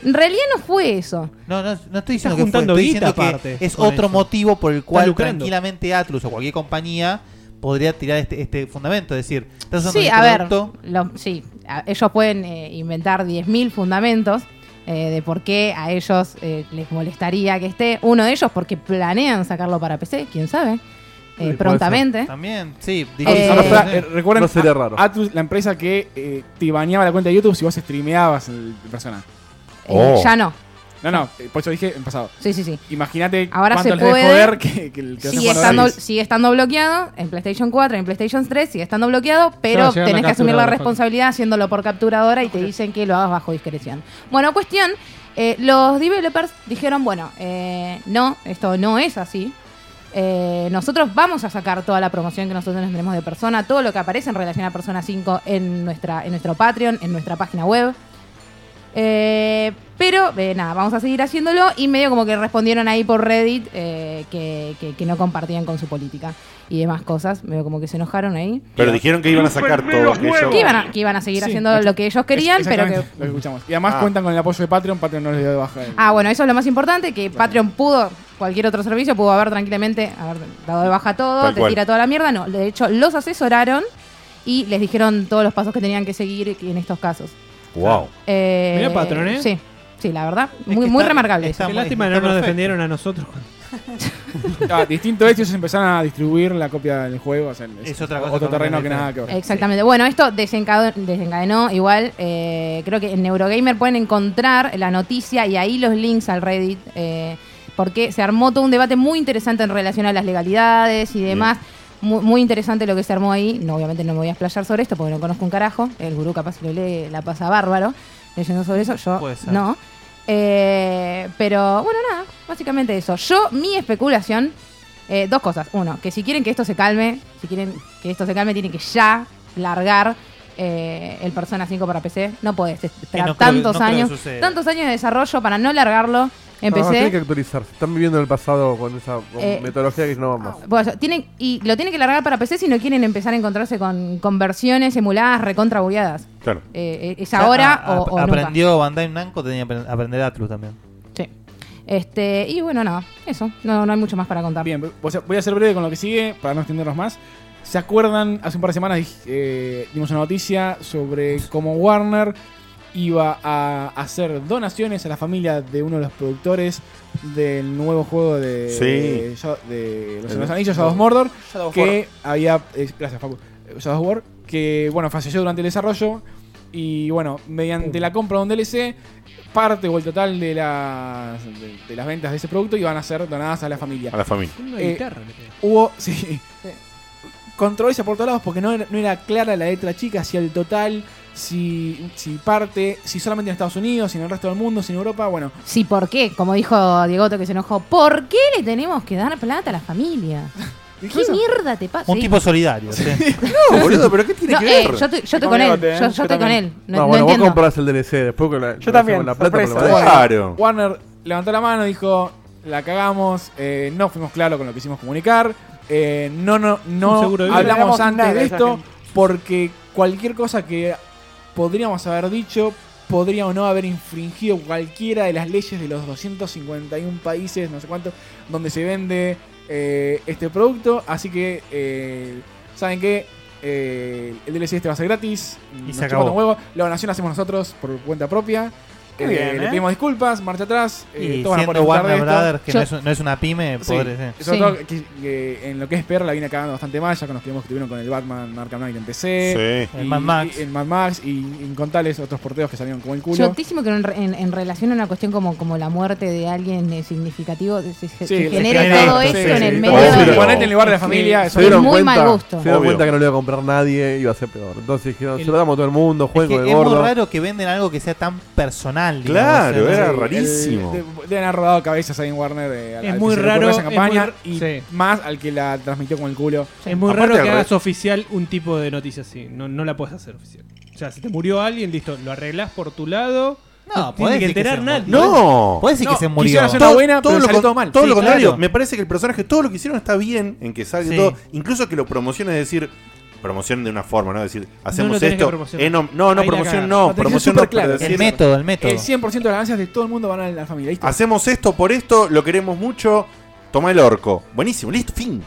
En realidad no fue eso. No, no, no estoy diciendo que fue, juntando estoy guita diciendo que aparte es con otro eso. motivo por el Está cual lucrando. tranquilamente Atlus o cualquier compañía podría tirar este, este fundamento. Es decir, estás usando Sí, mi a ver, producto. lo- sí, a- ellos pueden eh, inventar 10.000 fundamentos eh, de por qué a ellos eh, les molestaría que esté. Uno de ellos porque planean sacarlo para PC, quién sabe, eh, prontamente. También, sí. Eh, Ahora, espera, eh, recuerden, No sería A- raro. Atlus, la empresa que eh, te baneaba la cuenta de YouTube si vos streameabas el personaje. Eh, Oh. Ya no. No, no, eh, por eso dije en pasado. Sí, sí, sí. Imagínate Ahora cuánto se les debe puede. joder que, que el que Sigue hacen por estando, horas. sigue estando bloqueado en PlayStation 4, en PlayStation 3, sigue estando bloqueado, Ya va pero a llegar tenés la que asumir la capturadora, responsabilidad haciéndolo por capturadora y te dicen que lo hagas bajo discreción. Bueno, cuestión, eh, los developers dijeron, bueno, eh, no, esto no es así. Eh, nosotros vamos a sacar toda la promoción que nosotros tenemos de Persona, todo lo que aparece en relación a Persona 5 en, nuestra, en nuestro Patreon, en nuestra página web. Eh, pero eh, nada, vamos a seguir haciéndolo y medio como que respondieron ahí por Reddit eh, que, que- que no compartían con su política y demás cosas, medio como que se enojaron ahí. Pero dijeron que iban a sacar todo aquello. Que iban a, que iban a seguir Sí, haciendo lo que ellos querían, pero que... Lo que escuchamos. Y además Ah. cuentan con el apoyo de Patreon. Patreon no les dio de baja. el- Ah, bueno, eso es lo más importante, que Patreon pudo, cualquier otro servicio, pudo haber tranquilamente haber dado de baja todo, Tal te cual. tira toda la mierda. No, de hecho, los asesoraron y les dijeron todos los pasos que tenían que seguir en estos casos. Wow. Eh, Mirá Patreon, ¿eh? Sí, sí, la verdad, muy, muy remarcable. eso. Qué lástima no nos defendieron a nosotros. Ah, distinto es que ellos empezaron a distribuir la copia del juego. o sea, es, Es otra cosa Otro terreno que completamente nada que ver. Exactamente. Bueno, esto desencadenó, desencadenó igual, eh, creo que en Neurogamer pueden encontrar la noticia y ahí los links al Reddit eh, porque se armó todo un debate muy interesante en relación a las legalidades y demás. Muy, muy interesante lo que se armó ahí. No, obviamente no me voy a explayar sobre esto porque no conozco un carajo. El gurú capaz lo lee, la pasa bárbaro leyendo sobre eso. Yo Puede ser. no. Eh, pero bueno, nada, básicamente eso. Yo, mi especulación, eh, dos cosas. Uno, que si quieren que esto se calme, si quieren que esto se calme, tienen que ya largar eh, el Persona 5 para PC. No puedes Que no esperar creo que- tantos no creo que años, suceda. tantos años de desarrollo para no largarlo en No, no, PC. tiene que actualizarse. Están viviendo en el pasado con esa con Eh, metodología que no va más. Bueno, tienen, y lo tienen que largar para PC si no quieren empezar a encontrarse con, con versiones emuladas, recontrabugueadas. Claro. Eh, eh, es Ya ahora a- o, ap- o nunca. aprendió Bandai Namco, tenía que apren- aprender Atlus también. Este, y bueno, nada, eso. No, no hay mucho más para contar. Bien, o sea, voy a ser breve con lo que sigue para no extendernos más. ¿Se acuerdan? Hace un par de semanas eh, dimos una noticia sobre cómo Warner iba a hacer donaciones a la familia de uno de los productores del nuevo juego de, Eh, Sí. Shadow- de Los, El- Anillos, Shadow of Mordor, Shadow of que había... eh, gracias, Facu. Eh, Shadow of War, que, bueno, falleció durante el desarrollo y, bueno, mediante la compra de un DLC, parte o el total de las, de, de las ventas de ese producto iban a ser donadas a la familia. A la familia. Una Eh, guitarra le pega. hubo <laughs> sí, controversia por todos lados porque no era, no era clara la letra chica si el total, si, si parte, si solamente en Estados Unidos, si en el resto del mundo, si en Europa, bueno. Sí, ¿por qué? Como dijo Diegoto que se enojó, ¿por qué le tenemos que dar plata a la familia? ¿Qué mierda te pasa? Sí. solidario. No, boludo, pero ¿qué tiene No, que eh, ver? yo estoy, yo estoy con él, yo, yo estoy con él. No, No, bueno, no vos entiendo. comprás el DLC. Después con la, con la- también, con la plata con la sorpresa. plata. Claro. Warner levantó la mano y dijo, la cagamos, eh, no fuimos claros con lo que hicimos comunicar, eh, no, no, Un no seguro de vida. hablamos No hablamos antes nada de de esa esto gente. porque cualquier cosa que podríamos haber dicho podría o no haber infringido cualquiera de las leyes de los 251 países, no sé cuánto, donde se vende eh, este producto, así que eh, saben que el DLC este va a ser gratis Y nos chupa se acabó. un huevo. La donación la hacemos nosotros por cuenta propia. Qué Eh, bien, Le ¿eh? pedimos disculpas, marcha atrás. eh, y todos van a siendo poder disfrutar de Warner esto. Brothers, que Yo- no, es, no es una pyme, Sí, poder, eh. sobre todo que- que en lo que es PR la viene cagando bastante mal, ya con los que que tuvieron con el Batman Arkham Knight en PC. Sí. y- El Mad Max. Y, el Mad Max y incontables otros porteos que salieron como el culo. Chotísimo que en, re- en- en relación a una cuestión como, como la muerte de alguien eh, significativo, se, se- se Sí, genere sí, todo sí, eso sí, en sí, el sí. medio Obvio. de... Ponete en el lugar de la familia, Es eso Se dieron muy cuenta- mal gusto. Se dieron Obvio. cuenta que no le iba a comprar nadie y iba a ser peor. Entonces dijeron, El- se lo damos a todo el mundo, Que juego de es muy gordo. raro que venden algo que sea tan personal. Claro, digamos, o sea, era no sé. rarísimo. De- Deben haber rodado cabezas ahí en Warner. eh, al- Es al muy que se le ocurrió raro, Esa es campaña muy- y sí. más al que la transmitió con el culo. Es muy Aparte raro al que revés. hagas oficial un tipo de noticia así. No, no la puedes hacer oficial. O sea, si te murió alguien, listo, lo arreglás por tu lado. tiene No, podés que decir que enterar se nadie. murió. No. Podés decir que se murió. quisieron hacer una buena, pero salió con- todo mal. Todo Sí, lo contrario. claro. Me parece que el personaje, todo lo que hicieron está bien en que salga Sí. todo. Incluso que lo promocionen, es decir, promocionen de una forma, ¿no? Es decir, No lo hacemos tenés que esto. promocionar. eh, no, no, no, Ahí la promoción cagaron. no. Lo tenés que Promoción ser no. superclaro. pero decir, El método, el método. El 100% de las ganancias de todo el mundo van a la familia. ¿listo? Hacemos esto por esto, lo queremos mucho. Toma el orco. Buenísimo, listo, fin.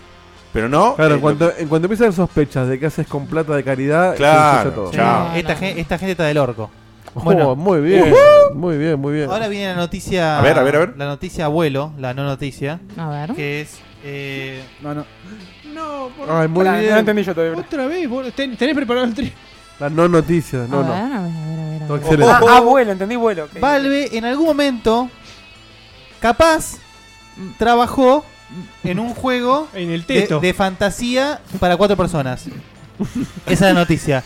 Pero no. Claro, eh, en cuanto, en cuanto empiezan sospechas de que haces con plata de caridad, se Claro, ensucia todo. Sí, Esta, gen- esta gente está del orco. Oh, Bueno, Uh-huh. muy bien, muy bien, muy bien. ahora viene la noticia. A ver, a ver, a ver. La noticia abuelo, la no noticia. A ver. Que es. eh, No, no. No, por- Ay, muy Pará, bien. No lo entendí yo todavía. otra vez. vos- ten- tenés preparado el tri. Las no noticias, no, a ver, no. a ver, a ver, a ver, a Todo ver. excelente. Ah, ah, vuelo, entendí vuelo. ok. Valve en algún momento. Capaz. Trabajó en un juego En el de, teto. de fantasía para cuatro personas. Esa es la noticia.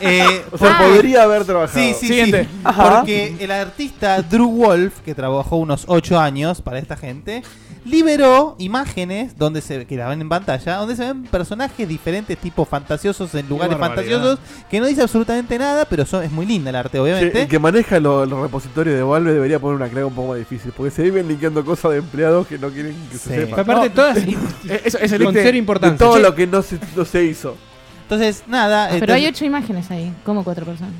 Eh, O sea, Ah. podría haber trabajado. Sí, sí, Siguiente. sí. Ajá. Porque el artista Drew Wolf, que trabajó unos 8 años para esta gente, liberó imágenes donde se que la ven en pantalla, donde se ven personajes diferentes, tipo fantasiosos en lugares barbaridad. fantasiosos, que no dice absolutamente nada, pero son, es muy linda el arte, Que- obviamente. el que maneja lo- los repositorios de Valve debería poner una clave un poco más difícil, porque se viven linkeando cosas de empleados que no quieren que Sí. se sepa. Aparte, No. <laughs> todas Eh, Eso, eso con viste. ser De importante. todo lo que no se, no se hizo. Entonces, nada. Ah, Pero hay entonces, ocho imágenes ahí, como cuatro personas.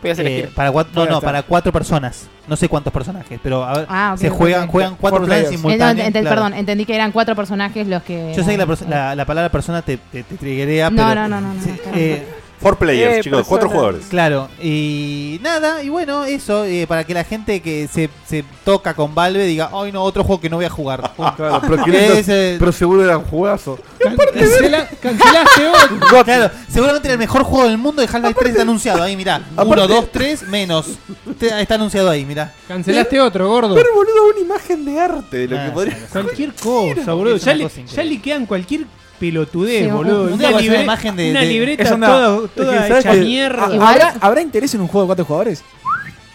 Podías eh, elegir. para cuatro, no, Bueno, no, está. para cuatro personas. No sé cuántos personajes, pero a ver, Ah, ok, se ok, juegan, ok. juegan cuatro Four personas players. Entonces, simultáneamente. ente- claro. Perdón, entendí que eran cuatro personajes los que... Yo sé que la, eran- perso- la- la palabra persona te, te, te triggerea, No, pero- no, no, no, no, no, eh, Four players, Eh, chicos, cuatro persona. jugadores. Claro, y nada, y bueno, eso, eh, para que la gente que se, se toca con Valve diga, ay no, otro juego que no voy a <laughs> jugar. Claro, pero, <laughs> que Que lindo- es, eh, pero seguro eran jugazos. Can- cancela- cancelaste otro. claro, seguramente era el mejor juego del mundo de Half-Life 3 anunciado. Ahí mirá, 1, 2, 3, menos. Te- está anunciado ahí, mirá. este Cancelaste otro, gordo. Pero, boludo, una imagen de arte de lo que podría- Ah, Cualquier cosa, boludo. Ya, le, ya liquean cualquier pelotudez, Sí, un- boludo. un día Una, va a ser libre- una imagen de- una de- libreta Eso no. toda, toda Es que, ¿sabes hecha qué? mierda. Ah, ¿Habrá, ¿Habrá interés en un juego de cuatro jugadores?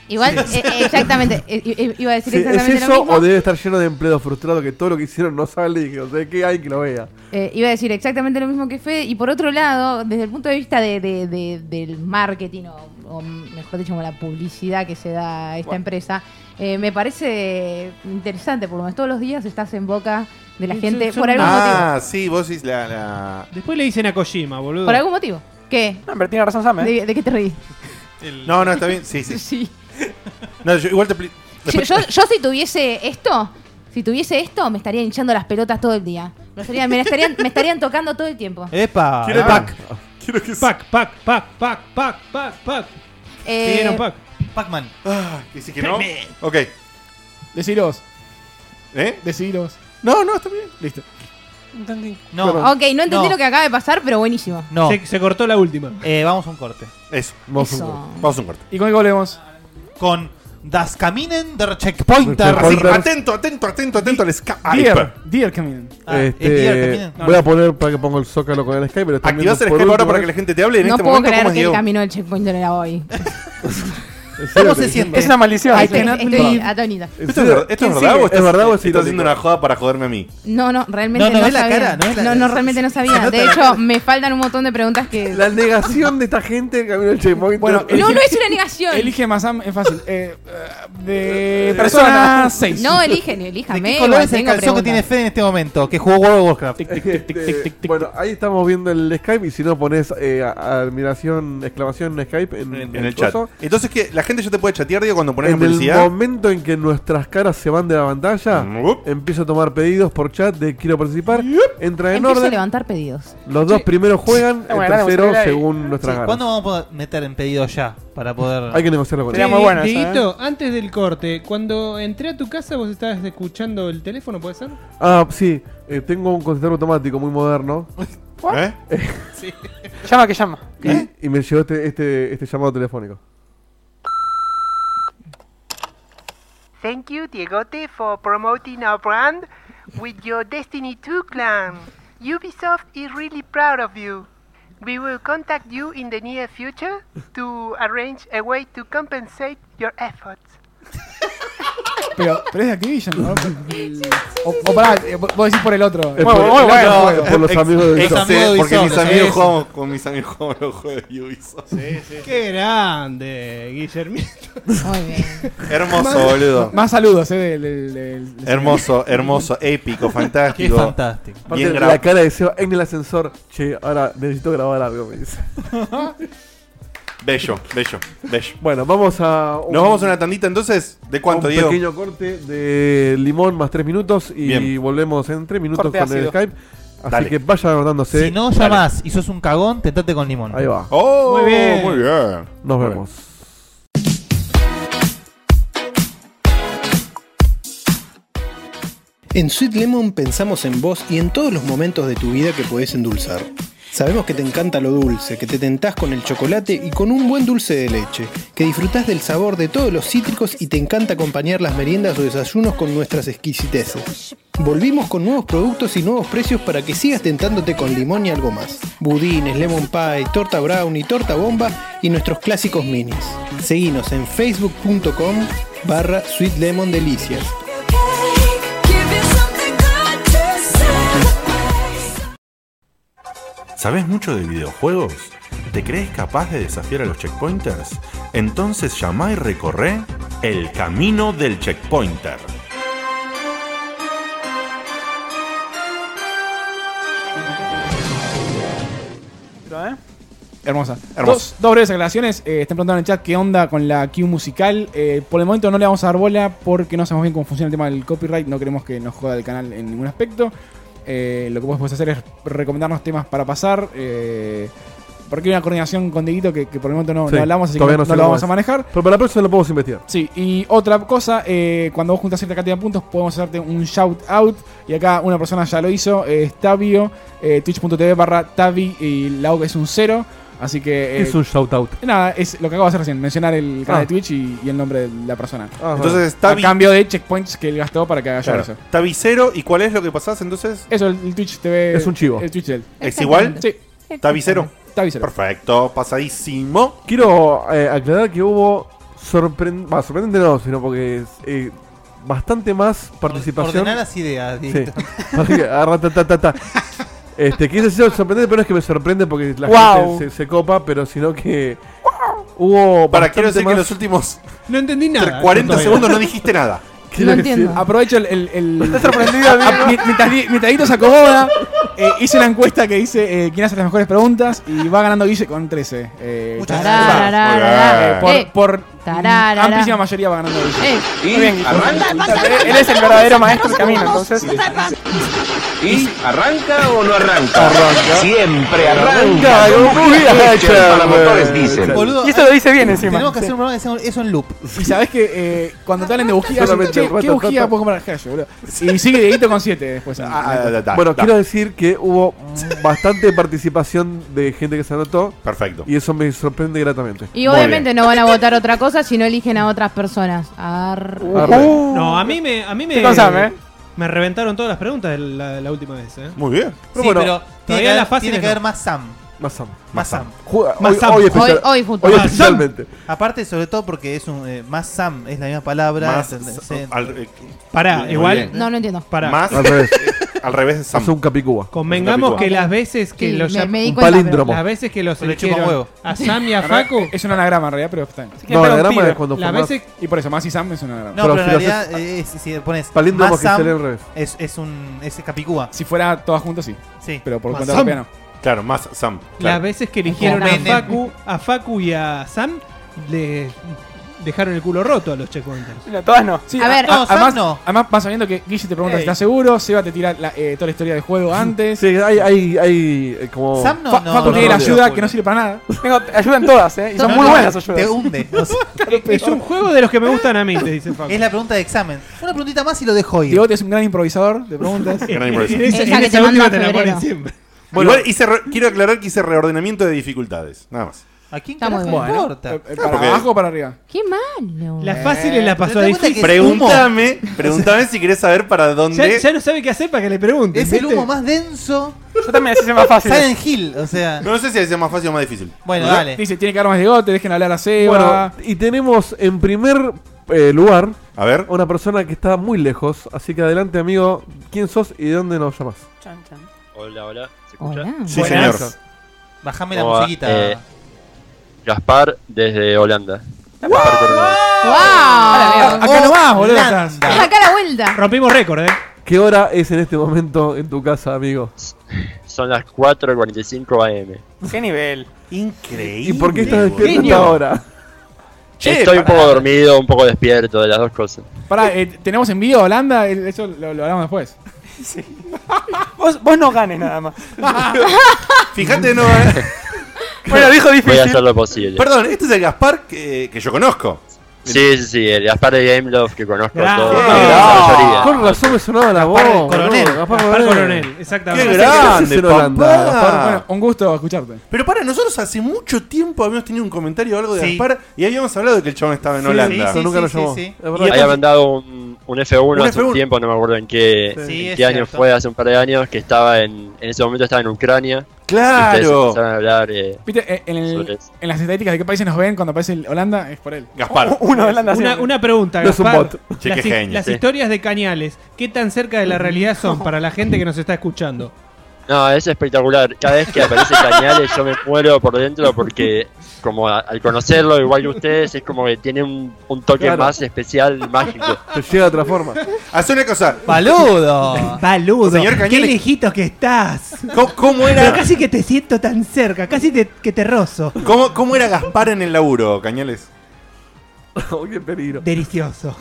Igual, eh, eh, exactamente. eh, eh, iba a decir Sí, ¿Es exactamente lo eso mismo. o debe estar lleno de empleados frustrados que todo lo que hicieron no sale y que no sé qué hay que lo vea? Eh, iba a decir exactamente lo mismo que Fede. Y por otro lado, desde el punto de vista de, de- de- del marketing, o, o mejor dicho, como la publicidad que se da a esta empresa, eh, me parece interesante, por lo menos todos los días estás en boca de la Sí, gente sí, son por algún motivo. Ah, sí, vos decís la. la... Después le dicen a Kojima, boludo. ¿Por algún motivo? ¿Qué? No, pero tiene razón Sam, ¿eh? ¿De, de qué te reís? No, no, está bien. Sí, <laughs> sí. Sí. No, yo igual te. pli- Yo, después- yo- yo si tuviese esto, si tuviese esto, me estaría hinchando las pelotas todo el día. Me estarían, me estarían, me estarían tocando todo el <laughs> tiempo. Epa. Quiero pack. Quiero que pack, pack, pack, pack, pack, pack, pack. Eh, Pidieron pack. Pac-Man. Ah, que sí que no. Ok. Decilos. ¿Eh? Decilos. No, no, está bien. Listo. Entendí. No. ok, no entendí No. lo que acaba de pasar, pero buenísimo. No. Se, se cortó la última. Eh, vamos a un corte. Eso. Vamos a un Eso. corte. Vamos a un corte. ¿Y con qué volvemos? Con Das Kaminen der Checkpointer. Así que atento, atento, atento, atento al Skype. Dear, Dear Caminen. Ah, Este, voy a poner para que ponga el zócalo con el Skype. Pero también Activás el por Skype ahora último, para que la gente te hable en no este puedo momento. creer ¿Cómo es que el Diego? camino del checkpoint era hoy. <laughs> ¿Cómo se siente? Es una maldición. Ay, estoy, Cannot estoy leave. atónita. ¿Esto es, verdad- esto es ¿Quién verdad sigue? o estás, ¿Es verdad o es estás haciendo irónico? una joda para joderme a mí? No, no, realmente No, no, no, es la sabía. cara, no es la- no, no, realmente no sabía. nota De la hecho, cara. me faltan un montón de preguntas que... La negación de esta gente Eh, que camino el checkpoint. Bueno, No, no es una negación. Elige más Sam, es fácil. Eh, eh, de persona 6. No, eligen, elíjame. ¿De qué color igual es el tengo calzón que tiene preguntas. Fede en este momento? Que jugó World of Warcraft. Este, bueno, ahí estamos viendo el Skype y si no pones eh, a- admiración, exclamación Skype en, En el chat. coso, Entonces, que ¿la gente ya te puede chatear, Diego, cuando pones la En el publicidad? momento en que nuestras caras se van de la pantalla, empiezo a tomar pedidos por chat de quiero participar. Entra en Empiezo a orden. levantar pedidos. Los dos primeros juegan, Ah, bueno, el ahora vamos a tercero ver ahí. según nuestras ganas. ¿Cuándo vamos a poder meter en pedido ya? Para poder. Hay que negociarlo con Sería él. muy bueno eso, Dieguito, antes del corte, cuando entré a tu casa vos estabas escuchando el teléfono, ¿puede ser? Ah, sí, eh, tengo un contestador automático muy <laughs> moderno. ¿Eh? <laughs> Llama que llama. Y, y me llegó este, este, este llamado telefónico. Thank you, Diegote, for promoting our brand with your Destiny 2 clan. Ubisoft is really proud of you. We will contact you in the near future to arrange a way to compensate your efforts. Pero, pero es de Activision, <laughs> ¿no? o, o pará, eh, vos decís por el otro. Eh, Muy por- muy no, no, juego. por los amigos de Ex- Ubisoft. ex- Amigos de Porque mis Ubisoft, amigos sí. jugamos con mis amigos jugamos los juegos de Ubisoft. ¡Qué grande, Guillermito! Muy bien. Hermoso, boludo. Más saludos, eh, del, del- del- del- Hermoso, hermoso, épico, fantástico. Qué fantástico. Bien Aparte, la grabado. cara de Seba en el ascensor. Che, ahora necesito grabar algo, me dice. Bello, bello, bello. Bueno, vamos a. un- Nos vamos a una tandita entonces. ¿De cuánto, un Diego? pequeño corte de limón más tres minutos y Bien. volvemos en tres minutos Corte con el ácido. Skype. Así Dale. que vayan anotándose. Si no llamás y sos un cagón, tentate con limón. Ahí va. Oh, Muy muy bien. bien. Nos vemos. En Sweet Lemon pensamos en vos y en todos los momentos de tu vida que podés endulzar. Sabemos que te encanta lo dulce, que te tentás con el chocolate y con un buen dulce de leche, que disfrutás del sabor de todos los cítricos y te encanta acompañar las meriendas o desayunos con nuestras exquisiteces. Volvimos con nuevos productos y nuevos precios para que sigas tentándote con limón y algo más. Budines, lemon pie, torta brownie, torta bomba y nuestros clásicos minis. Seguinos en facebook.com barra Sweet Lemon Delicias. ¿Sabes mucho de videojuegos? ¿Te crees capaz de desafiar a los checkpointers? Entonces llama y recorre el camino del checkpointer. ¿eh? Hermosa. Hermosa. Dos, dos breves aclaraciones. Eh, están preguntando en el chat qué onda con la Q musical. Eh, por el momento no le vamos a dar bola porque no sabemos bien cómo funciona el tema del copyright. No queremos que nos joda el canal en ningún aspecto. Eh, lo que vos podés hacer es recomendarnos temas para pasar. eh, porque hay una coordinación con Dieguito que, que por el momento no, Sí, no hablamos, así que no, todavía no no sé lo cómo vamos es. a manejar. Pero para la próxima lo podemos investigar. Sí, y otra cosa, eh, cuando vos juntas cierta cantidad de puntos, podemos hacerte un shout out. Y acá una persona ya lo hizo, eh, es Tabio, eh, twitch.tv barra Tavi, y la U es un cero. Así que. ¿Qué es un shout out? Nada, es lo que acabo de hacer recién, mencionar el canal Ah. de Twitch y, y el nombre de la persona. Entonces, está A bien. cambio de checkpoints que él gastó para que haga yo Claro. eso. Tabicero, ¿y cuál es lo que pasás entonces? Eso, el, el Twitch TV. Es un chivo. El Twitch de él. ¿Es igual? Sí. ¿Tabicero? Tabicero. Perfecto, pasadísimo. Quiero eh, aclarar que hubo sorprendente, sorprendente no, sino porque eh, bastante más participación. ordená las ideas, Sí. <laughs> Dieguito. Agarra, ta, ta, ta, ta. Este, quise decir sorprendente, pero no es que me sorprende porque la Guau. gente se, se copa, pero sino que hubo Para, bastante quiero decir que más- los últimos No entendí tre- 40 segundos no dijiste nada. <laughs> Quiero decir- Aprovecho el. el, el Estás sorprendido, amigo. Ah, mi- Mientras, Di- mientras Dieguito se acomoda, eh, hice una encuesta que dice eh, quién hace las mejores preguntas y va ganando Guille con 13. eh, Muchas gracias. Eh, Tararara. por Eh, por tararara. amplísima mayoría va ganando Guille. Eh. Muy bien, Él es el verdadero maestro del camino, entonces. ¿Y arranca o no arranca? Siempre Arranca, arranca. con Eh. con bujía bujía Hecher para Hecher, motores güey. diésel. Boludo, Y esto ah, lo dice bien encima. Tenemos que hacer Sí. un programa que sea eso en loop. Y sabes que eh, cuando te hablan de bujías, Solamente che, ¿qué rata, bujía rata. puedo comprar Gallo, boludo? Y sigue Dieguito con 7 Ah, después. en- en la Ah, encuesta. bueno, quiero decir que hubo bastante participación de gente que se anotó. Perfecto. Y eso me sorprende gratamente. Y obviamente no van a votar otra cosa si no eligen a otras personas. Ar- Arre. ah, Uh. No, a mí me. A mí me, Sí, Gonzalo, ¿eh? me reventaron todas las preguntas la, la última vez. ¿eh? Muy bien. Sí, pero tiene que, todavía las haber, fáciles. tiene que no. haber más Sam. Más Sam. Más Sam. Ju- Más hoy- Sam. hoy especial- Hoy- hoy junto. hoy Más especialmente. Sam. Aparte, sobre todo porque es un. eh, más Sam es la misma palabra. Más ¿entendés? Sam- Sí. al- eh, Pará, Muy igual. bien. No, no entiendo. Pará. Más Al revés. <laughs> al revés de Sam. Es un capicúa. Convengamos que las veces que Sí, los me- llam- me di Un cuenta, palíndromo. pero- las veces que los Le chupa eligieron huevo. a <laughs> Sam y a La verdad, Facu Es un anagrama en realidad, pero está bien. No, el anagrama es cuando Las formás- veces- Y por eso, más y Sam es un anagrama. No, pero, en realidad, eh, si- si pones. palíndromo más que se Sam lee al revés. Es, es un. Es capicúa. Si fuera todas juntas, sí. Sí. Pero por Más cuenta Sam. propia no. Claro, más Sam. <laughs> las veces que eligieron a Menem. Facu, a Facu y a Sam le dejaron el culo roto a los checkpointers. No, todas no. Sí, A ver, a- no, Sam además, no. además vas sabiendo que Guille te pregunta Ey. si estás seguro, Seba te tira la- eh, toda la historia del juego antes. Sí, hay, hay, hay eh, como. Sam no, Fa- no, Facu no, tiene no, la no, ayuda no. que no sirve para nada. Tengo, ayudan todas, ¿eh? Y son No, muy no, buenas ayudas. Te hunde. O sea, Es un juego de los que me gustan a mí, te <laughs> dice Facu. es la pregunta de examen. Una preguntita más y lo dejo <laughs> ir. Diego es un gran improvisador de preguntas. Gran improvisación. Esa- Esa en que esa te manda última en te la febrero. ponen siempre. Bueno. Igual hice re- quiero aclarar que hice reordenamiento de dificultades. Nada más. ¿A quién Está muy carajo le bueno. importa? Eh, eh, ¿Para porque- abajo o para arriba? Qué malo. Las fáciles las pasó a ¿Te das cuenta difícil. que es humo? Pregúntame, pregúntame si querés saber para Ya, dónde. ya no sabe qué hacer para que le pregunten. Es el ¿viste? <laughs> humo más denso. Yo también así se más fácil. Silent Hill. O sea. No, no sé si es más fácil o más difícil. <laughs> Bueno, Dice- dale. Dice, tiene que haber más bigote, dejen hablar a Seba. Bueno, y tenemos en primer eh, lugar A ver. a una persona que está muy lejos. Así que adelante, amigo. ¿Quién sos y de dónde nos llamas? Chan, chan. Hola, hola. ¿Se escucha? Hola. Sí, Buenas. señor. Bajame la ¿Cómo va? musiquita. Eh, Gaspar desde Holanda. Gaspar Coronado. ¡Wow! Acá nomás, boludo. Holanda. estás. Acá la vuelta. Rompimos récord, ¿eh? ¿Qué hora es en este momento en tu casa, amigo? Son las 4.45 am. ¿Qué nivel? Increíble. ¿Y por qué estás boludo. despierto hasta ahora? Che, Estoy un pará. poco dormido, un poco despierto, de las dos cosas. Pará, eh, ¿tenemos envío a Holanda? Eh, Eso lo, lo <laughs> hablamos después. Vos, vos no ganes nada más. <laughs> Fíjate, no, <laughs> eh. Bueno, dijo Voy a difícil. hacer lo posible. Perdón, este es el Gaspar que, que yo conozco. Sí, sí, sí, el Gaspar de Game Love que conozco a Bravo. todos. Bravo. la mayoría. Con razón me sonaba la voz. Gaspar el boludo. coronel. Gaspar Coronel, exactamente. Qué ¿Qué haces grande, en Holanda, papá. Gaspar? Bueno, un gusto escucharte. Pero para, nosotros hace mucho tiempo habíamos tenido un comentario o algo de Sí. Gaspar y habíamos hablado de que el chabón estaba en Sí, Holanda. Eso sí, nunca sí, lo sí, llamó. sí. Es verdad. Había mandado un, un F1 Un hace F1. un tiempo, no me acuerdo en qué, Sí, en es qué año cierto. fue, hace un par de años, que estaba en, en ese momento estaba en Ucrania. Y ustedes Claro. empezaron a hablar eh, Viste, eh, en, el- sobre eso. en las estadísticas de qué países nos ven cuando aparece el Holanda, es por él. Gaspar. Uh, Uno de Holanda Una, siempre. una pregunta, No es un Gaspar. bot. Che, las qué hi- genio, las sí. historias de Cañales, ¿qué tan cerca de la realidad son para la gente que nos está escuchando? No, es espectacular. Cada vez que aparece Cañales yo me muero por dentro porque como a- al conocerlo igual que ustedes es como que tiene un, un toque Claro. más especial, mágico. Te llega de otra forma. Haz una cosa. Paludo. Paludo, Señor Ah, qué Cañales- lejitos que estás. ¿Cómo, cómo Pero era, casi que te siento tan cerca, casi te- que te rozo. cómo, cómo era Gaspar en el laburo, Cañales? <laughs> Uy, qué peligro. <laughs> Delicioso.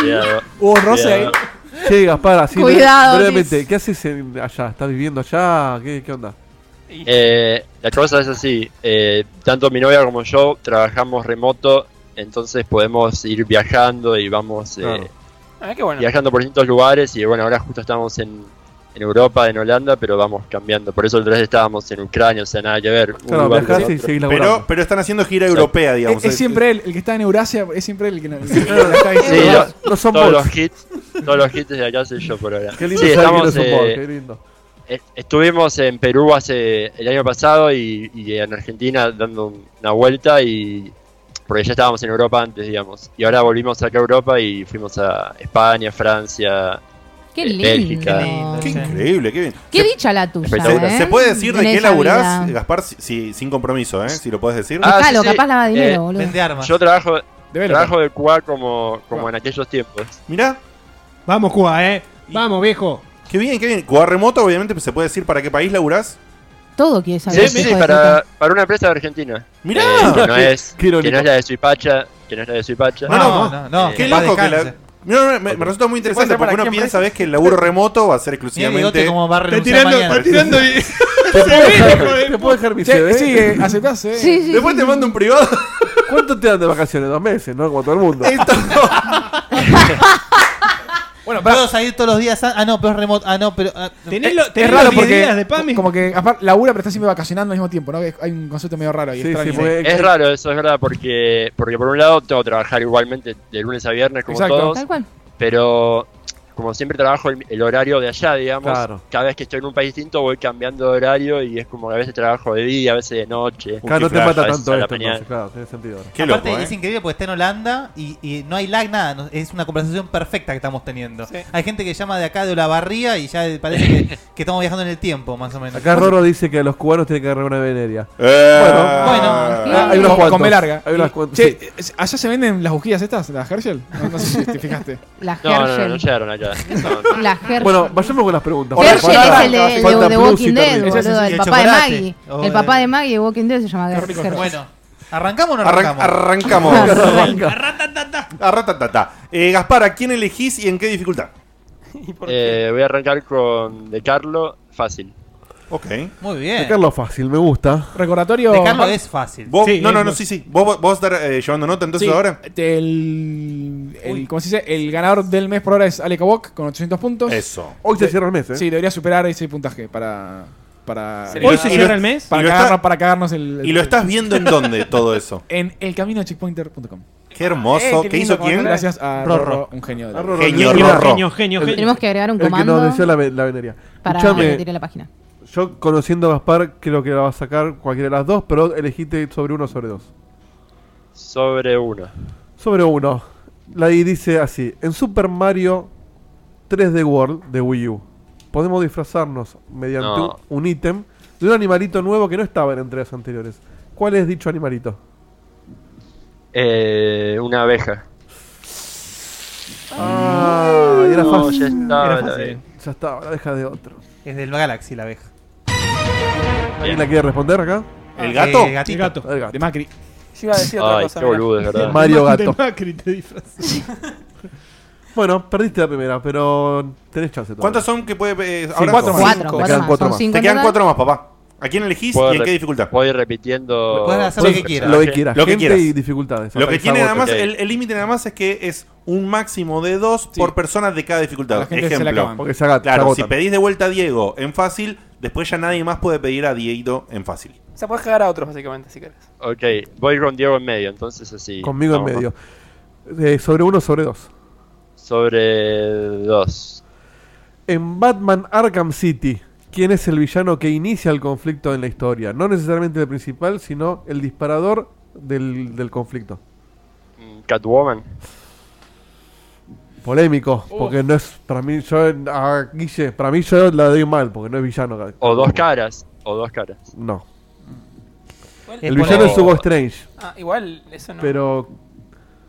Cuidado, Hubo roce ahí. cuidado. Che, Gaspar, así Cuidado, brevemente, Liz. ¿qué haces en- allá? ¿Estás viviendo allá? ¿Qué, qué onda? Eh, la cosa es así, eh, tanto mi novia como yo trabajamos remoto, entonces podemos ir viajando y vamos eh, Claro. Ah, qué bueno. viajando por distintos lugares y bueno, ahora justo estamos en, en Europa, en Holanda, pero vamos cambiando. Por eso el 3 estábamos en Ucrania, o sea, nada que ver. Claro, Un lugar viajás con y otro. seguís laburando. Pero- pero están haciendo gira europea, digamos. Es, es siempre él, el que está en Eurasia es siempre él el que no. el que no está ahí. Sí, lo- todos los hits, todos los hits de acá soy yo por ahora. Qué lindo sí, saber que estamos, no son bots, eh, qué lindo. est- estuvimos en Perú hace el año pasado y, y en Argentina dando un- una vuelta y porque ya estábamos en Europa antes, digamos. Y ahora volvimos acá a Europa y fuimos a España, Francia, Qué eh, lindo. Bélgica. Qué increíble, qué bien. Qué dicha la tuya. Espectacular. ¿eh? ¿Se puede decir de En qué esa laburás, vida. Gaspar? Si, si- sin compromiso, ¿eh? Si lo puedes decir. Ah, Tocalo, capaz lava dinero, boludo. Yo trabajo trabajo de Cuba como, como en aquellos tiempos. Mirá. Vamos, Cuba, ¿eh? Vamos, viejo. Qué bien, qué bien. Cuba remoto, obviamente, pues, se puede decir para qué país laburás. Todo quiere saber. Sí, sí, sí, para, para una empresa de Argentina. Eh, Mirá. que, no Qué- es, qué que no irónico. es la de Suipacha, que no es la de Suipacha. No, no, no. Eh, Qué loco que la. No, no, me, me resulta muy interesante porque uno piensa, ves, que el laburo remoto va a ser exclusivamente. <laughs> ¿Te puedo dejar- joder. te puedo dejar mi Sí, CV? sí, eh, aceptás, eh. Sí, sí, Después sí, te sí. mando un privado. ¿Cuánto te dan de vacaciones? Dos meses, ¿no? Como todo el mundo. Bueno, Puedo salir todos los días. a- Ah, no, pero es remoto. Ah, no, pero. ah, no. Eh, Eh, es raro porque como que aparte labura pero está siempre vacacionando al mismo tiempo, ¿no? Que Hay un concepto medio raro ahí. extraño. es raro eso, es verdad, porque, porque por un lado tengo que trabajar igualmente de lunes a viernes como Exacto. todos, Tal cual. pero como siempre trabajo el, el horario de allá, digamos, Claro. cada vez que estoy en un país distinto voy cambiando de horario y es como que a veces trabajo de día, a veces de noche. Claro, no te mata a veces tanto a la esto, mañana. entonces, claro, tiene sentido ahora. Aparte, es increíble porque está en Holanda y, y no hay lag, nada. no- Es una conversación perfecta que estamos teniendo. Hay gente que llama de acá de Olavarría y ya parece <laughs> que, que estamos viajando en el tiempo, más o menos. Acá Roro dice que a los cubanos tienen que agarrar una veneria. Eh. ah, Ah, Bueno. hay unos Con- cuantos. Con B larga. Hay unos cuantos. Che, eh, allá se venden las bujías estas, las Herschel. No, no sé si te fijaste. Las No, no, no, no llegaron acá. No, no. La Herschel. Bueno, vayamos con las preguntas. Herschel Porque falta- es el de, el de- falta de Plus y Walking Dead, Terminator. boludo. El, el papá de chocolate. Maggie. Oh, el papá de Maggie de Walking Dead se llama Herschel. Bueno, ¿arrancamos o no Arran- <laughs> arrancamos? arrancamos. <laughs> Arratatata. Eh, Gaspar, ¿a quién elegís y en qué dificultad? Eh, voy a arrancar con De Carlo, fácil. Ok. Muy De Carlos fácil, me gusta. Recordatorio. De Carlos es fácil. Vos- Sí, no, es no, no, más- sí, sí. Vos, vos estar eh, llevando nota entonces Sí, ahora. El, el- ¿cómo se dice? El ganador del mes por ahora es Ale Kabok con 800 puntos. Eso. Hoy se De- cierra el mes, ¿eh? Sí, debería superar ese puntaje para. para Hoy se Y lo- cierra el mes. Para, y lo cagarnos- está- para cagarnos el, el- ¿Y lo estás viendo en dónde todo eso? <laughs> En elcaminocheckpointer.com. Qué hermoso. Eh, ¿Qué lindo hizo quién? comentario. Gracias a Rorro, un genio. de la- A Rorro, Genio, genio, Rorro. genio, genio, El- Tenemos que agregar un El que comando nos deseó la, ve- la venería. para Escuchame, repetir la página. yo conociendo a Gaspar, creo que la va a sacar cualquiera de las dos, pero elegiste sobre uno o sobre dos. Sobre uno. Sobre uno. La I dice así: En Super Mario 3D World de Wii U, podemos disfrazarnos mediante No. un ítem de un animalito nuevo que no estaba en entregas anteriores. ¿Cuál es dicho animalito? Eh, una abeja. Ah, era No, fácil. ya estaba Era la fácil. abeja. Ya estaba, la deja de otro. Es del Galaxy la abeja. ¿Alguien la quiere responder acá? ¿El gato? El gatito. El gato. De Macri. Yo iba a decir otra Ay, cosa. qué mirá. boludo, es <laughs> verdad. Mario De Gato. Macri te disfrazas. Bueno, perdiste la primera, pero tenés chance todavía. ¿Cuántos son que puede.? eh, Sí, ahora cuatro más. Cuatro, Cinco. cuatro Te quedan más. cuatro Son más. cinco Te quedan en cuatro más, papá. ¿A quién elegís y en qué dificultad? Voy repitiendo. Puedes hacer lo que quieras. Lo que quieras. Lo que Gente quieras. y dificultades. Lo que Hasta tiene que nada más, sabote. el el límite nada más es que es un máximo de dos por persona de cada dificultad. La gente se la Ejemplo. acaban. Porque se aga- se Claro, si agotan. pedís de vuelta a Diego en fácil, después ya nadie más puede pedir a Dieguito en fácil. O sea, podés cagar a otros, básicamente, si querés. Ok, voy con Diego en medio, entonces así. Conmigo vamos. en medio. Eh, sobre uno, sobre dos. Sobre dos. En Batman Arkham City, ¿quién es el villano que inicia el conflicto en la historia? No necesariamente el principal, sino el disparador del, del conflicto. Mm, Catwoman. Polémico, porque no es. Para mí, yo. A Guille, para mí, yo la doy mal, porque no es villano. O dos caras. O dos caras. No. Igual- El villano es Hugo Strange, Ah, igual, eso no. pero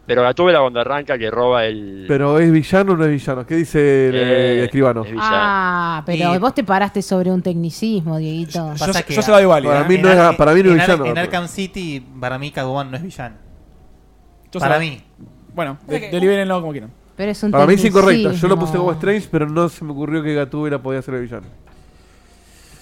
Pero Gatúbela cuando arranca que roba el. pero ¿es villano o no es villano? ¿Qué dice el, Eh, eh, escribano? es villano. Ah, pero Y- vos te paraste sobre un tecnicismo, Dieguito. Pasa que- Para mí no en Ar- es- para mí no es en Ar- villano, En pero- Arkham City, para mí, Catwoman no es villano. Yo para sé. mí. Bueno, de- delibérenlo como quieran. Pero es un Para mí es incorrecto. Yo lo tecnicismo. puse como Strange, pero no se me ocurrió que Gatúbela podía ser el villano.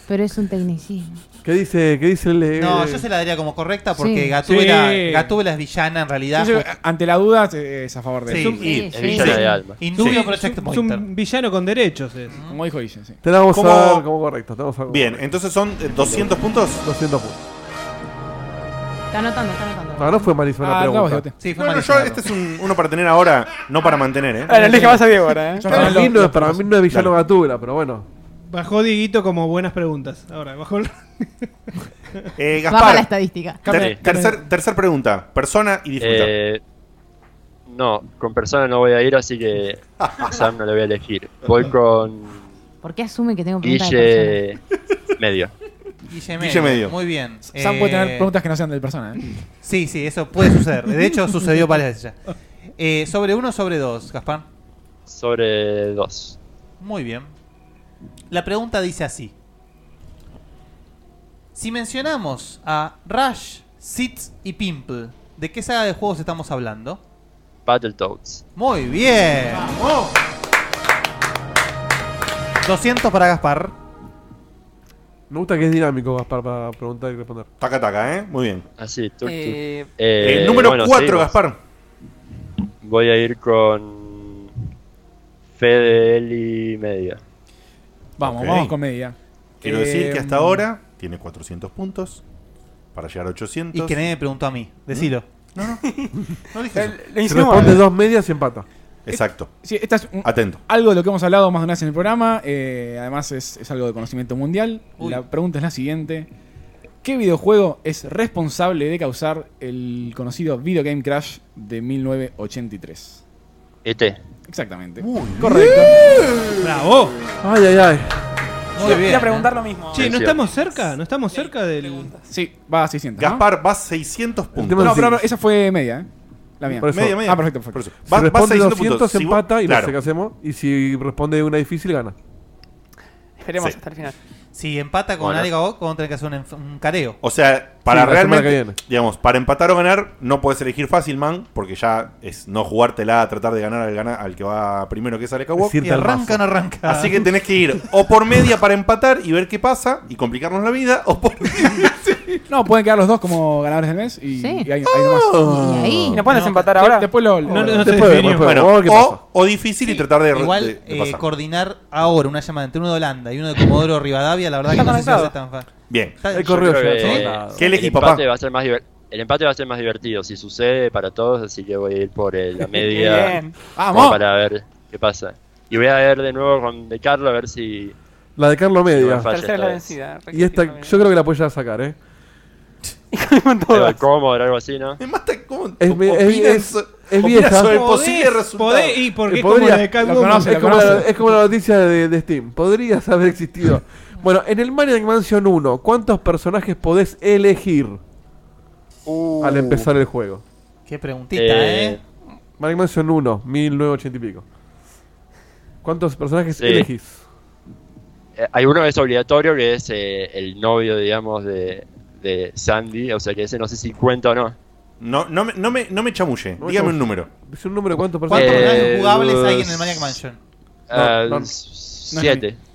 Pero es un tecnicismo. ¿Qué dice, qué dice el.? No, eh, yo se la daría como correcta Sí. porque Gatúbela, Sí. Gatúbela es villana en realidad. Yo- ante la duda, eh, es a favor de Sí, él. y- es villana de alma. Y Es un- es Nubio un- Project es Pointer. un villano con derechos. eh. Es. Como dijo Guille, sí. Te la vamos ¿Cómo? a dar como correcto. te la vamos a dar como Bien, correcta. entonces son eh, 200 puntos. 200 puntos. Está anotando, está anotando. No, no fue malísima Ah, Ah, la pregunta. Bueno, yo, este es un- uno para tener ahora, no para mantener, ¿eh? Ah, le elige más a Diego ahora, ¿eh? Para mí no- Para mí no es villano Gatúbela, pero bueno. Bajó Dieguito como buenas preguntas. Ahora, bajó. el- Eh, Baja Gaspar. la estadística. Ter- Cambia- tercer, tercer pregunta. Persona y disfruta. Eh, no, con persona no voy a ir, así <laughs> que a Sam no le voy a elegir. Voy con ¿Por qué asume que tengo preguntas de Guille Medio. Guille Guille Medio. Muy bien. Eh, Sam puede tener preguntas que no sean del persona, ¿eh? Sí, sí, eso puede suceder. <laughs> De hecho, sucedió varias veces ya. Eh, ¿Sobre uno o sobre dos, Gaspar? Sobre dos. Muy bien. La pregunta dice así. Si mencionamos a Rush, Sitz y Pimple, ¿de qué saga de juegos estamos hablando? Battletoads. Muy bien. 200 para Gaspar. Me gusta que es dinámico, Gaspar, para preguntar y responder. Taca, taca, ¿eh? Muy bien. Así, tuk, tuk. Eh, Eh, el número bueno, 4, seguimos. Gaspar. Voy a ir con Fede Eli Media. Vamos, Ok. vamos con media. Quiero Eh, decir que hasta ahora tiene 400 puntos para llegar a 800. Y que nadie me preguntó a mí. Decilo. No, no. No dije eso. Le Si insinúa. responde dos medias y empata. Exacto. Sí, esta es un- Atento. algo de lo que hemos hablado más de una vez en el programa. eh, además, es, es algo de conocimiento mundial. Uy. La pregunta es la siguiente: ¿Qué videojuego es responsable de causar el conocido Video Game Crash de 1983? ET. Exactamente. Correcto. ¡Bravo! Ay, ay, ay. Muy bien. ¿eh? preguntar lo mismo. Che, ¿no estamos cerca? ¿No estamos cerca del.? Sí, va a 600. ¿no? Gaspar, vas 600 puntos. No, pero, pero esa fue media, ¿eh? La mía. Por eso. Media, media. Ah, perfecto, perfecto. Por eso. Si Vas, vas responde 600 200, puntos. Si vos- empata y claro. no sé qué hacemos. Y si responde una difícil, gana. Esperemos Sí. hasta el final. Si empata con Bueno. Ariga Gogó, vamos a tener que hacer un, enf- un careo. O sea, para Sí, la semana que realmente, viene. digamos, para empatar o ganar, no puedes elegir fácil, man, porque ya es no jugártela, tratar de ganar al, gana- al que va primero, que es Alecawok. Es irte Y al arranca, mazo. no arranca. Así que tenés que ir o por media para empatar y ver qué pasa y complicarnos la vida, o por. No, pueden quedar los dos como ganadores del mes y, Sí. y hay, hay nomás. Y ahí. ¿Y no pueden desempatar ahora? Después lo. No, no, no se Después, definió. después, Bueno, vamos a ver qué pasa. o, o difícil y tratar de. de- Igual de eh, pasar. coordinar ahora una llamada entre uno de Holanda y uno de Comodoro Rivadavia, la verdad que no sé si va a ser tan fácil. Bien. Está- El correo Creo llega que, todo eh, lado. ¿Qué elegís, el empate papá? Va a ser más diver- el empate va a ser más divertido si sucede para todos, así que voy a ir por eh, la media Bien. como ¡Vamos! para ver qué pasa. Y voy a ver de nuevo con De Carlo a ver si La de Carlos no me Media. falla Tercera es esta la vez. vencida. Y esta, yo creo que la puedes llegar a sacar, ¿eh? Pero el Commodore o algo así, ¿no? Me mata cómo Es me- es- opinan es- so- es opinan vieja. sobre el Podés, posible resultado. podés, y porque Eh, es como podría- la de Catwoman. lo conoce, Es lo como, conoce. la, es como la noticia de, de Steam. Podrías haber <laughs> existido. Bueno, en el Maniac Mansion 1, ¿cuántos personajes podés elegir al empezar el juego? Qué preguntita, Eh, ¿eh? Maniac Mansion 1, 1980 y pico. ¿Cuántos personajes Sí. elegís? Eh, Hay uno que es obligatorio, que es eh, el novio, digamos, de, de Sandy, o sea que ese no sé si cuenta o no. No, no, me, no, me, no me chamulle. No me Dígame chamulle. un número. Es un número de cuántos ¿Cuántos Eh, personajes. personajes jugables hay en el dos. Maniac Mansion? Ah, no, no. siete. Ah,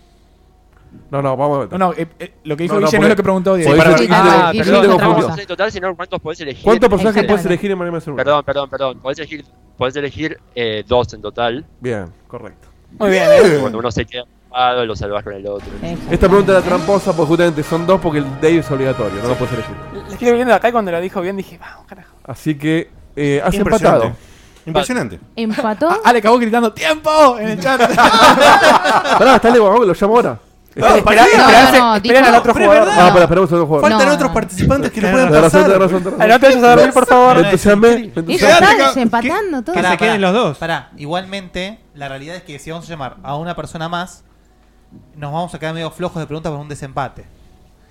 No, no, vamos a ver. No, no, eh, eh, lo que dijo No, no, Guille no, porque- es lo que preguntó Diego. Porque para- Guille- ah, Guille perdón, te no confundió. sé en total, sino cuántos podés elegir. ¿Cuántos personajes Exactamente. puedes elegir en Maniac Mansion 1? Perdón, perdón, perdón. Podés elegir, podés elegir eh, dos en total. Bien, correcto. Muy bien, ¿eh? Cuando uno se queda ocupado, lo salvas con el otro. Exacto. Esta pregunta era tramposa porque justamente son dos porque el Dave es obligatorio, no lo puedes elegir. Les estoy viendo acá y cuando lo dijo bien dije, vamos, carajo. Así que eh, has Impresionante. empatado. Impresionante. Empató. Ah, Ale acabó gritando ¡Tiempo! en el <laughs> chat. Pará, está Leo, vamos, lo llamo ahora. Ah, Esperá, pará, esperá, no, no, esperen dijo- al otro Pero es jugador. verdad. Ah, No. para, esperamos a otro jugador. Faltan No, otros no. participantes que no Tenés pueden Tenés razón, pasar. tenés razón, tenés Ah, razón. no te vayas a dormir, por favor. Me entusiasmé, me Ellos entusiasmé. están desempatando todo. Que se Pará, queden pará, los dos. Pará, igualmente, la realidad es que si vamos a llamar a una persona más, nos vamos a quedar medio flojos de preguntas por un desempate.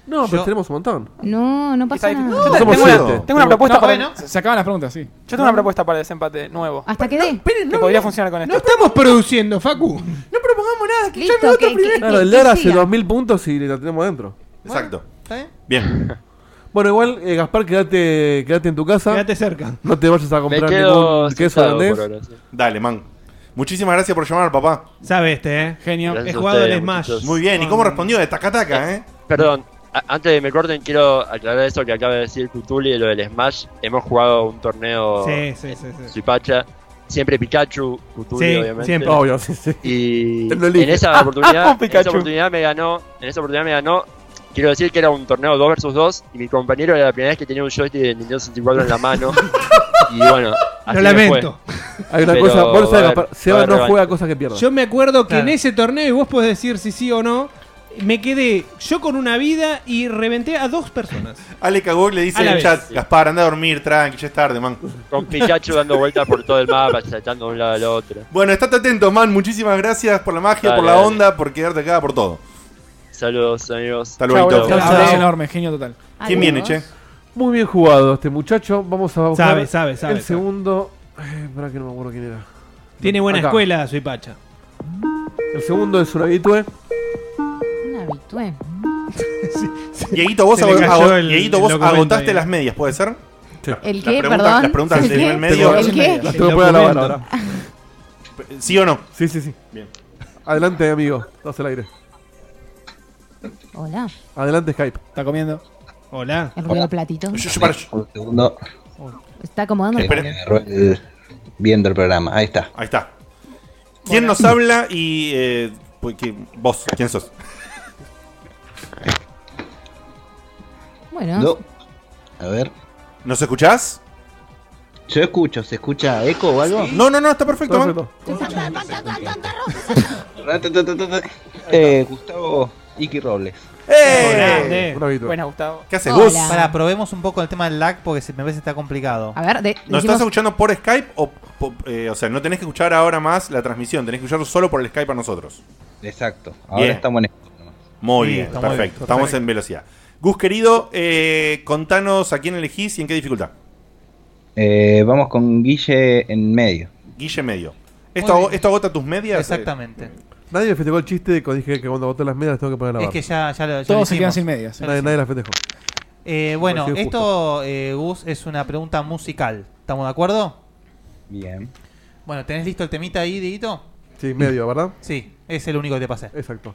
No, pero Yo- tenemos un montón. No, no pasa Está difícil. nada. Yo somos tengo, una, siete. tengo una propuesta No, para bueno. Se se acaban las preguntas, sí. Yo tengo una propuesta para el desempate nuevo. Hasta que dé. que podría funcionar con esto. No estamos produciendo, Facu. Listo, que, que, Claro, que- el que Lara hace siga. 2000 puntos y la tenemos dentro. Exacto. ¿Está bien? Bien. Bueno, igual, eh, Gaspar, quédate, quédate en tu casa. Quédate cerca. No te vayas a Me comprar quedo ningún queso sentado por holandés. ahora. sí. Dale, man. Muchísimas gracias por llamar, papá. Sabe este, eh. Genio. He Gracias a jugado ustedes, el Smash. muchachos. Muy bien. ¿Y cómo respondió? De taca taca, ¿eh? Perdón, a- antes de que me corten, quiero aclarar eso que acaba de decir Cutuli de lo del Smash. Hemos jugado un torneo Sí, sí, sí, sí. Suipacha. Siempre Pikachu, Cutuli, Sí, obviamente. siempre. Obvio, sí, sí. Y Lo en elige. esa, <laughs> oportunidad, en esa Pikachu. oportunidad me ganó. En esa oportunidad me ganó. Quiero decir que era un torneo 2 vs 2 y mi compañero era la primera vez que tenía un joystick de Nintendo 64 en la <laughs> mano. y bueno, así me fue. Hay una Pero cosa, vos no va a sabés, haber- capaz- va a Seba haber no revancha. juega cosas que pierde. Yo me acuerdo que en Claro. ese torneo, y vos podés decir si sí o no, me quedé yo con una vida y reventé a dos personas. <laughs> Ale Cagó le dice A en la el vez. chat, Gaspar, anda a dormir, tranqui, ya es tarde, man. Con Pikachu dando vueltas por todo el mapa, saltando de un lado al otro. <laughs> Bueno, estate atento, man. Muchísimas gracias por la magia, Dale, por la dale. onda, por quedarte acá, por todo. Saludos, amigos. Hasta luego. Chao, Hito. chao. Abrazo enorme, genio total. ¿Quién viene, che? Muy bien jugado este muchacho. Vamos a buscar Sabe, sabe, sabe, El sabe. segundo. Eh, Espera que no me acuerdo quién era. Tiene buena Acá. escuela, soy Pacha. El segundo es un habitué. Un habitué. Dieguito, vos, Se le ago- cayó ago- el- Dieguito, el vos documento agotaste ahí. las medias, ¿puede ser? ¿El Las qué? preguntas- Perdón. Las preguntas ¿El del qué? nivel medio. ¿El qué? Las tengo que poner a la hora ahora. <laughs> ¿Sí o no? Sí, sí, sí. Bien. Adelante, amigo. Estás al aire. Hola. Adelante, Skype. Está comiendo. Hola. El ruido platito. Un segundo. Está acomodando. que me agarró el- Viendo el programa. Ahí está. Ahí está. ¿Quién nos habla y eh, pues, que- vos? ¿Quién sos? Bueno. No. A ver. ¿Nos escuchás? Yo escucho. ¿Se escucha eco o algo? No, no, no, está perfecto, man. Eh, Gustavo Iki Robles. ¡Eh! Un habitué. Buenas, Gustavo. ¿Qué haces, vos? Gus? Para, probemos un poco el tema del lag porque se, me parece que está complicado. A ver, de- ¿Nos dijimos- estás escuchando por Skype o, po- eh, o sea, no tenés que escuchar ahora más la transmisión, tenés que escucharlo solo por el Skype a nosotros? Exacto. Ahora Bien. estamos en esto. Muy Sí, bien, está muy perfecto. bien, Estamos perfecto. en velocidad. Gus, querido, eh, contanos a quién elegís y en qué dificultad. Eh, vamos con Guille en medio. Guille Medio. ¿Esto, ago- esto agota tus medias? Exactamente. Nadie me festejó el chiste de que dije que cuando boté las medias las tengo que poner a la Es barra. que ya- ya lo- ya Todos lo se quedan hicimos. sin medias. Ya lo Nadie, nadie las festejó. Eh, bueno, Por decir justo. esto, eh, Gus, es una pregunta musical. ¿Estamos de acuerdo? Bien. Bueno, ¿tenés listo el temita ahí, Didito? Sí, medio, <laughs> ¿verdad? Sí, es el único que te pasé. Exacto.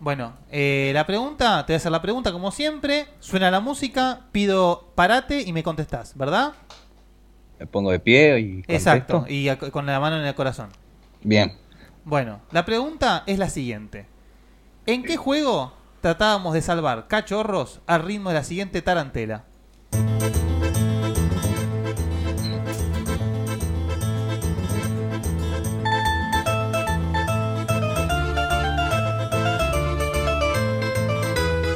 Bueno, eh, la pregunta, te voy a hacer la pregunta como siempre. Suena la música, pido parate y me contestás, ¿verdad? Me pongo de pie y. contesto. Exacto, y ac- con la mano en el corazón. Bien. Bueno, la pregunta es la siguiente. ¿En qué juego tratábamos de salvar cachorros al ritmo de la siguiente tarantela?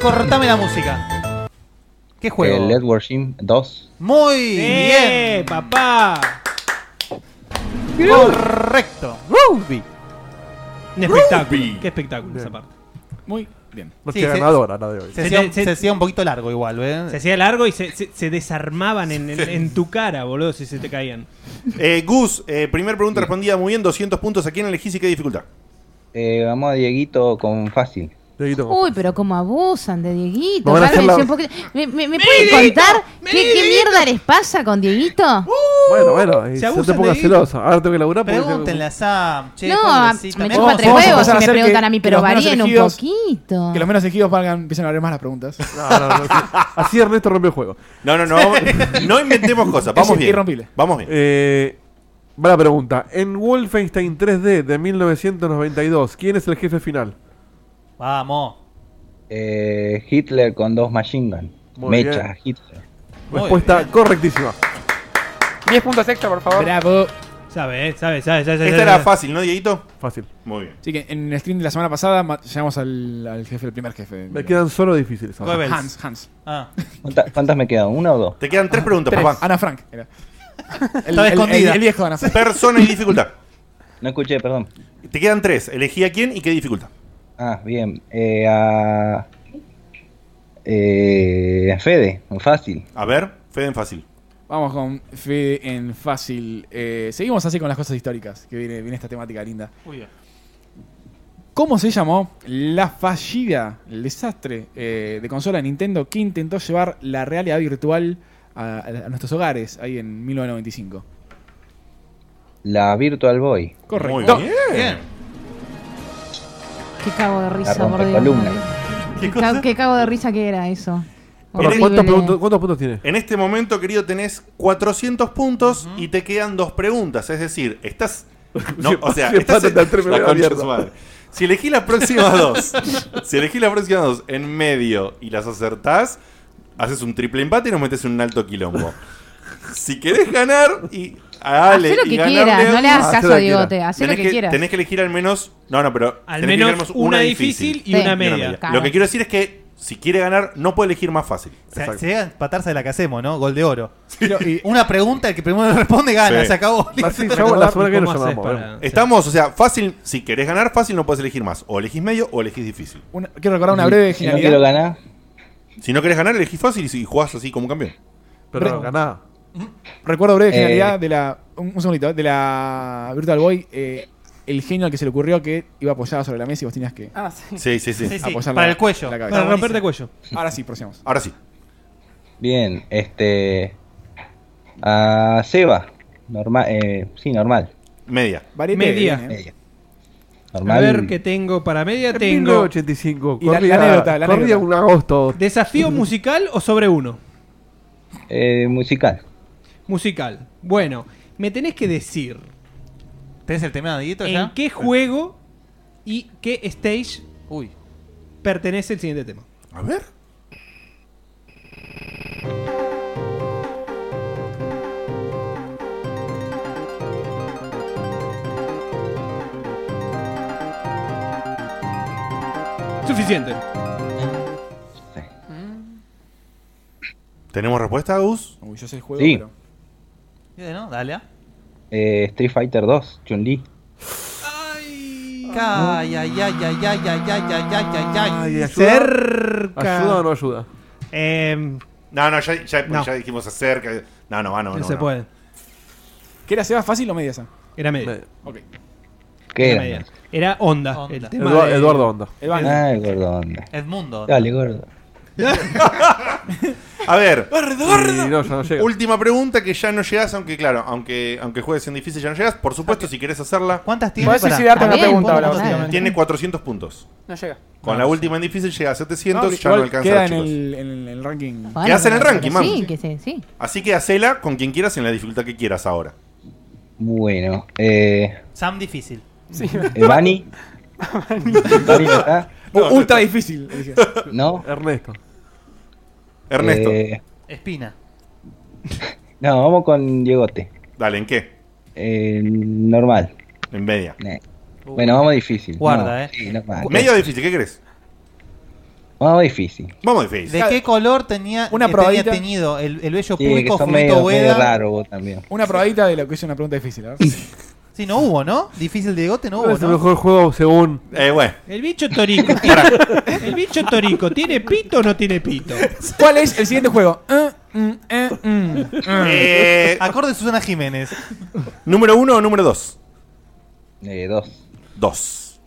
Cortame la música. ¿Qué juego? El Edward Jim 2. Muy ¡Eh, bien. papá! Correcto. Rugby. Un espectáculo. Qué espectáculo esa parte. Muy bien. Sí, se- Se, hacía, se hacía un poquito largo igual, ¿eh? Se hacía largo y se, se- se desarmaban en, en- en tu cara, boludo, si se te caían. Eh, Gus, eh, primera pregunta respondida muy bien, 200 puntos. ¿A quién elegís y qué dificultad? Eh, vamos a Dieguito con fácil. Uy, pero como abusan de Dieguito. Me van a cálmense hacer la- un poquito. ¿Me, me, me pueden contar qué, qué mierda les pasa con Dieguito? Uh, Bueno, bueno, y Se se, te abusan ponga de Guille. celosa. Ahora tengo que laburar porque. Pregúntenle a Sam, che, no, ah, a- pobrecita, me me- chupa Vamos, tres vamos a huevos si empezar me a hacer preguntan que- a mí, que pero los menos varíen un elegidos- poquito. Que los menos equipos valgan- empiecen a abrir más las preguntas. No, no, <laughs> no, sí. Así Ernesto rompe el juego. No, no, no. <laughs> <laughs> no inventemos cosas. Vamos bien. Vamos bien. Eh, va la pregunta. En Wolfenstein 3D de 1992, ¿quién es el jefe final? Vamos. Eh, Hitler con dos machine gun. Muy Mecha, Hitler. Muy Respuesta correctísima. 10 puntos extra, por favor. Bravo. Sabe, eh, sabe, sabe, sabe. Esta Este era fácil, ¿no, Dieguito? Fácil. Muy bien. Así que en el stream de la semana pasada ma- llegamos al, al jefe, el primer jefe. Me quedan solo difíciles ahora. Goebbels. Hans, Hans. ¿Cuánta- ¿Cuántas me quedan? ¿Una o dos? Te quedan tres preguntas, Ah, Tres. papá. Ana Frank. Era. Estaba escondida. El, el viejo Ana Frank. Persona y dificultad. No escuché, perdón. Te quedan tres. Elegí a quién y qué dificultad. Ah, bien. Eh, a. Eh, a Fede, fácil. A ver, Fede en fácil. Vamos con Fede en fácil. Eh, seguimos así con las cosas históricas, que viene, viene esta temática linda. ¿Cómo se llamó la fallida, el desastre eh, de consola de Nintendo que intentó llevar la realidad virtual a, a nuestros hogares ahí en 1995? La Virtual Boy. Correcto. bien. Qué cago La de risa, por Dios. rompecolumna. Ca- Qué cago de risa que era eso. Horrible. ¿Cuántos, puntos, ¿Cuántos puntos tiene? En este momento, querido, tenés 400 puntos y te quedan dos preguntas. Es decir, estás. No, Si o sea, empatan, estás te atreves la a la concha de mierda. su madre. Si elegís las próximas dos, <laughs> si elegís las próximas dos en medio y las acertás, haces un triple empate y nos metes en un alto quilombo. Si querés ganar y. a Ale Hacé lo y que ganarle quieras, a- no le hagas Hacé caso lo a que Diegote, quieras. hacé lo Tenés que quieras. Tenés que elegir al menos. No, no, pero. Al tenés que menos elegir una difícil y Sí. una media. Claro. Lo que quiero decir es que si quiere ganar, no puede elegir más fácil. O sea, Exacto. si llega a empatarse de la que hacemos, ¿no? Gol de oro. Una pregunta, el que primero responde gana, Sí. se acabó. Ah, <laughs> Estamos, o sea, fácil, si querés ganar fácil no puedes elegir más. O elegís medio o elegís difícil. Una- quiero recordar una breve Si no genialidad. quiero Si no querés ganar, elegís fácil y y jugás así como un campeón. Pero Re- ganá. Recuerdo breve Eh. genialidad de la. Un, un segundito, eh, de la Virtual Boy. eh, el genio al que se le ocurrió que iba apoyada sobre la mesa y vos tenías que. Ah, sí. Sí, sí, sí. Sí, sí, apoyar para la- el cuello, la cabeza. para romperte el cuello. Ahora sí, procedemos. Ahora sí. Bien, este. A Seba. Normal. Eh, sí, normal. Media. Media. Normal. A ver qué tengo para media. Tengo. 85. Y la- la Corría, anécdota, la corría anécdota. un agosto. ¿Desafío Mm. musical o sobre uno? Eh, musical. Musical. Bueno, me tenés que decir. ¿Tenés el tema de ¿En ya? qué juego y qué stage pertenece el siguiente tema? A ver. Suficiente. ¿Tenemos respuesta, Gus? Uy, yo sé el juego, Sí. pero. Bueno, dale. ah. Eh, Street Fighter 2, Chun-Li. Ay, ay, ay, ay, ay, ay, ay, ay, ay, ay, ay. Cerca. ¿Ayuda o no ayuda? no, no, ya, ya- Eh, no. ya dijimos acerca. No, no, ah, no, no. No se no. puede. ¿Qué era Seba fácil o media esa? Era media. Ok. ¿Qué Era era? media. Era Onda. Onda. El tema Eduardo- de- Eduardo Onda. Ah, el gordo onda. Edmundo. Dale, gordo. A ver. Y no, ya no llega. Última pregunta que ya no llegas, aunque claro, aunque, aunque juegues en difícil ya no llegas. Por supuesto, si querés hacerla. ¿Cuántas tiene? Podés Pará. suicidarte con la pregunta ahora, básicamente. Tiene 400 puntos. No llega. Con No, la no última en difícil llega a 700, No, ya igual no alcanza Queda los en chicos. el, en el- en el ranking. Bueno, hacen el ranking, sí, mami. que sí, sí. Así que hacela con quien quieras y en la dificultad que quieras ahora. Bueno, eh. Sam difícil. Sí. Bani. Bani Eh, no está. Ultra difícil. No. Ernesto. Ernesto. Eh, Espina. no, vamos con Diegote. Dale, ¿en qué? Eh, normal. En media. Eh, Bueno, vamos difícil. Guarda, No, eh. sí, normal. Medio difícil, ¿qué crees? Vamos difícil. Vamos difícil. ¿De qué color tenía, eh, Una tenía probadita. tenido el, el bello Sí, que público son Fulito medio, medio Ueda? raro vos también. Una probadita de lo que es una pregunta difícil. A ver. Sí, no hubo, ¿no? Difícil de gote, no ¿Cuál hubo, es el ¿no? mejor juego según. Eh, bueno. El <laughs> bicho <laughs> torico. tiene- el bicho torico, ¿tiene pito o no tiene pito? ¿Cuál es el siguiente juego? Mm, mm, eh, mm, mm. Eh, Acorde Susana Jiménez. ¿Número uno o número dos? Eh, dos. <laughs> Dos.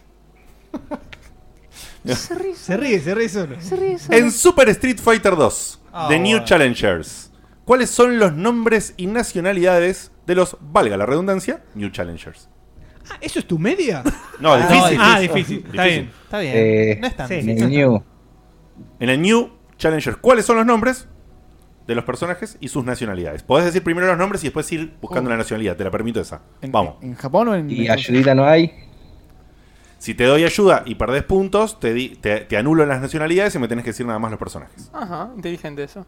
Se ríe, se ríe solo. Se ríe solo. En Super Street Fighter 2, Ah, The New bueno. Challengers, ¿cuáles son los nombres y nacionalidades de los, valga la redundancia, New Challengers? Ah, ¿Eso es tu media? No, difícil. Ah, difícil. Está bien. Está bien. Eh, no es tan Sí, en difícil. el New. En el New Challengers, ¿cuáles son los nombres de los personajes y sus nacionalidades? Podés decir primero los nombres y después ir buscando la nacionalidad, te la permito esa. Vamos. ¿En Japón o en.? Y ayudita no hay. Si te doy ayuda y perdés puntos, te, di- te, te anulo las nacionalidades y me tenés que decir nada más los personajes. Ajá, inteligente eso.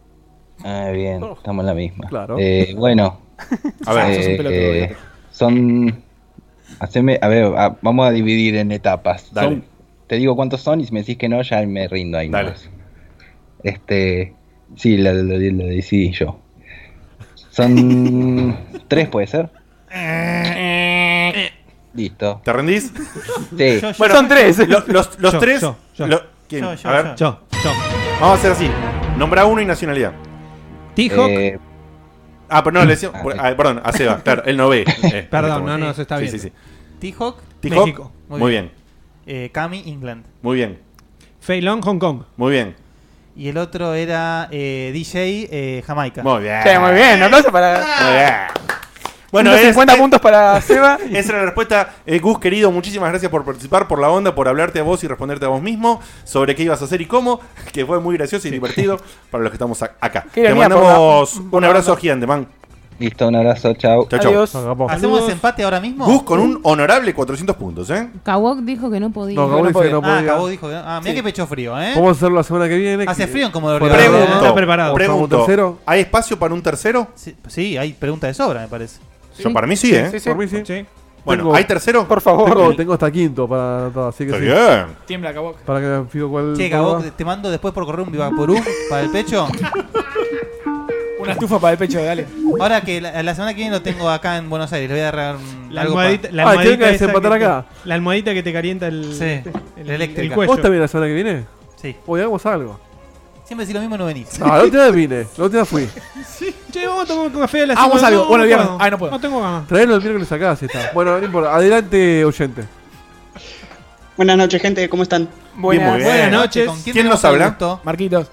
Ah, bien. Estamos en la misma. Claro. Eh, bueno. Oh. <laughs> A ver, sos un Eh, pelotudo, eh, Diegote. son. Haceme, a ver, a- vamos a dividir en etapas. Dale. Son- te digo cuántos son y si me decís que no, ya me rindo ahí. Dale. nomás. Este. Sí, lo, lo- lo decidí yo. <laughs> Son. tres, puede ser. Eh, Listo. ¿Te rendís? Sí. Bueno, lo- los los Yo, tres. yo, yo. lo- ¿Quién? Yo, yo, a ver. Yo, yo. Vamos a hacer así: nombra uno y nacionalidad. T-Hawk. Eh, Ah, pero no, le decimos. ah, perdón, a Seba, claro, él <laughs> no ve. eh, Perdón, en este no, no, momento. eso está Sí, bien. Sí, sí. T-Hawk. T-Hawk, México. Muy muy bien. Eh, Cami, England. Muy bien, Fei Long, Hong Kong. muy bien. Y el otro era eh, DJ eh, Jamaica. Ah, Muy bien. Che, muy bien, una cosa para. Muy bien. Bueno, es- 150 es- puntos <laughs> para Seba. Esa era la respuesta. Eh, Gus, querido, muchísimas gracias por participar, por la onda, por hablarte a vos y responderte a vos mismo sobre qué ibas a hacer y cómo, <laughs> que fue muy gracioso y divertido para los que estamos a- acá. Qué Te ironía por mandamos la- por un la abrazo onda. gigante, man. Listo, un abrazo, chao. Chau, chau. Adiós. ¿Hacemos empate ahora mismo? Gus con un honorable 400 puntos, ¿eh? Kawok dijo que no podía. No, Kawok pues, dice que no podía. Ah, acabó, dijo. que no. Ah, mira Sí. qué pecho frío, ¿eh? Vamos a hacerlo la semana que viene. Hace que- frío en Comodoro Por Rivadavia, ahora, ¿eh? ¿no? Pregunto, ¿Para un tercero? ¿Hay espacio para un tercero? Sí, sí, hay pregunta de sobra, me parece. Yo, para mí sí, ¿eh? Por mí sí. Bueno, Tengo- ¿hay tercero? Por Tengo, tengo hasta quinto para todo, así que Está sí. bien. Tiembla, Kabok. Para que me fijo cuál. Che, cuál Gabo, va. te mando después por correr un Vivaporú para el pecho. Una estufa para el pecho, dale. Ahora que la, la semana que viene lo tengo acá en Buenos Aires, le voy a regalar un- La algo almohadita, pa- Ah, la almohadita esa que te- la almohadita que te calienta el, Sí, el, la eléctrica. el cuello. ¿Vos también la semana que <laughs> viene? Sí. Hoy hagamos algo. Siempre si lo mismo no venís. No, Ah, la última vez vine, la última fui. Che, vamos a tomar un café a la Ah, vamos semana. algo. No, Bueno, no viernes. puedo. Ay, no puedo. No tengo ganas. Traerlo el miércoles acá, si está. Bueno, no importa. Adelante, oyente. Buenas noches, gente, ¿cómo están? Buenas. muy bien. Buenas noches. ¿Con quién ¿Quién nos tenemos habla? el gusto? Marquitos.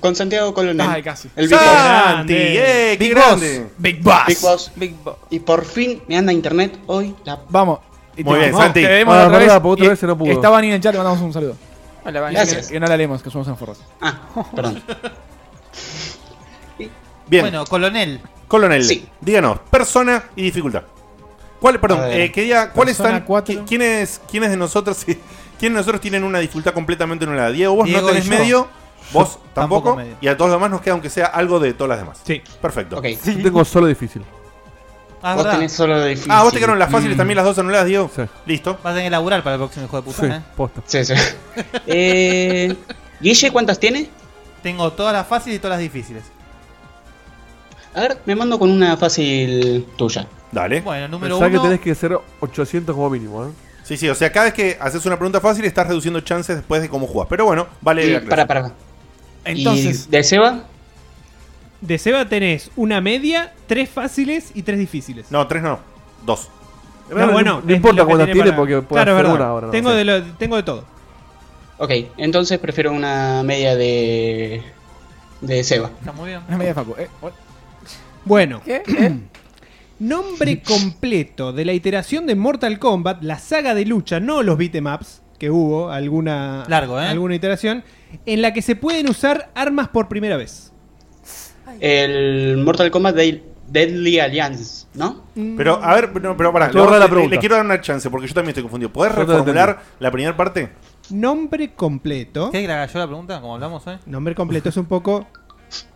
Con Santiago Colonel. Ay, casi. El Big Santi, Boss. eh, qué grande. Big Boss. Big Boss. Y por fin me anda internet hoy. La... Vamos. Y Muy te- bien, vamos, Santi. Te vemos Ah, la otra verdad, vez. porque otra Y- vez se no pudo. Estaba ni en el chat, le mandamos un saludo. Hola, Y- Gracias. Que no la leemos, que somos enforros. Ah, perdón. <laughs> Bien. Bueno, Colonel. Colonel, Sí. díganos, persona y dificultad. ¿Cuál, perdón, eh, quería, ¿cuáles Persona están? qui- ¿Quiénes, quiénes de nosotros, <laughs> sí, quiénes de nosotros tienen una dificultad completamente anulada? Diego, vos Diego no tenés y yo. medio, vos Yo tampoco, <laughs> tampoco medio. y a todos los demás nos queda aunque sea algo de todas las demás. Sí. Perfecto. Yo tengo solo difícil. Ah, Vos ¿verdad? tenés <laughs> solo de difícil. Ah, vos te quedaron las Mm. fáciles también, las dos anuladas, Diego. Listo. Vas a tener que laburar para el próximo hijo de puta, <laughs> Sí, ¿eh? posta. Sí, sí. eh, Guille, ¿cuántas tiene? Tengo todas las fáciles y todas las difíciles. A ver, me mando con una fácil tuya. Dale. Bueno, Pensá que tenés que ser 800 como mínimo, ¿eh? Sí, sí, o sea, cada vez que haces una pregunta fácil estás reduciendo chances después de cómo jugás. Pero bueno, vale. Y la clase. para, para. Entonces- ¿Y de Seba? De Seba tenés una media, tres fáciles y tres difíciles. No, tres no. Dos. No, bueno, no es importa lo que cuántas tenés tiene para- porque puede Claro, es hacer verdad. una ahora. ¿no? Tengo Sí. de lo- tengo de todo. Ok, entonces prefiero una media de. de Seba. Está muy bien. Es media Facu. Eh, hola. Bueno. ¿Eh? <clears throat> Nombre completo de la iteración de Mortal Kombat, la saga de lucha, no los beat'em ups, que hubo alguna, Largo, ¿eh? alguna iteración, en la que se pueden usar armas por primera vez. El Mortal Kombat de- Deadly Alliance, ¿no? Pero, a ver, no, pero pará, Estuvo le- rara la le- le, pregunta. quiero dar una chance porque yo también estoy confundido. ¿Podés Yo te reformular la primera parte? Nombre completo. ¿Qué era yo la pregunta? Como hablamos hoy. Nombre completo es un poco.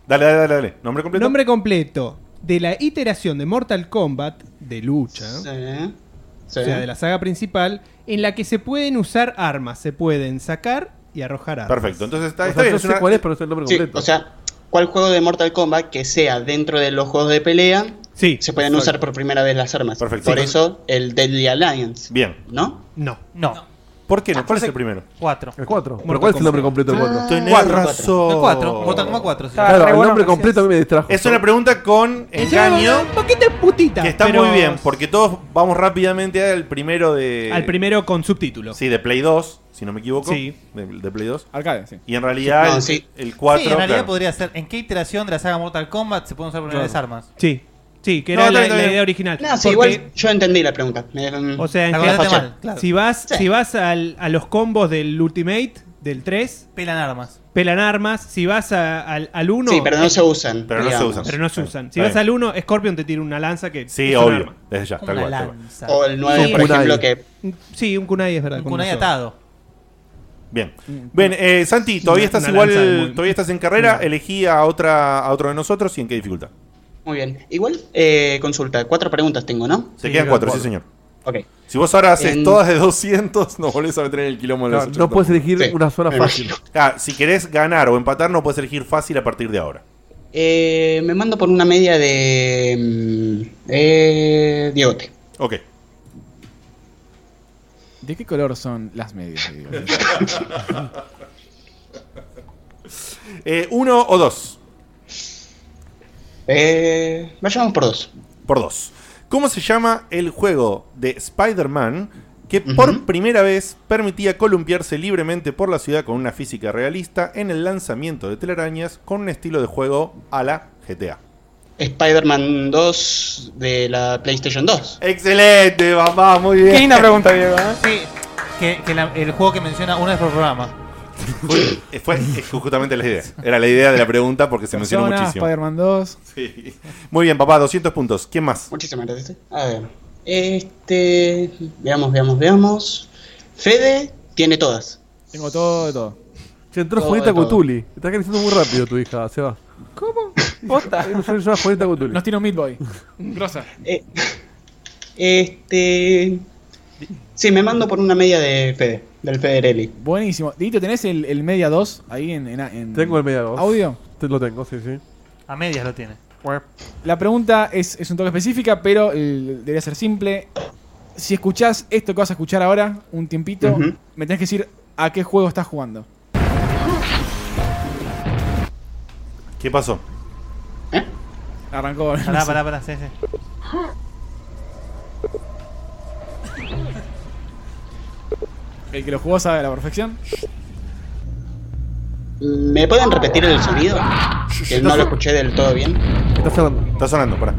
Dale, dale, dale, dale. ¿Nombre completo? Nombre completo de la iteración de Mortal Kombat de lucha. sí. O sea, de la saga principal, en la que se pueden usar armas. Se pueden sacar y arrojar armas. Perfecto, entonces está- O está sea, bien, yo es sé una- cuál es, pero es el nombre Sí, o sea, ¿cuál juego de Mortal Kombat que sea dentro de los juegos de pelea se pueden Exacto. usar por primera vez las armas? Perfecto. Por eso el Deadly Alliance, Bien. ¿no? No. No. ¿Por qué no? ¿Cuál es el primero? 4. El 4. ¿Pero cuál es el nombre completo del 4? Tenés razón. El 4. Mortal Kombat 4. sí. Claro, el nombre completo a mí me distrajo. Es una pregunta con engaño. Un poquito de putita. Que está pero- muy bien, porque todos vamos rápidamente al primero de. Al primero con subtítulo. Sí, de Play 2, si no me equivoco. Sí. De, de Play 2. Arcade, sí. Y en realidad, No, el- sí. el 4. Sí, en realidad claro. podría ser. ¿En qué iteración de la saga Mortal Kombat se pueden usar por primera vez Claro. armas? Sí. Sí, que No, era está la, bien, está la bien. idea original. No, sí, Porque- igual yo entendí la pregunta. Me- O sea, en me general, falló. si vas, si vas al- a los combos del Ultimate, del 3, pelan armas. Pelan armas. Si vas a- al, al 1. Sí, pero no se usan, Pero no se digamos. usan. Pero no se Está usan. bien. Si Está vas bien. al 1, Scorpion te tira una lanza que. Sí, es un obvio. arma. Desde ya, tal Una cual. tal cual. lanza. O el 9, Un por kunai. ejemplo, que. Sí, un kunai es verdad. Un con kunai nosotros. atado. Bien. Mm. Ven, eh, Santi, todavía Una- estás una igual. lanza de muy- Todavía estás en carrera. Elegí a otra a otro de nosotros y en qué dificultad. Muy bien. Igual, eh, consulta, cuatro preguntas tengo, ¿no? Se quedan cuatro, sí, señor. Ok. Si vos ahora haces En- todas de 200, <laughs> no volvés a meter en el kilómetro Claro, no puedes elegir Sí, una sola me fácil. Ah, si querés ganar o empatar, no puedes elegir fácil a partir de ahora. Eh, me mando por una media de. mm, Eh, Diegote. Ok. ¿De qué color son las medias? <laughs> Diego? Eh, ¿Uno o dos? Eh, vayamos por dos. Por dos. ¿Cómo se llama el juego de Spider-Man que por primera vez permitía columpiarse libremente por la ciudad con una física realista en el lanzamiento de telarañas con un estilo de juego a la GTA? Spider-Man 2 de la PlayStation 2. Excelente, mamá, muy bien. Qué linda pregunta, Diego, ¿eh? Sí, que, que la- el juego que menciona una vez por programa. Fue, fue justamente la idea. Era la idea de la pregunta porque se mencionó Persona, muchísimo. Spider-Man 2. Sí. Muy bien, papá, 200 puntos. ¿Quién más? Muchísimas gracias. A ver. Este. Veamos, veamos, veamos. Fede tiene todas. Tengo todo de todo. Se Oh, entró Todo Julieta de todo. Cutuli. Está creciendo muy rápido tu hija, se va. Posta. Julieta Cutuli. Nos tira un Midboy. Grosa. Eh, Este. Sí, me mando por una media de Fede, del Federelli. Buenísimo. Dito, ¿tenés el, el Media 2 ahí en, en- en- Tengo el media voz. audio? Te lo tengo, sí, sí. A medias lo tiene. La pregunta es, es un toque específica, pero eh, debería ser simple. Si escuchás esto que vas a escuchar ahora, un tiempito, Ujú. me tenés que decir a qué juego estás jugando. ¿Qué pasó? Arrancó. no Pará, sé. pará, pará, sí, sí. El que lo jugó sabe a la perfección. ¿Me pueden repetir el <laughs> sonido? Que no lo escuché del todo bien. Está sonando. Está sonando, pará.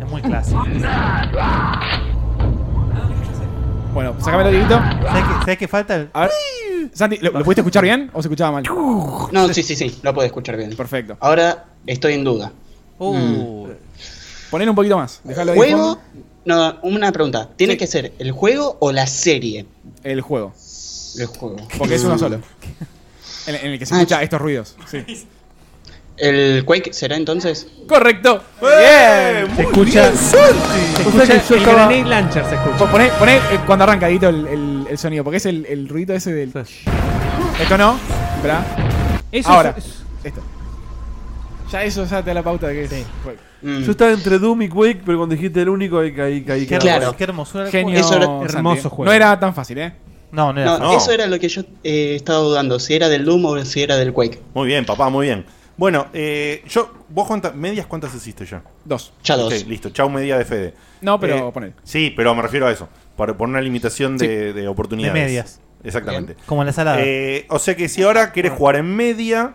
Es muy clásico. Bueno, pues sacámelo, Dieguito. ¿Sabes qué, sabés qué falta? El... A ver, Santi, ¿lo, lo pudiste escuchar bien o se escuchaba mal? No, sí, sí, sí, lo puedo escuchar bien. Perfecto. Ahora estoy en duda. Mm. Uh. Poner un poquito más. Dejalo ahí. ¿Juego? fondo. No, una pregunta. ¿Tiene que ser el juego o la serie? El juego. El juego. Porque es uno Mm. solo. En, en el que se Ah, escucha ch- estos ruidos. Sí. ¿El Quake será entonces? Correcto. ¡Eh! Bien. Muy bien, Santi. Se O sea escucha que yo el estaba- Grenade Launcher se escucha. Poné, poné, eh, cuando arranca Dito, el, el- el sonido, porque es el, el ruido ese del. Esto no. ¿Verdad? Eso Ahora. es- es- Esto. Ya eso ya te da la pauta de que es. Bueno. Yo estaba entre Doom y Quake, pero cuando dijiste el único ahí caí, caí. Qué caí. hermosura, qué hermosura del Genio, juego. Santi. hermoso juego. No era tan fácil, ¿eh? No, No, eso era lo que yo eh, estaba dudando, si era del Doom o si era del Quake. Muy bien, papá, muy bien. Bueno, eh, yo, vos cuántas, medias cuántas hiciste ya? Dos. Ya dos. Ok, listo, chau media de Fede. Eh, No, pero ponele. Sí, pero me refiero a eso. Por, por una limitación de, de oportunidades. De medias. Exactamente. Bien. Como en la salada. Eh, o sea que si ahora querés jugar en media,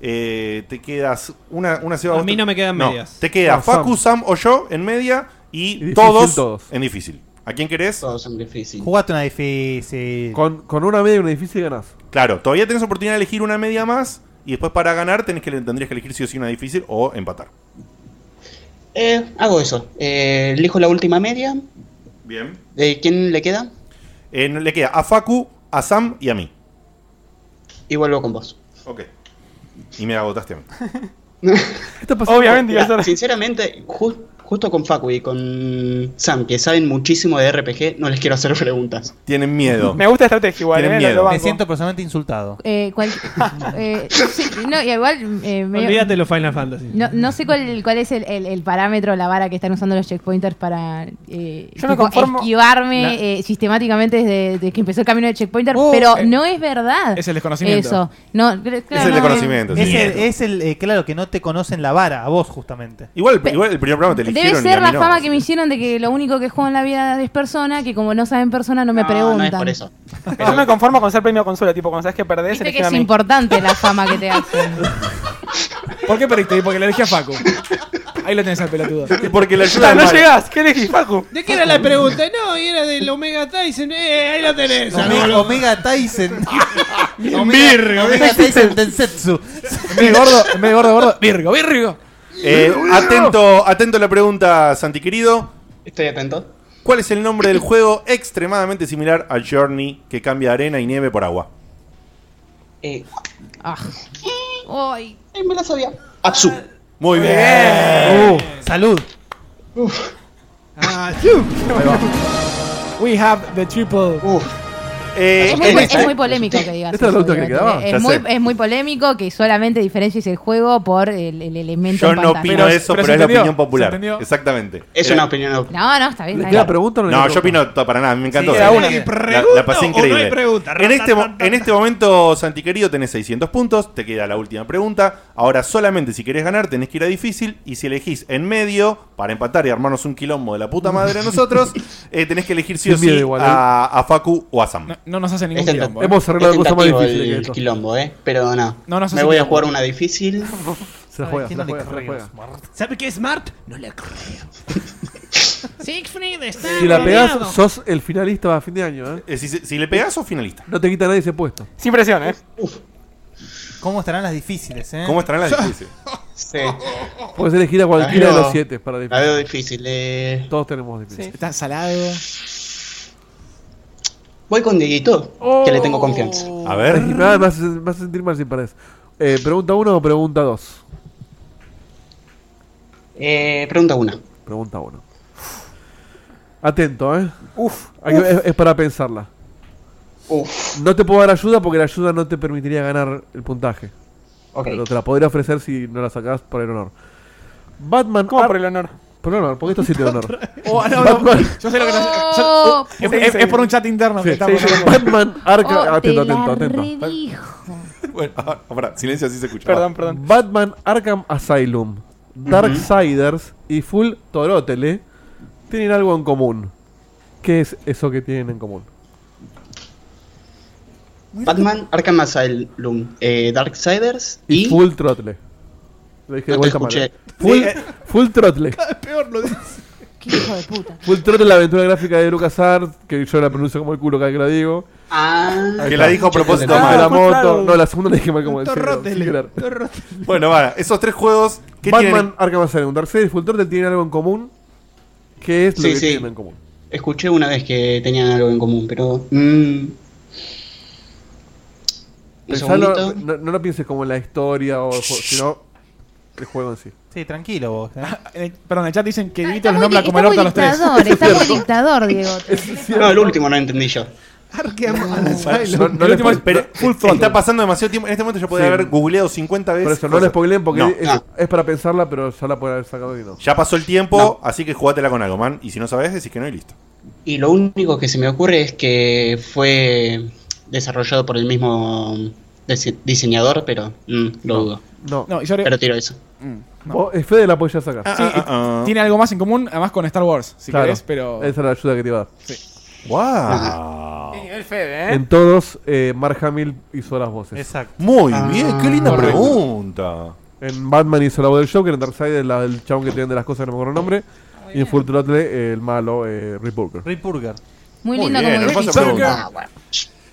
eh, te quedas una, una A mí no me quedan medias. Te queda No, Facu, Sam o yo en media y, difícil todos, todos. en difícil. ¿A quién querés? Todos en difícil. Jugate una difícil. Con, con una media y una difícil ganás. Claro, todavía tenés oportunidad de elegir una media más y después para ganar tenés que, tendrías que elegir si o si una difícil o empatar. Eh, hago eso. Eh, elijo la última media. Bien. ¿De quién le queda? Eh, le queda a Facu, a Sam y a mí. Y vuelvo con vos. Ok. Y me agotaste a <laughs> mí. Obviamente, sinceramente, ju- justo con Facu y con Sam, que saben muchísimo de RPG, no les quiero hacer preguntas. Tienen miedo. Me gusta estrategia igual, Tienen eh, lo- miedo. lo banco. Me siento personalmente insultado. Eh, cual- <laughs> eh, sí, no, y igual. eh, medio- Olvídate los Final Fantasy. No, no sé cuál, cuál es el, el- el parámetro, la vara que están usando los checkpointers para eh, Yo me tipo, conformo- esquivarme No. eh, sistemáticamente desde, desde que empezó el camino del checkpointer, Oh, pero eh, no es verdad. es el desconocimiento. Eso. No, cre- claro, no, Es, el, es el, eh, claro, que no te conocen la vara, a vos justamente. Igual, igual el primer programa te Debe ser la fama que me hicieron de que lo único que juego en la vida es persona, que como no saben persona no me preguntan. <laughs> Yo me conformo con ser premio consuelo, tipo, cuando sabes que perdés, Viste que elegime a es mí. importante la fama que <laughs> te hacen. ¿Por qué perdiste? Porque le elegí a Facu. Ahí lo tenés al pelotudo. <laughs> Porque le ayuda Ah, no al malo. llegás. ¿Qué elegís, Facu? ¿De qué era la pregunta? No, y era del Omega Tyson. Eh, ahí lo tenés. Omega, amigo. <laughs> Omega Tyson. Omega, Virgo. Omega Tyson Densetsu. Me gordo, me gordo, gordo. Virgo, Virgo. Eh, atento, atento a la pregunta, Santi querido. Estoy atento. ¿Cuál es el nombre del juego extremadamente similar a Journey que cambia arena y nieve por agua? Eh, Ah. Ay. me la sabía. Apsu. Muy bien. Uh, salud. Ah, We have the triple. Eh, Es muy, es muy polémico que digas. Esta Eh, es eso, la última que obviamente. quedaba. Ya Es muy, sé. es muy polémico que solamente diferencies el juego por el, el elemento. Yo en no pantalla. opino eso, pero, pero se es la entendió, opinión se popular. entendió. Exactamente. Eh, Es Era- una opinión. No, no, está bien. Está era- bien. no, yo opino to- para nada, me encantó. Sí, era una. La- ¿Pregunto la pasé o no increíble. hay pregunta? en, este, mo- en este momento, Santi querido, tenés 600 puntos. Te queda la última pregunta. Ahora, solamente si querés ganar, tenés <laughs> que ir a difícil. Y si elegís en medio, para empatar y armarnos un quilombo de la puta madre a nosotros, eh, tenés que elegir sí Sin o sí miedo igual, ¿eh? a, a Facu o a Sam. No, nos hace ningún quilombo, ¿eh? Hemos arreglado es cosas más tentativo difíciles que el esto. quilombo, ¿eh? Pero no. No, no sé Me si voy a quilombo. jugar una difícil. <laughs> Se la juega, se la juega, se la juega. ¿Sabe qué es Smart? No la creo. <laughs> Siegfried está. Si la rodeado. pegás, sos el finalista a fin de año, ¿eh? si, le pegás, sos finalista. No te quita nadie ese puesto. Sin presión, ¿eh? ¿Cómo estarán las difíciles, eh? <laughs> ¿Cómo estarán las difíciles? <laughs> Sí. Puedes elegir a cualquiera de los siete para La veo difícil, eh. Todos tenemos difícil. Está salado. Voy con Dieguito, que le tengo confianza. Oh. A ver. Nada, me hace, me hace sentir mal si parece. Eh, pregunta uno o pregunta dos. Eh, pregunta una. Pregunta uno. Atento, ¿eh? Uf, Hay que- uf. Es, es para pensarla. No te puedo dar ayuda porque la ayuda no te permitiría ganar el puntaje. Ok. Pero te la podría ofrecer si no la sacás por el honor. Batman. ¿Cómo por el honor? Por el honor, porque esto sí te da honor. <laughs> Oh, ah, no, no, Batman. Yo sé lo que no- yo- Oh, es, es- es por un chat interno Sí, que está sí, sí. por- Batman Arkham. Oh, atento, te atento, la atento. redijo. Bueno, ahora, pará, silencio así se escucha. Va. Ah, Batman Arkham Asylum, Darksiders y Full Torotele tienen algo en común. ¿Qué es eso que tienen en común? Batman, Arkham Asylum, eh, Darksiders Y, y. Full Throttle. Lo dije de No te vuelta mal. ¿eh? escuché. Full, Sí. full Throttle. Peor lo dice. Qué hijo de puta. Full Throttle, la aventura gráfica de LucasArts, que yo la pronuncio como el culo cada vez que la digo. Ah, Ahí Que está. la dijo a propósito Ah, mal. la moto. Claro. No, la segunda la dije mal como el Torrotele, Bueno, va, esos tres juegos que Batman tienen. Arkham Asylum, Darksiders y Full Throttle tienen algo en común. ¿Qué es lo Sí, que sí. tienen en común? Escuché una vez que tenían algo en común, pero. mm, un Pensalo, segundito. no, no lo pienses como en la historia o el juego, sino el juego en sí. Sí, tranquilo vos. En el- Perdón, en el chat dicen que Dieguito Está los muy, nombra está como el muy orto a los tres. dictador, <laughs> está muy dictador, <laughs> Diego. No, el último no lo entendí yo. No, no El le último- spoile- pero full throttle. está pasando demasiado tiempo. En este momento yo podría Sí. haber googleado 50 veces. Por eso, no la spoileen porque No. es, es para pensarla, pero ya la pueden haber sacado y no. Ya pasó el tiempo, así que jugátela con algo, man. Y si no sabes, decís que no y listo. Y lo único que se me ocurre es que fue desarrollado por el mismo dise- diseñador, pero mm, lo dudo. No. No, y yo le- Pero tiro eso. Vos- Oh, es Fede la podés ya sacar. Ah, Sí, y tiene algo más en común, además con Star Wars, si Claro, querés, pero. Esa es la ayuda que te iba a dar. ¡Wow! nivel Fede, ¿eh? En todos, eh, Mark Hamill hizo las voces. Exacto. Muy bien, qué linda Correcto. pregunta. En Batman hizo la voz del Joker, en Darkseid la del chabón que tienen de las cosas, no me acuerdo el nombre. Y en Full Throttle, eh, el malo, eh, Rip Burger. Ray Burger. Muy Muy lindo bien, como hermosa dijiste. pregunta.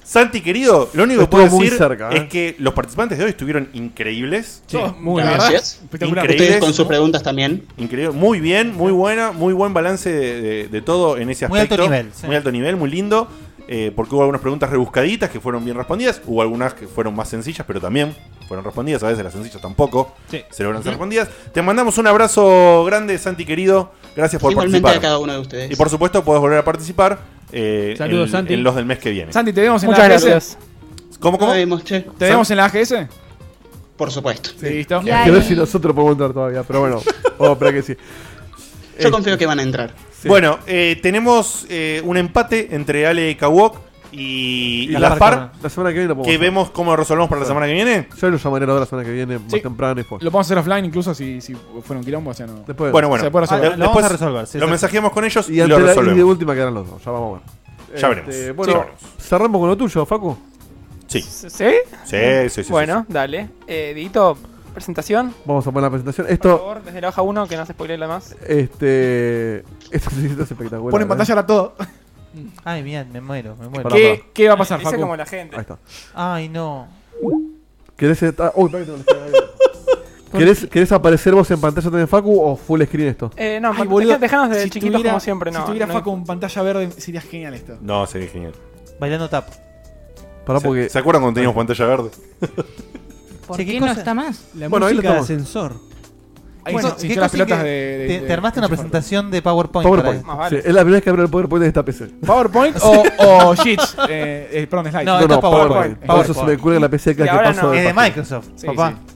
Santi, querido, lo único que Estuvo puedo muy decir cerca, ¿eh? es que los participantes de hoy estuvieron increíbles. Sí. Todos muy bien. Gracias. Espectacular. Ustedes con sus preguntas también. Increíble. Muy bien, muy buena, muy buen balance de, de- de todo en ese Muy alto aspecto. nivel, sí. Muy alto nivel, muy lindo. eh, porque hubo algunas preguntas rebuscaditas que fueron bien respondidas. Hubo algunas que fueron más sencillas, pero también fueron respondidas. A veces las sencillas tampoco Sí. se logran ser respondidas. Te mandamos un abrazo grande, Santi querido. Gracias por Igualmente participar. a cada uno de ustedes. Y por supuesto, podés volver a participar eh, Saludos, en, Santi. en los del mes que viene. Santi, te vemos en Muchas la AGS. gracias. ¿Cómo, cómo? Nos vemos, che. ¿Te vemos en la AGS? Por supuesto. Listo. Que ver si nosotros podemos entrar todavía, pero bueno, vamos a esperar que sí. Eh, Yo confío que van a entrar. Bueno, eh, tenemos eh, un empate entre Ale Kawok y, Y y la Gaspar. semana- la semana que viene lo podemos hacer. vemos cómo resolvemos para la semana que viene. Yo lo llamaré la semana que viene, más Sí. temprano y después. Lo podemos hacer offline incluso si, si fuera un quilombo, o sea, no. Después. Bueno, bueno. Se puede resolver. Ah, lo vamos a resolver, sí, Lo sí. mensajeamos con ellos y ante lo la- resolvemos. de última quedan los dos, ya vamos a ver. Este, Ya veremos. Bueno, Sí, ya veremos. cerramos con lo tuyo, Facu. Sí. ¿Sí? Sí, sí, sí, Bueno, dale. Eh, Dieguito, presentación. Vamos a poner la presentación. Por Esto, favor, desde la hoja 1, que no se spoile la más. este. Esto sí, esto es espectacular. Pone en ¿eh? pantalla ahora todo. Ay, bien, me muero, me muero. Pará, ¿Qué- pará. qué va a pasar, Ese Facu? como la gente. Ahí está. Ay, no. ¿Querés, estar- uy, pará que tengo la espada ahí. <laughs> ¿Querés, ¿Querés aparecer vos en pantalla también, Facu, o full screen esto? Eh, no, Ay, man- boludo, deja- dejanos de si chiquitos tuviera- como siempre, no. Si tuviera no- Facu en pantalla verde, sería genial esto. No, sería genial. Bailando tap. Pará porque. ¿Se acuerdan cuando teníamos pantalla verde? ¿Por Che, qué qué no cosa- está más? La Bueno, ahí lo música de estamos. ascensor. Ahí Bueno, se- se qué hinchó las cosa pelotas que de- Eh, de- te, de- te armaste una enchufarte. presentación de PowerPoint. Powerpoint. para- Sí, es la primera vez que abro el PowerPoint de esta PC. <laughs> ¿PowerPoint o, o Sheets? Eh, eh, perdón, Slides. No, esto es PowerPoint. Por eso se me cuelga la PC cada Y que ahora paso no. de Es de página. Microsoft, Sí, papá. sí.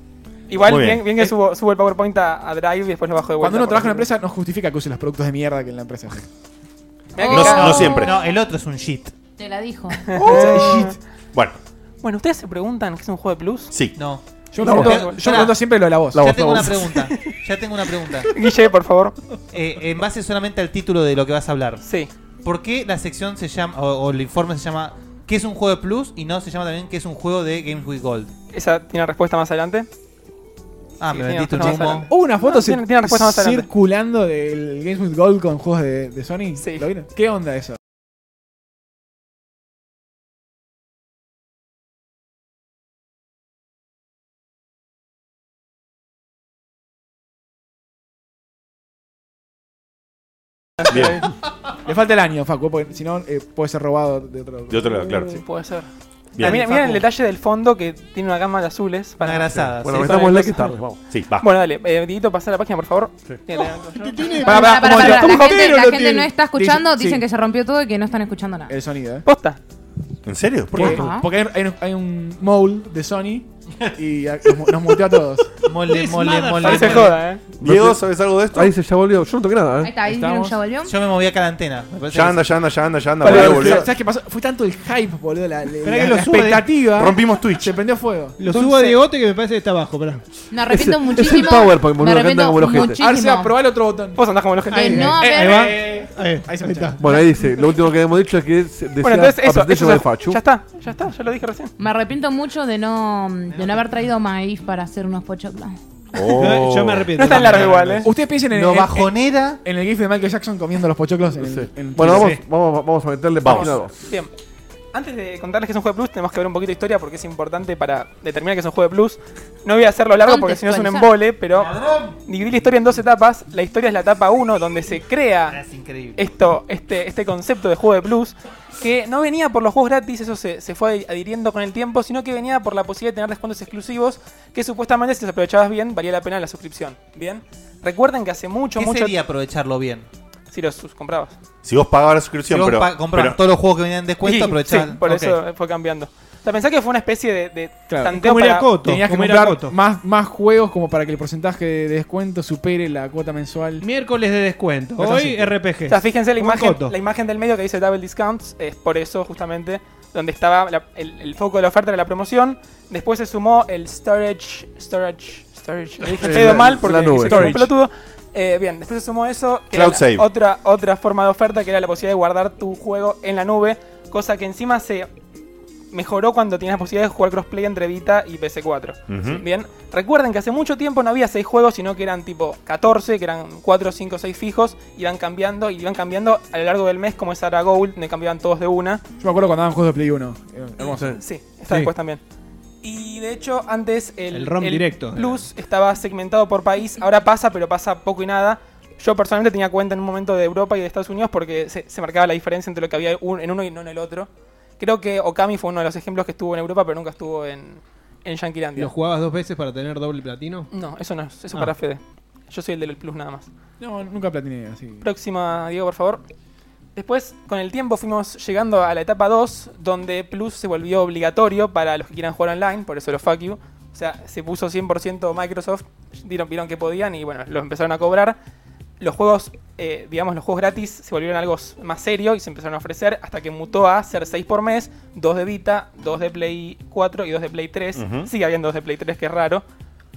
Igual, Muy bien. bien. bien, que subo, subo el PowerPoint a, a Drive y después lo bajo de vuelta. Cuando uno trabaja en una porque- empresa, no justifica que use los productos de mierda que en la empresa. Mirá que cagado. No, el otro es un shit. Te la dijo. <laughs> Bueno. Oh, Bueno, ¿ustedes se preguntan qué es un juego de plus? Sí. No. Yo me pregunto- yo me pregunto siempre lo de la voz. Ya La voz, tengo la una voz. pregunta. Ya tengo una pregunta. Guille, por favor. Eh, en base solamente al título de lo que vas a hablar. Sí. ¿Por qué la sección se llama, o, o el informe se llama, ¿qué es un juego de Plus? Y no se llama también, ¿qué es un juego de Games with Gold? Esa tiene respuesta más adelante. Ah, me metiste un humo. Hubo una foto No, cir- tiene- tiene respuesta más adelante. circulando del Games with Gold con juegos de, de Sony. ¿Lo vieron? ¿Qué onda eso? Bien. Le falta el año, Facu, porque si no eh, puede ser robado de otro De otro lado, claro. Sí, puede ser. Bien. Ah, mira, mira el detalle del fondo que tiene una gama de azules. Para... grasada, Bueno, sí. metamos Para- like y tarde, vamos. Sí, va. Bueno, dale. Eh, Dieguito, pasa la página, por favor. Tiene la- Pará, pará, pará, ¿cómo lo- pará. ¿cómo La gente, lo la gente tiene? no está escuchando, Dice- dicen sí. que se rompió todo y que no están escuchando nada. El sonido, ¿eh? Posta. ¿En serio? ¿Por Porque, qué? porque hay, hay un, hay un mole de Sony y a- nos, nos muteó a todos. <laughs> Mole, mole, mole. No se mole. joda, eh. Diego, ¿sabes algo de esto? Ahí se ya volvió. Yo no toqué nada, Ahí ¿eh? está, ahí vieron, ya volvió. Yo me moví a calantena. Me parece Ya que anda, sí. ya anda, ya anda, ya anda. Pará, boludo, boludo. ¿Sabes qué pasó? Fue tanto el hype, boludo, la, la- Esperá que la- lo la suba, expectativa. Diego. Rompimos Twitch. Se prendió fuego. Lo subo a Diegote que me parece que está abajo, pará. Me arrepiento Es el- es muchísimo. el PowerPoint, boludo, me que anda arrepiento como los gente. muchísimo. Ahora sí, aprobá el otro botón. Vos andás como los Que no Ahí, haber- ahí va. Eh, Ahí, ahí se ahí está. Bueno, ahí dice, lo último que hemos dicho es que se- decía Bueno, entonces eso, Aprendiz eso sobre ya- Fachu. ya está, ya está, ya lo dije recién. Me arrepiento mucho de no, de no haber traído maíz para hacer unos pochoclos. <laughs> Oh. Yo me arrepiento. No es tan largo igual, eh. Ustedes piensen en, Lo en- bajonera. en el GIF de Michael Jackson comiendo los pochoclos en el- en el Bueno, vamos, Twitter. vamos, vamos a meterle Vamos. página 2. Bien. Antes de contarles que es un juego de plus, tenemos que ver un poquito de historia porque es importante para determinar que es un juego de plus. No voy a hacerlo largo porque si no es un Contextualizar. embole, pero dividí la historia en dos etapas. La historia es la etapa 1, donde se crea Ah, Es increíble. esto, este, este concepto de juego de plus, que no venía por los juegos gratis, eso se, se fue adhiriendo con el tiempo, sino que venía por la posibilidad de tener descuentos exclusivos, que supuestamente si los aprovechabas bien, valía la pena la suscripción. ¿Bien? Recuerden que hace mucho, ¿Qué mucho sería aprovecharlo bien? si los sus- comprabas. Si vos pagabas la Si suscripción, vos pero. pa- comprabas pero- todos los juegos que venían en descuento, Sí, aprovechar. sí, por eso fue cambiando. O sea, pensá que fue una especie de, de Claro, tanteo como ir a para... Coto, Tenías que como ir a comprar Coto. más, más juegos como para que el porcentaje de descuento supere la cuota mensual. Miércoles de descuento. Pues Hoy así. RPG. O sea, fíjense la Como imagen, Coto. la imagen del medio que dice Double Discounts, es por eso justamente donde estaba la- el, el foco de la oferta de la promoción. Después se sumó el storage, storage, storage. Lo dije Eh, pedo la- mal porque la nube. se hizo un Storage. pelotudo. Eh, bien, después se sumó eso, que era Cloud la- save. otra otra forma de oferta que era la posibilidad de guardar tu juego en la nube, cosa que encima se mejoró cuando tienes la posibilidad de jugar crossplay entre Vita y PS4. ¿Mm? Ujú. Bien, recuerden que hace mucho tiempo no había 6 juegos, sino que eran tipo 14, que eran 4, 5, 6 fijos, iban cambiando, y iban cambiando a lo largo del mes, como es Ara Gold, donde cambiaban todos de una. Yo me acuerdo cuando daban juegos de Play 1. Eh, Hermoso. Sí, está Sí. después también. Y de hecho, antes el, El ROM directo. Plus estaba segmentado por país, ahora pasa, pero pasa poco y nada. Yo personalmente tenía cuenta en un momento de Europa y de Estados Unidos porque se, se marcaba la diferencia entre lo que había un- en uno y no en el otro. Creo que Okami fue uno de los ejemplos que estuvo en Europa, pero nunca estuvo en, en Yanquilandia. ¿Lo jugabas dos veces para tener doble platino? No, eso no, es- eso Ah. para Fede. Yo soy el del Plus nada más. No, nunca platiné así. Próxima, Diego, por favor. Después, con el tiempo, fuimos llegando a la etapa 2, donde Plus se volvió obligatorio para los que quieran jugar online, por eso los fuck you. O sea, se puso 100% Microsoft, vieron, vieron que podían y bueno, los empezaron a cobrar. Los juegos, eh, digamos, los juegos gratis se volvieron algo s- más serio y se empezaron a ofrecer hasta que mutó a ser 6 por mes, 2 de Vita, 2 de Play 4 y 2 de Play 3. Ujú. Sigue habiendo 2 de Play 3, que es raro.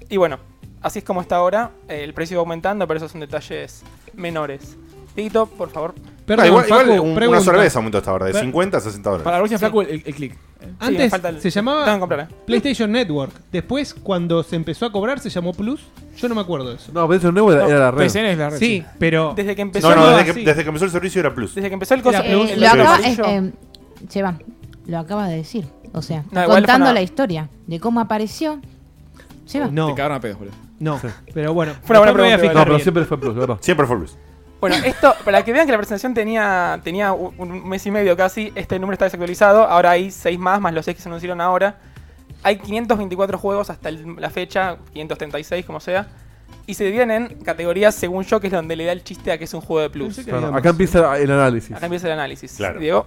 Y bueno, así es como está ahora. Eh, el precio va aumentando, pero esos son detalles menores. Tito, por favor. Perdón, Ah, igual, igual Facu, un- una pregunta. cerveza aumentó hasta ahora, de Pe- 50 a 60 dólares. Para la próxima Flaco, el, el click. me Antes Eh, falta el- se Tengo que llamaba comprar, ¿eh? PlayStation Network. Después, cuando se empezó a cobrar, se llamó Plus. Yo no me acuerdo de eso. No, pero eso nuevo era, era la red. PSN es la red. Sí, pero. Desde que em- empezó, No, no, no, desde que, así. desde que empezó el servicio era plus. desde que empezó el coso, Era Plus. el- Eh, el lo acaba, amarillo, eh, eh, Cheva, lo acaba de decir. O sea, No, igual fue contando una- la historia de cómo apareció. Cheva. Te No, cagaron a pedos, boludo. no. Pero bueno. Fue una buena después me voy a pregunta, fijar No, pero bien. siempre fue plus, ¿verdad? Siempre fue plus. Bueno, esto, para que vean que la presentación tenía, tenía un- un mes y medio casi, este número está desactualizado, ahora hay 6 más, más los 6 que se anunciaron ahora. Hay 524 juegos hasta el- la fecha, 536 como sea, y se dividen en categorías según yo, que es donde le da el chiste a que es un juego de plus. Pensé que Claro, había acá más. empieza el análisis. Acá empieza el análisis. Claro. Diego,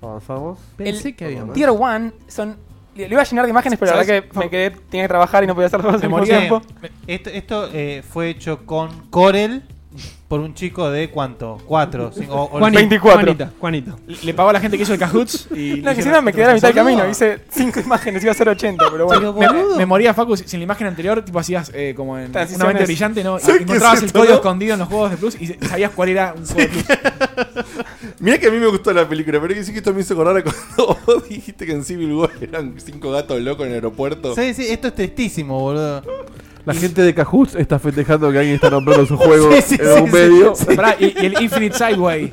Avanzamos. Pensé que había más. Tier 1 son... Lo iba a llenar de imágenes, pero la ¿Sabes? verdad que me quedé, tenía que trabajar y no podía hacerlo al mismo Porque tiempo. Esto, esto, eh, fue hecho con Corel por un chico de cuánto? ¿Cuatro? cinco, o- o- Juanito, 24. Juanita, Juanita. Le, le pagó a la gente que hizo <laughs> el Cahoots y. No, le que hicieron- encima me quedé a la mitad del boludo. camino. Hice 5 <laughs> imágenes, iba a ser 80, pero bueno. Me, me moría Facu si- sin la imagen anterior, tipo hacías eh, como en Transiciones. una mente brillante, ¿no? Y ¿Sabes qué encontrabas es el esto, código no? escondido en los juegos de Plus y sabías cuál era un juego de Plus. Mira que a mí me gustó la película, pero que sí que esto me hizo acordar a cuando <laughs> vos dijiste que en Civil War eran cinco gatos locos en el aeropuerto. Sí, sí, esto es tristísimo, boludo. La gente de Cajus está festejando que alguien está nombrando su <laughs> juego <laughs> en un medio. Pará, y, y el Infinite Sideway.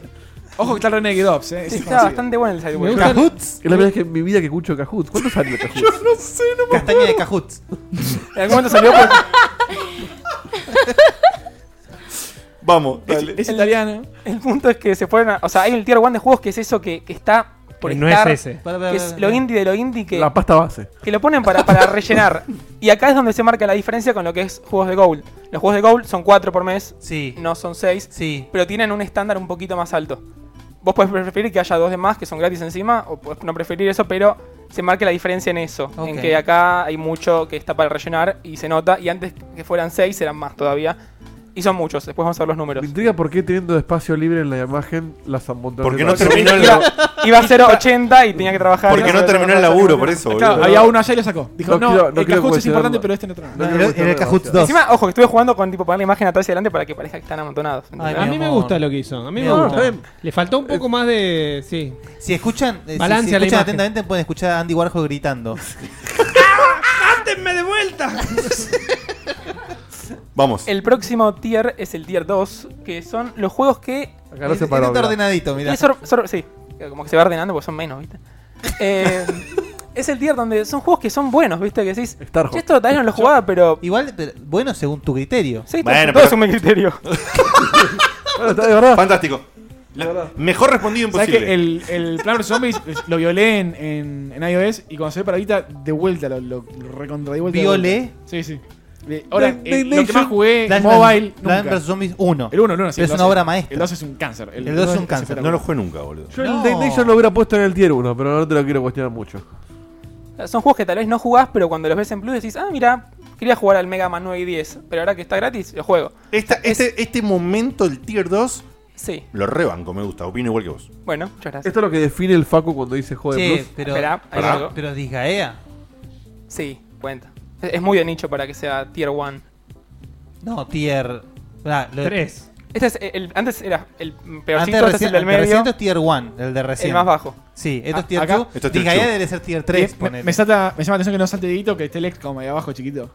Ojo que está el Renegade Ops, eh. Sí, está bastante bueno el Sideway. Es la primera vez que en mi vida que escucho Cajuts. ¿Cuándo salió Cajuts? no sé, no me Castaña de Cajuts. En algún momento salió por... Vamos, Es, italiano. El punto es que se fueron a- O sea, hay el tier 1 de juegos que es eso que, que está por Que no estar, es ese. Pará, pará, Que pará, es pará. lo indie de lo indie que, La pasta base. que lo ponen para, <laughs> para rellenar. Y acá es donde se marca la diferencia con lo que es juegos de Goal. Los juegos de Goal son 4 por mes. No son 6. Pero tienen un estándar un poquito más alto. Vos podés preferir que haya dos de más que son gratis encima, o podés no preferir eso, pero se marca la diferencia en eso. En Ok. que acá hay mucho que está para rellenar y se nota. Y antes que fueran 6 eran más todavía. Y son muchos. Después vamos a ver los números. Me intriga por qué teniendo espacio libre en la imagen las amontonaron. Porque no terminó el- Iba, iba a <laughs> ser 80 y tenía que trabajar. Porque no terminó el laburo, por eso, Claro, boludo. había uno allá y lo sacó. Dijo, No no, quiero- no el quiero Kahoot es importante, cuestionarlo. pero este no trae. No quiero Era- era cuestionarlo Kahoot demasiado. 2. Encima, ojo, que estuve jugando con tipo poner la imagen atrás y adelante para que parezca que están amontonados. a mí me gusta lo que hizo. A mí me No, gusta. está bien. Le faltó un poco más de. Sí. Si escuchan, eh, si- Balance si a la escuchan imagen. atentamente pueden escuchar a Andy <laughs> Warhol gritando. ¡Mándenme de vuelta! <laughs> Vamos. El próximo tier es el tier 2, que son los juegos que. Acá no se paró, Está mirá. ordenadito, mirá. Que sor- sor- sí, como que se va ordenando porque son menos, <laughs> ¿viste? Eh, es el tier donde son juegos que son buenos, ¿viste? Que decís. Starhawk. "Che, Esto tal vez no lo jugaba, pero. Igual, pero bueno, según tu criterio. Sí, todo- todo es un <laughs> buen criterio. Fantástico. La- mejor respondido ¿Sabes imposible. que el, el Plan vs. Zombies lo violé en, en, en iOS y cuando salió para Vita, de vuelta lo, lo recontra de vuelta. de ¿Violé? vuelta. Sí, sí. De- Ahora, Plan- eh, lo que Nation- más jugué Plan- mobile. Plan nunca. vs. Zombies uno. El 1, el 1, sí. el Pero es dos una obra maestra. El 2 es un cáncer. El dos es un dos cáncer. espectacular. No lo jugué nunca, boludo. Yo el Day Nation lo hubiera puesto en el tier 1, pero no te lo quiero cuestionar mucho. Son juegos que tal vez no jugás, pero cuando los ves en Plus decís, ah, mira, quería jugar al Mega Man 9 y 10, pero ahora que está gratis, lo juego. este, este momento, el tier 2. Sí. Lo rebanco, me gusta. Opino igual que vos. Bueno, muchas gracias. Esto es lo que define el Facu cuando dice joder Sí, plus. pero- Esperá, ahí Pará. algo. Pero disgaea. Sí, cuenta. Es es muy de nicho para que sea tier 1. No, tier. Ah, lo- Tres. Este es el, el- antes era el Antes peorcito, de este es recién- el del el de medio. recién esto es tier 1, el de recién. El más bajo. Sí, esto es Ah, tier acá. 2. Disgaea debe ser tier 3. Y Me, me salta- me llama la atención que no salte dedito que esté el XCOM ahí abajo, chiquito.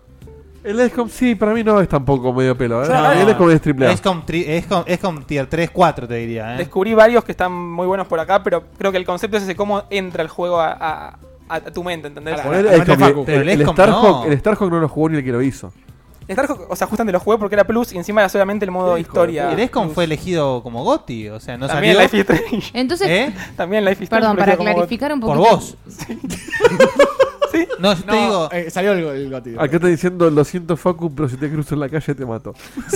El XCOM sí, para mí no es tampoco medio pelo. ¿eh? No, el XCOM es triple A. Es con, tri- es con- es con tier 3, 4, te diría. ¿eh? Descubrí varios que están muy buenos por acá, pero creo que el concepto es ese cómo entra el juego a, a- a- a tu mente, ¿entendés? Poner A- a- el, a- XCOM, Pero el el, el XCOM Starhawk, no. el Starhawk no lo jugó ni el que lo hizo. Starhawk, o sea, justamente lo jugué porque era plus y encima era solamente el modo historia. El <laughs> Escom fue elegido como Gotti, o sea, no También salió. Life is Strange. Entonces- ¿Eh? También Life is Strange Perdón, fue para elegido como clarificar un Por poquito. vos. Sí. No, yo te digo. eh, salió el, el Gotti. Acá está diciendo, lo siento Facu, pero si te cruzo en la calle te mato. <laughs>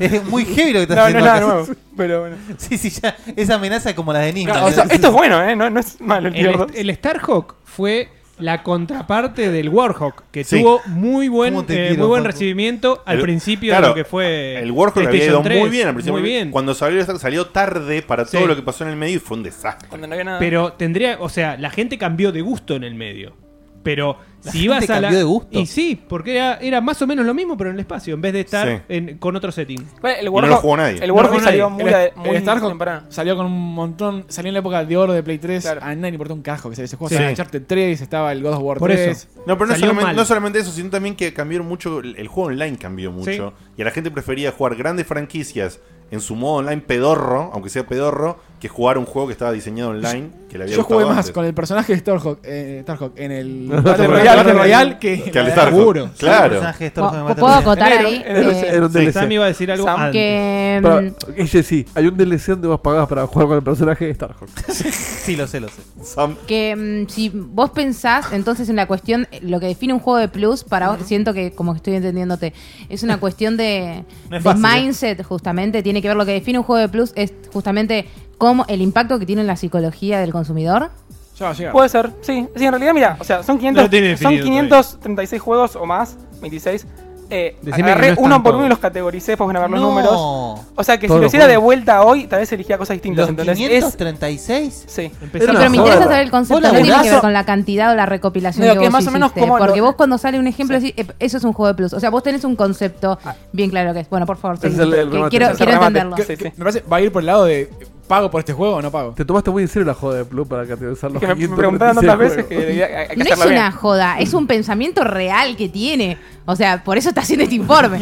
Es muy <laughs> heavy lo que estás No, no haciendo. es nada acá. nuevo, pero bueno. <laughs> Sí, sí, ya. Esa amenaza como la de Ninja. Claro, o sea, esto es bueno, ¿eh? No, no es malo el El, tier 2. este- est- el Starhawk fue la contraparte del Warhawk, que Sí. tuvo muy buen, ¿Cómo te eh, quiero, muy buen Facu? recibimiento al El- principio claro, de lo que fue. El Warhol había ido PlayStation 3, muy bien al principio. muy bien. Cuando salió, salió tarde para Sí. todo lo que pasó en el medio y fue un desastre. Cuando no había nada. Pero tendría, o sea, la gente cambió de gusto en el medio. Pero La si ibas gente a la. cambió de gusto. Y sí, porque era, era más o menos lo mismo, pero en el espacio, en vez de estar Sí. en- con otro setting. Bueno, el Y no Warhawk- lo jugó nadie. el Warhawk salió muy el, a- el muy Starhawk temprano. salió con un montón. Salió en la época de oro de Play 3. A nadie le importó un carajo que salió ese juego. Sí. Estaba Uncharted 3, estaba el God of War Por 3. eso. No, pero no Salió solamente, mal. no solamente eso, sino también que cambiaron mucho. El, el juego online cambió mucho. Y a la gente prefería jugar grandes franquicias en su modo online pedorro, aunque sea pedorro, que jugar un juego que estaba diseñado online. Que le había Yo jugué gustado más antes. con el personaje de Starhawk, eh, Starhawk en el <laughs> Battle Battle Royale, Royale, Battle Battle Royale Royale que, que al Starhawk, Seguro. claro. El personaje de Starhawk en ¿Puedo- Battle ¿Puedo Royale. acotar Era- ahí? era un- Eh, era un Sam DLC. iba a decir algo antes. Que, mm, Pará, Guille, sí, hay un DLC donde vos pagás para jugar con el personaje de Starhawk. <laughs> sí, lo sé, lo sé. que mm, si vos pensás entonces en la cuestión, eh, lo que define un juego de plus, para vos, siento que como que estoy entendiéndote, es <laughs> una cuestión de, No es de fácil, ¿eh? mindset justamente, tiene que ver lo que define un juego de plus, es justamente cómo el impacto que tiene en la psicología del consumidor. Ya va a llegar. Puede ser, sí. Sí, en realidad, mira, o sea, son, 500, No tiene son definido 536 juegos o más, 26. Eh, Decime que no agarré están uno por todos. uno y los categoricé después de grabar los No. números. O sea que Todos si lo los hiciera de juegos. vuelta hoy, tal vez elegía cosas distintas. ¿Los ¿entendés? Es- 536? Sí. Sí, pero me interesa saber el concepto, no tiene que ver <laughs> laburás- con la cantidad o la recopilación No, que, que vos más o menos hiciste, cómo lo- Porque vos cuando sale un ejemplo decís, "Eh, eso es un juego de plus. O sea, vos tenés un concepto bien claro que es. Bueno, por favor, seguí, que quiero, Es el quiero remate. entenderlo. Que- que Me parece va a ir por el lado de ¿Pago por este juego o no pago? Te tomaste muy en serio la joda de Blue para categorizar los Que me- me 500 preguntaron tantas veces juegos. que- hay- hay No es una joda, es un pensamiento real que tiene. O sea, por eso está haciendo este <laughs> informe.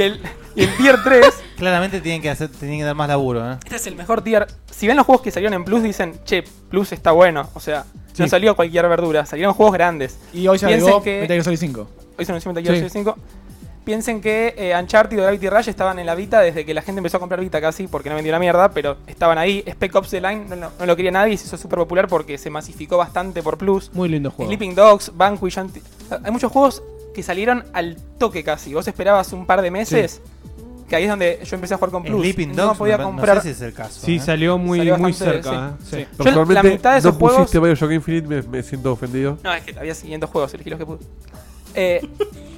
Y el tier 3. Claramente tienen que, hacer, tienen que dar más laburo, ¿eh? Este es el mejor tier. Si ven los juegos que salieron en Plus, dicen, che, Plus está bueno. O sea, no Sí. salió cualquier verdura, salieron juegos grandes. Y hoy se Piensen agregó que- Metal Gear Solid 5. Hoy se anunció Metal Gear Sí. Solid 5. Piensen que eh, Uncharted o Gravity Rush estaban en la Vita desde que la gente empezó a comprar Vita casi, porque no vendió una mierda, pero estaban ahí. Spec Ops The Line no, no- no lo quería nadie y se hizo súper popular porque se masificó bastante por Plus. Muy lindo juego. Sleeping Dogs, Banco y Shanty. Hay muchos juegos que salieron al toque casi. Vos esperabas un par de meses, que ahí es donde yo empecé a jugar con Plus. Sleeping no Dogs, podía no- no comprar. sé si es el caso, Sí, salió muy, Salió muy bastante, cerca. sí, ¿eh? sí. Sí. Yo la mitad de esos no juegos. pusiste Bioshock Infinite, me, me siento ofendido. No, es que había 500 juegos, elegí los que pude. Eh, <laughs>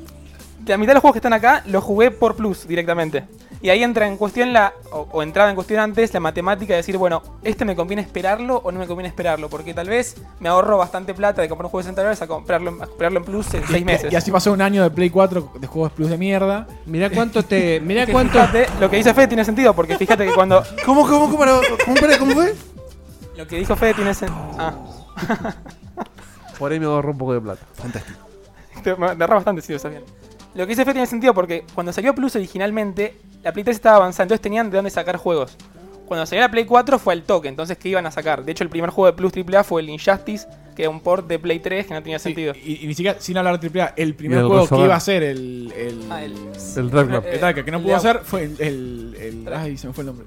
la mitad de los juegos que están acá los jugué por Plus directamente. Y ahí entra en cuestión la. O, o entraba en cuestión antes la matemática de decir, bueno, ¿este me conviene esperarlo o no me conviene esperarlo? Porque tal vez me ahorro bastante plata de comprar un juego de 60 dólares a comprarlo, en- a comprarlo en Plus en 6 meses. Este, Y así pasó un año de Play 4 de juegos plus de mierda. Mirá <laughs> cuánto te. Mirá Que fíjate, lo que dice Fede tiene sentido, porque fíjate que cuando. ¿Cómo, cómo, cómo, pero- cómo, pero- cómo fue? Lo que dijo Fede tiene sentido. Ah. Por ahí me ahorro un poco de plata. Fantástico. Te me agarra bastante, sí, lo sabían. Lo que hice fue tiene sentido porque cuando salió Plus originalmente, la Play 3 estaba avanzada, entonces tenían de dónde sacar juegos. Cuando salió la Play 4 fue al toque, entonces ¿qué iban a sacar? De hecho, el primer juego de Plus AAA fue el Injustice, que era un port de Play 3 que no tenía sentido. Y, y ni siquiera, sin hablar de AAA, el primer Y el juego Resolver. que iba a ser el. El, Ah, el- El Drag Club. el Drag, que no pudo Eh, hacer fue el. el, el- ay, se me fue el nombre.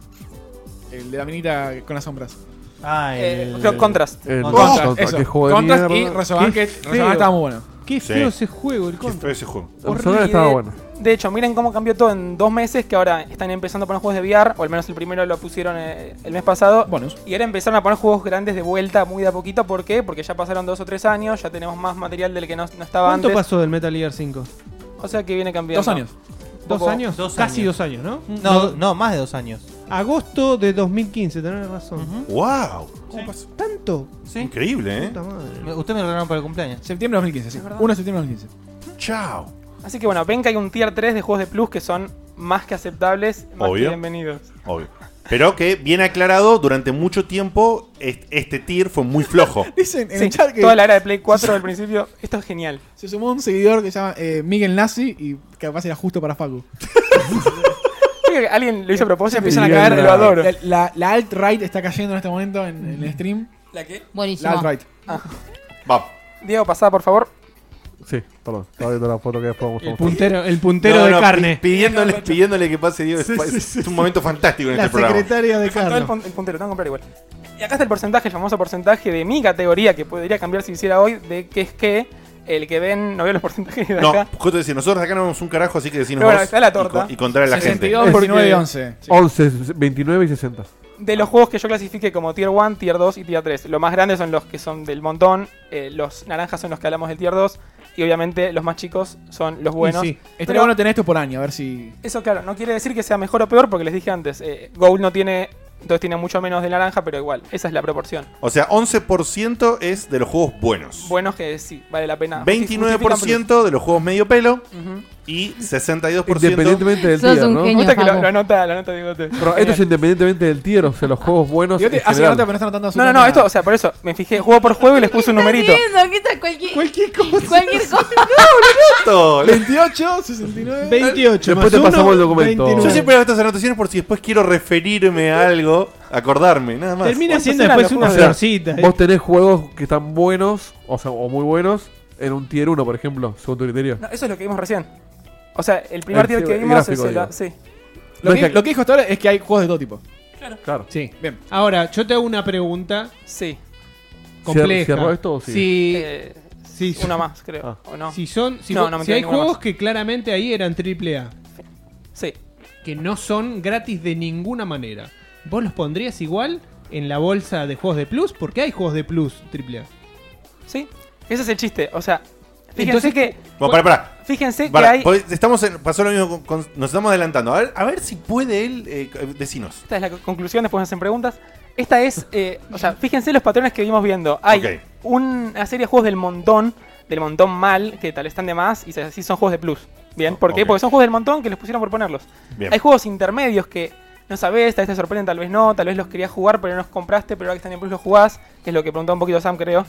El de la minita con las sombras. Ah, el- Creo Eh, Contrast. el- Contrast, Contrast, eso. qué juego de Contrast y mierda. Resogan, que Qué feo. Resogan estaba muy bueno. Qué feo ese juego, el Contra. feo ese juego. Observer Horrible. estaba bueno. De hecho, miren cómo cambió todo en dos meses, que ahora están empezando a poner juegos de VR, o al menos el primero lo pusieron eh, el mes pasado. Bonus. Y ahora empezaron a poner juegos grandes de vuelta muy de a poquito. ¿Por qué? Porque ya pasaron dos o tres años, ya tenemos más material del que no, no estaba ¿Cuánto antes. pasó del Metal Gear 5? O sea que viene cambiando. Dos años. ¿Dos Poco- años? Dos Casi años. dos años, ¿no? No, no, más de dos años. Agosto de 2015, tenés razón. ¡Wow! ¿Cómo pasó tanto? Increíble, ¿eh? Puta madre. Me- Ustedes me lo regalaron para el cumpleaños. Septiembre de 2015, sí. 1 de septiembre de 2015. Chao. Así que bueno, ven que hay un tier 3 de juegos de plus que son más que aceptables, más que Obvio. bienvenidos. Obvio. Pero que, bien aclarado, durante mucho tiempo est- este tier fue muy flojo. Dicen en Sí, el chat que. toda la era de Play 4 al principio, esto es genial. Se sumó un seguidor que se llama eh, Miguel Nazi y capaz era justo para Facu. Creo que Alguien lo hizo a propósito, Empiezan a Miguel caer, Nazi. lo adoro. La, Ah, la alt-right está cayendo en este momento en, en el stream. ¿La qué? La alt-right. Va. Ah. Diego, pasá por favor. Sí, perdón. Estaba viendo la foto que después vamos a mostrar. el No, no, pi- Pidiéndole, pidiéndole que pase Diego. Sí, es, sí, es sí, un momento fantástico en este programa. de Faltó Carlos. El, pon- el puntero, tengo que comprar igual. Y acá está el porcentaje, el famoso porcentaje de mi categoría, que podría cambiar si hiciera hoy, de que es que el que ven, no veo los porcentajes de acá. No, justo decir, nosotros de acá no vemos un carajo, así que decimos Pero bueno, está la torta. y, contar a la gente. 29 y 11, sí. 11, 29 y 60. De los juegos que yo clasifique como Tier 1, Tier 2 y Tier 3. Los más grandes son los que son del montón. eh, los naranjas son los que hablamos del Tier 2. Y obviamente los más chicos son los buenos. Y sí, estaría Pero bueno tener esto por año, a ver si. Eso, claro, no quiere decir que sea mejor o peor porque les dije antes. eh, Gold no tiene. Entonces tiene mucho menos de naranja, pero igual. Esa es la proporción. O sea, 11% es de los juegos buenos. Buenos que Ah, sí, vale la pena. Justi- justifican 29% de los juegos medio pelo plus. Ujú. y 62% Independientemente del tier, ¿no? Me gusta que lo, lo anota, lo anota Digote. Pero esto es independientemente del tier, o sea, los juegos buenos. Digote en hace general. nota, pero No, no, no, esto, o sea, por eso me fijé juego por juego y les puse un numerito. Viendo, ¿qué tal? Cualquier, cualquier cosa. Cualquier cosa. <laughs> 28, 69. 28. Después te pasamos el documento. Yo siempre hago estas anotaciones por si después quiero referirme a algo, acordarme, nada más. Termina siendo después una O sea, florcita. ¿eh? Vos tenés juegos que están buenos, o sea, o muy buenos, en un tier 1, por ejemplo, según tu criterio. No, eso es lo que vimos recién. O sea, el primer El tier que gráfico, vimos es digo. el. Sí. Lo, No que, es que- lo que dijo hasta ahora es que hay juegos de todo tipo. Claro. Claro. Sí. Bien. Ahora, yo te hago una pregunta Sí. compleja. ¿Cierro esto o Ah. si, Eh, si- Una más, creo. ¿O no? si son, si, No, vo- no, si mentira, hay ninguna juegos que claramente ahí eran AAA, Sí. que no son gratis de ninguna manera, ¿vos los pondrías igual en la bolsa de juegos de Plus? Porque hay juegos de Plus AAA. Sí. Ese es el chiste. O sea, fíjense Entonces- que. Bueno, pará, pará. Fíjense Pará, que hay. porque estamos en- pasó lo mismo, con- con- nos estamos adelantando. A ver, a ver si puede él eh, decinos. Esta es la co- conclusión, después me hacen preguntas. Esta es, eh, o sea, fíjense los patrones que vimos viendo. Hay Ok. una Mm, serie de juegos del montón, del montón mal, que tal están de más, y se- así son juegos de plus. ¿Bien? ¿Por qué? Ok. Porque son juegos del montón que les pusieron por ponerlos. Bien. Hay juegos intermedios que no no sabés, tal vez te sorprenden, tal vez no, tal vez los querías jugar, pero no los compraste, pero ahora que están en Plus los jugás, que es lo que preguntaba un poquito Sam, creo.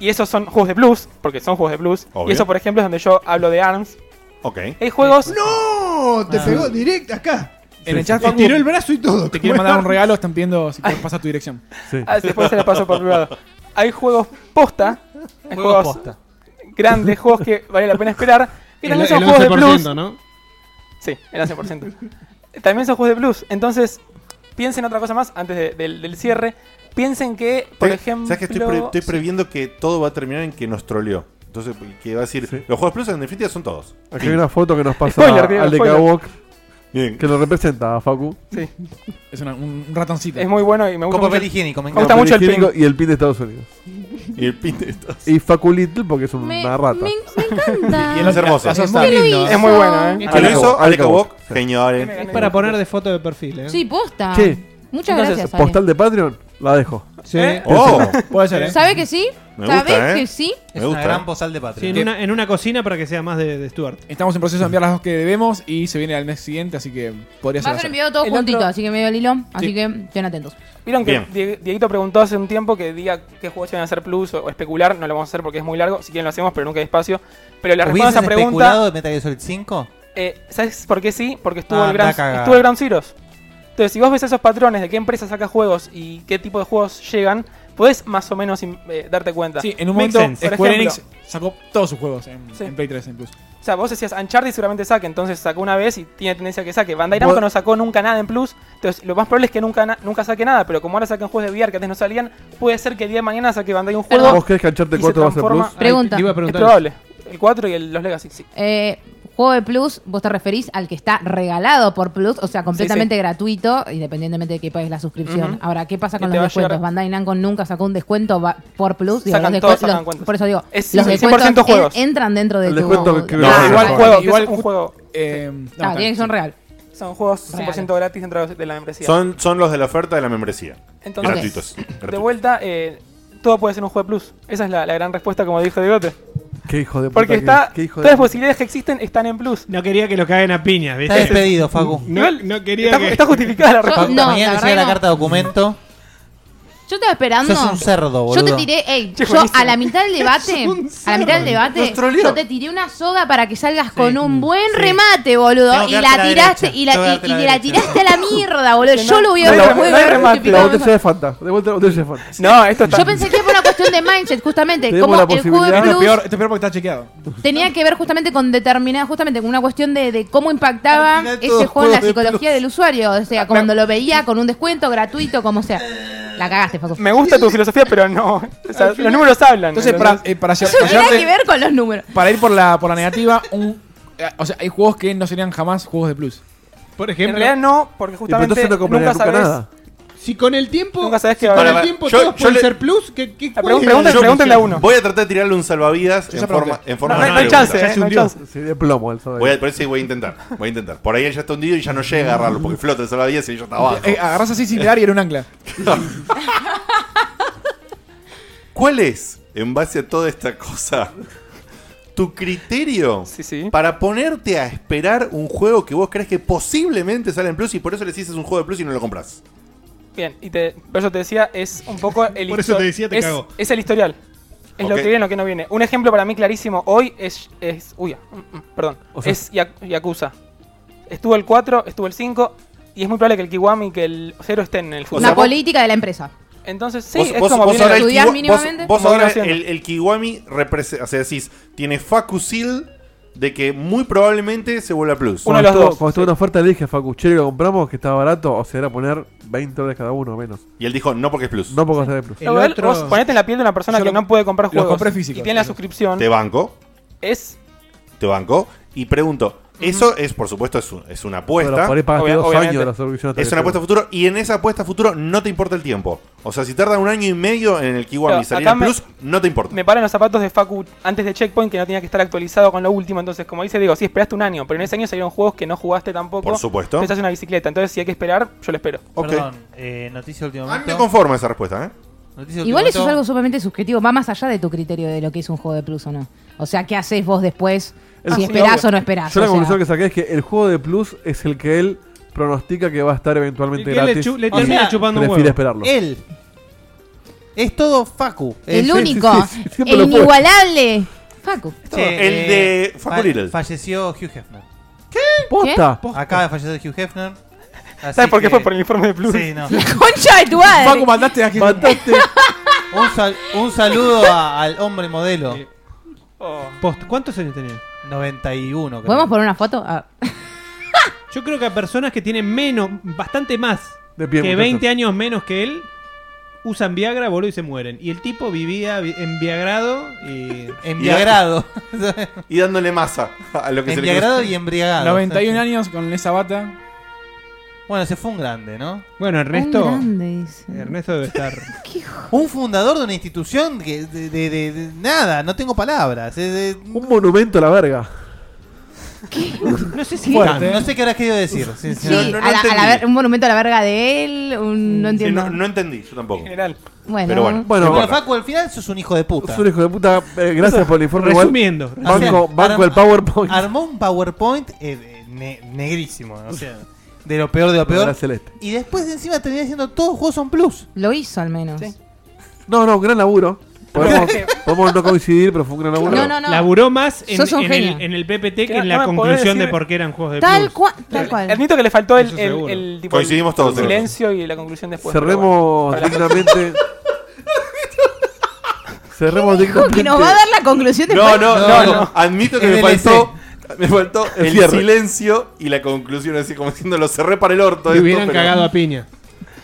Y esos son juegos de Plus, porque son juegos de Plus. Obvio. Y eso, por ejemplo, es donde yo hablo de ARMS. Ok. Hay juegos... Eh, ¡No! Te Ah. pegó directo acá. En el chat, Te Facu, tiró el brazo y todo. Te quieren mandar un regalo, están pidiendo si puedes pasar tu dirección. Ah, después se la paso por <laughs> privado. Hay juegos posta. Hay Juegos juegos posta. grandes, juegos que vale la pena esperar. Que El- también son el juegos de 11%, plus. ¿no? Sí, el 11%. también son juegos de plus. Entonces, piensen otra cosa más antes de- del, del cierre. Piensen que, por Te- ejemplo. ¿Sabes que estoy, pre- estoy previendo que todo va a terminar en que nos troleó? Entonces, que va a decir, los juegos Plus en definitiva son todos. Aquí Sí. hay una foto que nos pasa Spoiler, tío, al de spoiler. Kawok. Bien. Que lo representa a Facu. Sí. Es una- un un ratoncito. Es muy bueno y me gusta. Con mucho papel el- higiénico, me Me gusta Papel mucho el ping. higiénico Y el pin de Estados Unidos. Y el pin de Estados Unidos. Y Facu Little porque es una Me, rata. me- me encanta. <laughs> Y él es hermoso. Es muy lindo. Es muy bueno, ¿eh? Que lo hizo Alec Kawok. Kawok, señores. Es para poner de foto de perfil, ¿eh? Sí, posta. Che. Muchas Entonces, gracias, Ale. ¿Postal de Patreon? La dejo. Sí. Piénsela. Oh. Puede ser, ¿eh? ¿Sabe que sí? Me ¿Sabe gusta, ¿eh? que sí? Es una gran posal de Sí, patria. en, una, en una cocina para que sea más de, de Stuart. Estamos en proceso de enviar las dos que debemos y se viene al mes siguiente, así que podría Va ser. a ser ayer. enviado todo El juntito, otro- así que medio al hilo. Así Sí. que estén atentos. Vieron que Bien. Die- Dieguito preguntó hace un tiempo que diga qué juegos iban a hacer plus o, o especular. No lo vamos a hacer porque es muy largo. Si quieren lo hacemos, pero nunca hay espacio. Pero la respuesta a ¿Hubieses esa pregunta. especulado de Metal Gear Solid 5? Eh, ¿Sabes por qué sí? Porque estuvo, Ah, el anda Ground, a cagar. estuvo el Ground Zeroes. Entonces, si vos ves esos patrones de qué empresa saca juegos y qué tipo de juegos llegan, podés más o menos in- eh, darte cuenta. Sí, en un Makes momento sense. Por Square ejemplo, Enix sacó todos sus juegos en, Sí. en Play 3 incluso. O sea, vos decías Uncharted seguramente saque, entonces sacó una vez y tiene tendencia a que saque. Bandai Namco Vos- no sacó nunca nada en Plus, entonces lo más probable es que nunca, na- nunca saque nada, pero como ahora sacan juegos de VR que antes no salían, puede ser que el día de mañana saque Bandai un juego. ¿Vos crees que Uncharted y 4 va a ser transforma- Plus? Pregunta. Te iba a Es preguntar probable. El 4 y el- los Legacy, sí. Eh, juego de Plus, vos te referís al que está regalado por Plus, o sea, completamente Sí, sí. gratuito, independientemente de que pagues la suscripción. Ujú. Ahora, ¿qué pasa Que con te los va a llegar- descuentos? Bandai Namco nunca sacó un descuento va- por Plus. digo, Sacan los todos, descuentos- sacan los- cuentos. Por eso digo, Es los 100% descuentos en- juegos. entran dentro de El tu... descuento que- No, No, igual igual juego, igual es un ju- juego. Eh, No, no, Ah, tiene que ser sí. real. Son juegos Real. 100% gratis dentro de la membresía. Son, son los de la oferta de la membresía. Entonces, gratuitos. de gratuitos. vuelta, eh, todo puede ser un juego de plus. Esa es la, la gran respuesta, como dijo Digote. Qué hijo de puta. Porque que- está, qué hijo todas las puta. posibilidades que existen están en plus. No quería que lo caguen a piñas, ¿viste? Está despedido, Facu. No, no quería Está- que... está justificada la Facu, no, mañana la te verdad llega la no. carta de documento. Yo estaba esperando. Sos un cerdo, Yo te boludo. tiré, ey, Che, yo buenísimo. a la mitad del debate, a la mitad del debate, Nos troleó. yo te tiré una soga para que salgas con un buen sí. remate, boludo, Tengo que y darte la la tiraste derecha, y la, tengo que y, darte la y la derecha. tiraste a la <laughs> mierda, boludo. Que yo no- lo voy a no hay ver. rem- no hay remate. La botella de Fanta. De vuelta la botella de Fanta. No, esto está. Yo pensé que era por una cuestión de mindset, justamente, Tenemos como la el juego de posibilidad- Esto es, blues peor, esto es peor porque está chequeado. tenía que ver justamente con determinada, justamente con una cuestión de, de cómo impactaba ese juego en juegos la de psicología del usuario, o sea, cuando lo veía con un descuento gratuito, como sea. La cagaste, Facu. Me gusta tu filosofía, <laughs> pero no. O sea, los números hablan. Entonces, para, eh, para, lle- Eso para tiene llevarte- que ver con los números. para ir por la, por la negativa, un- eh, o sea, hay juegos que no serían jamás juegos de plus. Por En realidad no, porque justamente nunca sabes. Si con el tiempo. Nunca sabes que si con va a el haber. tiempo todos pueden ser plus, ¿qué, qué La pregunta- juego? pregunta- Yo pregúntenle a uno. Voy a tratar de tirarle un salvavidas en forma, en forma No, no, de no hay pregunta. chance, Ya eh, se no hay hundió. chance. Sí, de plomo el salvavidas. Voy a, por eso voy a intentar. Voy a intentar. Por ahí él ya está hundido y ya no llega a agarrarlo porque flota el salvavidas y ya está abajo. Eh, agarrás así sin tirar y era un ancla. ¿Cuál es, en base a toda esta cosa, tu criterio para ponerte a esperar un juego que vos crees que posiblemente sale en plus y por eso le dices es un juego de plus y no lo compras? Bien, y te, por eso te decía, es un poco el Por eso histo- te decía, te es, cago. es el historial. Es lo Ok. que viene, lo que no viene. Un ejemplo para mí clarísimo hoy es. es uy, mm, mm, perdón. O sea- es Yak- Yakuza. Estuvo el 4, estuvo el 5, y es muy probable que el Kiwami y que el 0 estén en el futuro. Una política de la empresa. Entonces, sí, Vos- es vos- como vos viene ahora el estudiás kiwa- mínimamente. vos- vos Como viene ahora haciendo. el, el Kiwami representa, o sea, decís, tiene facusil de que muy probablemente se vuelva plus. Cuando estuvo- Cuando estuvo en oferta le dije a Facu, che, lo compramos, que estaba barato, o sea, era poner 20 dólares cada uno o menos. Y él dijo, no porque es plus. No puedo hacer plus. Lo ver, Vos ponete en la piel de una persona Yo que lo- no puede comprar los juegos compré físicos, y tiene la eso. suscripción. Te banco, Es te banco. Y pregunto, eso es, por supuesto, es, un- es una apuesta. Pero por ahí pagaste Obvia- dos obviamente. años de la suscripción. hasta Es que una apuesta a llegó. futuro y en esa apuesta a futuro no te importa el tiempo. O sea, si tarda un año y medio en el Kiwami Claro, salir acá en me- Plus, no te importa. me paran los zapatos de Facu antes de Checkpoint que no tenía que estar actualizado con lo último. Entonces, como dice, digo, sí, esperaste un año, pero en ese año salieron juegos que no jugaste tampoco. Por supuesto. Entonces, hace una bicicleta. Entonces, si hay que esperar, yo lo espero. Perdón, eh, noticia de último A mí me momento. conforma esa respuesta, ¿eh? Noticia de último Igual eso es momento. algo sumamente subjetivo, va más allá de tu criterio de lo que es un juego de plus o no. O sea, ¿qué haces vos después? Eso si sí, esperás obvio. o no esperás. Yo la o sea. conclusión que saqué es que el juego de Plus es el que él pronostica que va a estar eventualmente El que le gratis. chu- le termina O sea, chupando un prefiere huevo. esperarlo. Él. Es todo Facu. Eh, El Es- único, el inigualable. Facu. Che, El de Facu fa- Little. Eh, Falleció Hugh Hefner. ¿Qué? Posta. ¿Qué? Acaba de fallecer Hugh Hefner. Así ¿Sabes por qué que- fue por el informe de Plus? Sí, no. Concha de tu madre. Facu, mandaste a un, sal- un saludo a- al hombre modelo. Oh. Post, ¿Cuántos años tenía? 91. ¿Podemos poner una foto? Ah. <laughs> Yo creo que a personas que tienen menos, bastante más De pie, que muchachos. 20 años menos que él, usan Viagra, boludo, y se mueren. Y el tipo vivía vi- enviagrado y. <laughs> Enviagrado. <laughs> Y dándole masa a lo que se le Enviagrado y embriagado. 91 años con esa bata. Bueno, se fue un grande, ¿no? Bueno, Ernesto. Un Ernesto <laughs> debe estar. Un fundador de una institución que de, de- de- de- nada, no tengo palabras. es de- Un monumento a la verga. no sé si no sé qué habrás querido decir. Sí, Sí, a la- a la ver- un monumento a la verga de él, un- no Sí, entiendo. no, no entendí, yo tampoco. Bueno. Pero bueno. Bueno, Bueno, Facu, al final sos un hijo de puta. Es un hijo de puta. Eh, gracias por el informe. igual. Resumiendo. Banco, O sea, banco el arm- PowerPoint. Armó un PowerPoint eh, eh, ne- negrísimo, o sea, de lo peor de lo Era peor. celeste. Y después encima terminé diciendo todos los juegos son plus. Lo hizo al menos. No, no, un gran laburo. <laughs> Podemos, podemos no coincidir, pero fue un gran laburo. No, no, no. Laburó más en, Sos un en genio. el, en el PPT que en la No me podés conclusión decir- de por qué eran juegos de Tal plus. cual, tal cual. Admito que le faltó el, Eso el- seguro. el tipo, Coincidimos el todos en silencio y la conclusión después. Cerremos pero bueno. dignamente. Cerremos dignamente. Que nos va a dar la conclusión de No, no, no, no. Admito que me faltó, E me faltó El el, cierre. silencio y la conclusión, así como diciendo, lo cerré para el orto. Te esto, hubieran pero- Este, cagado a piña.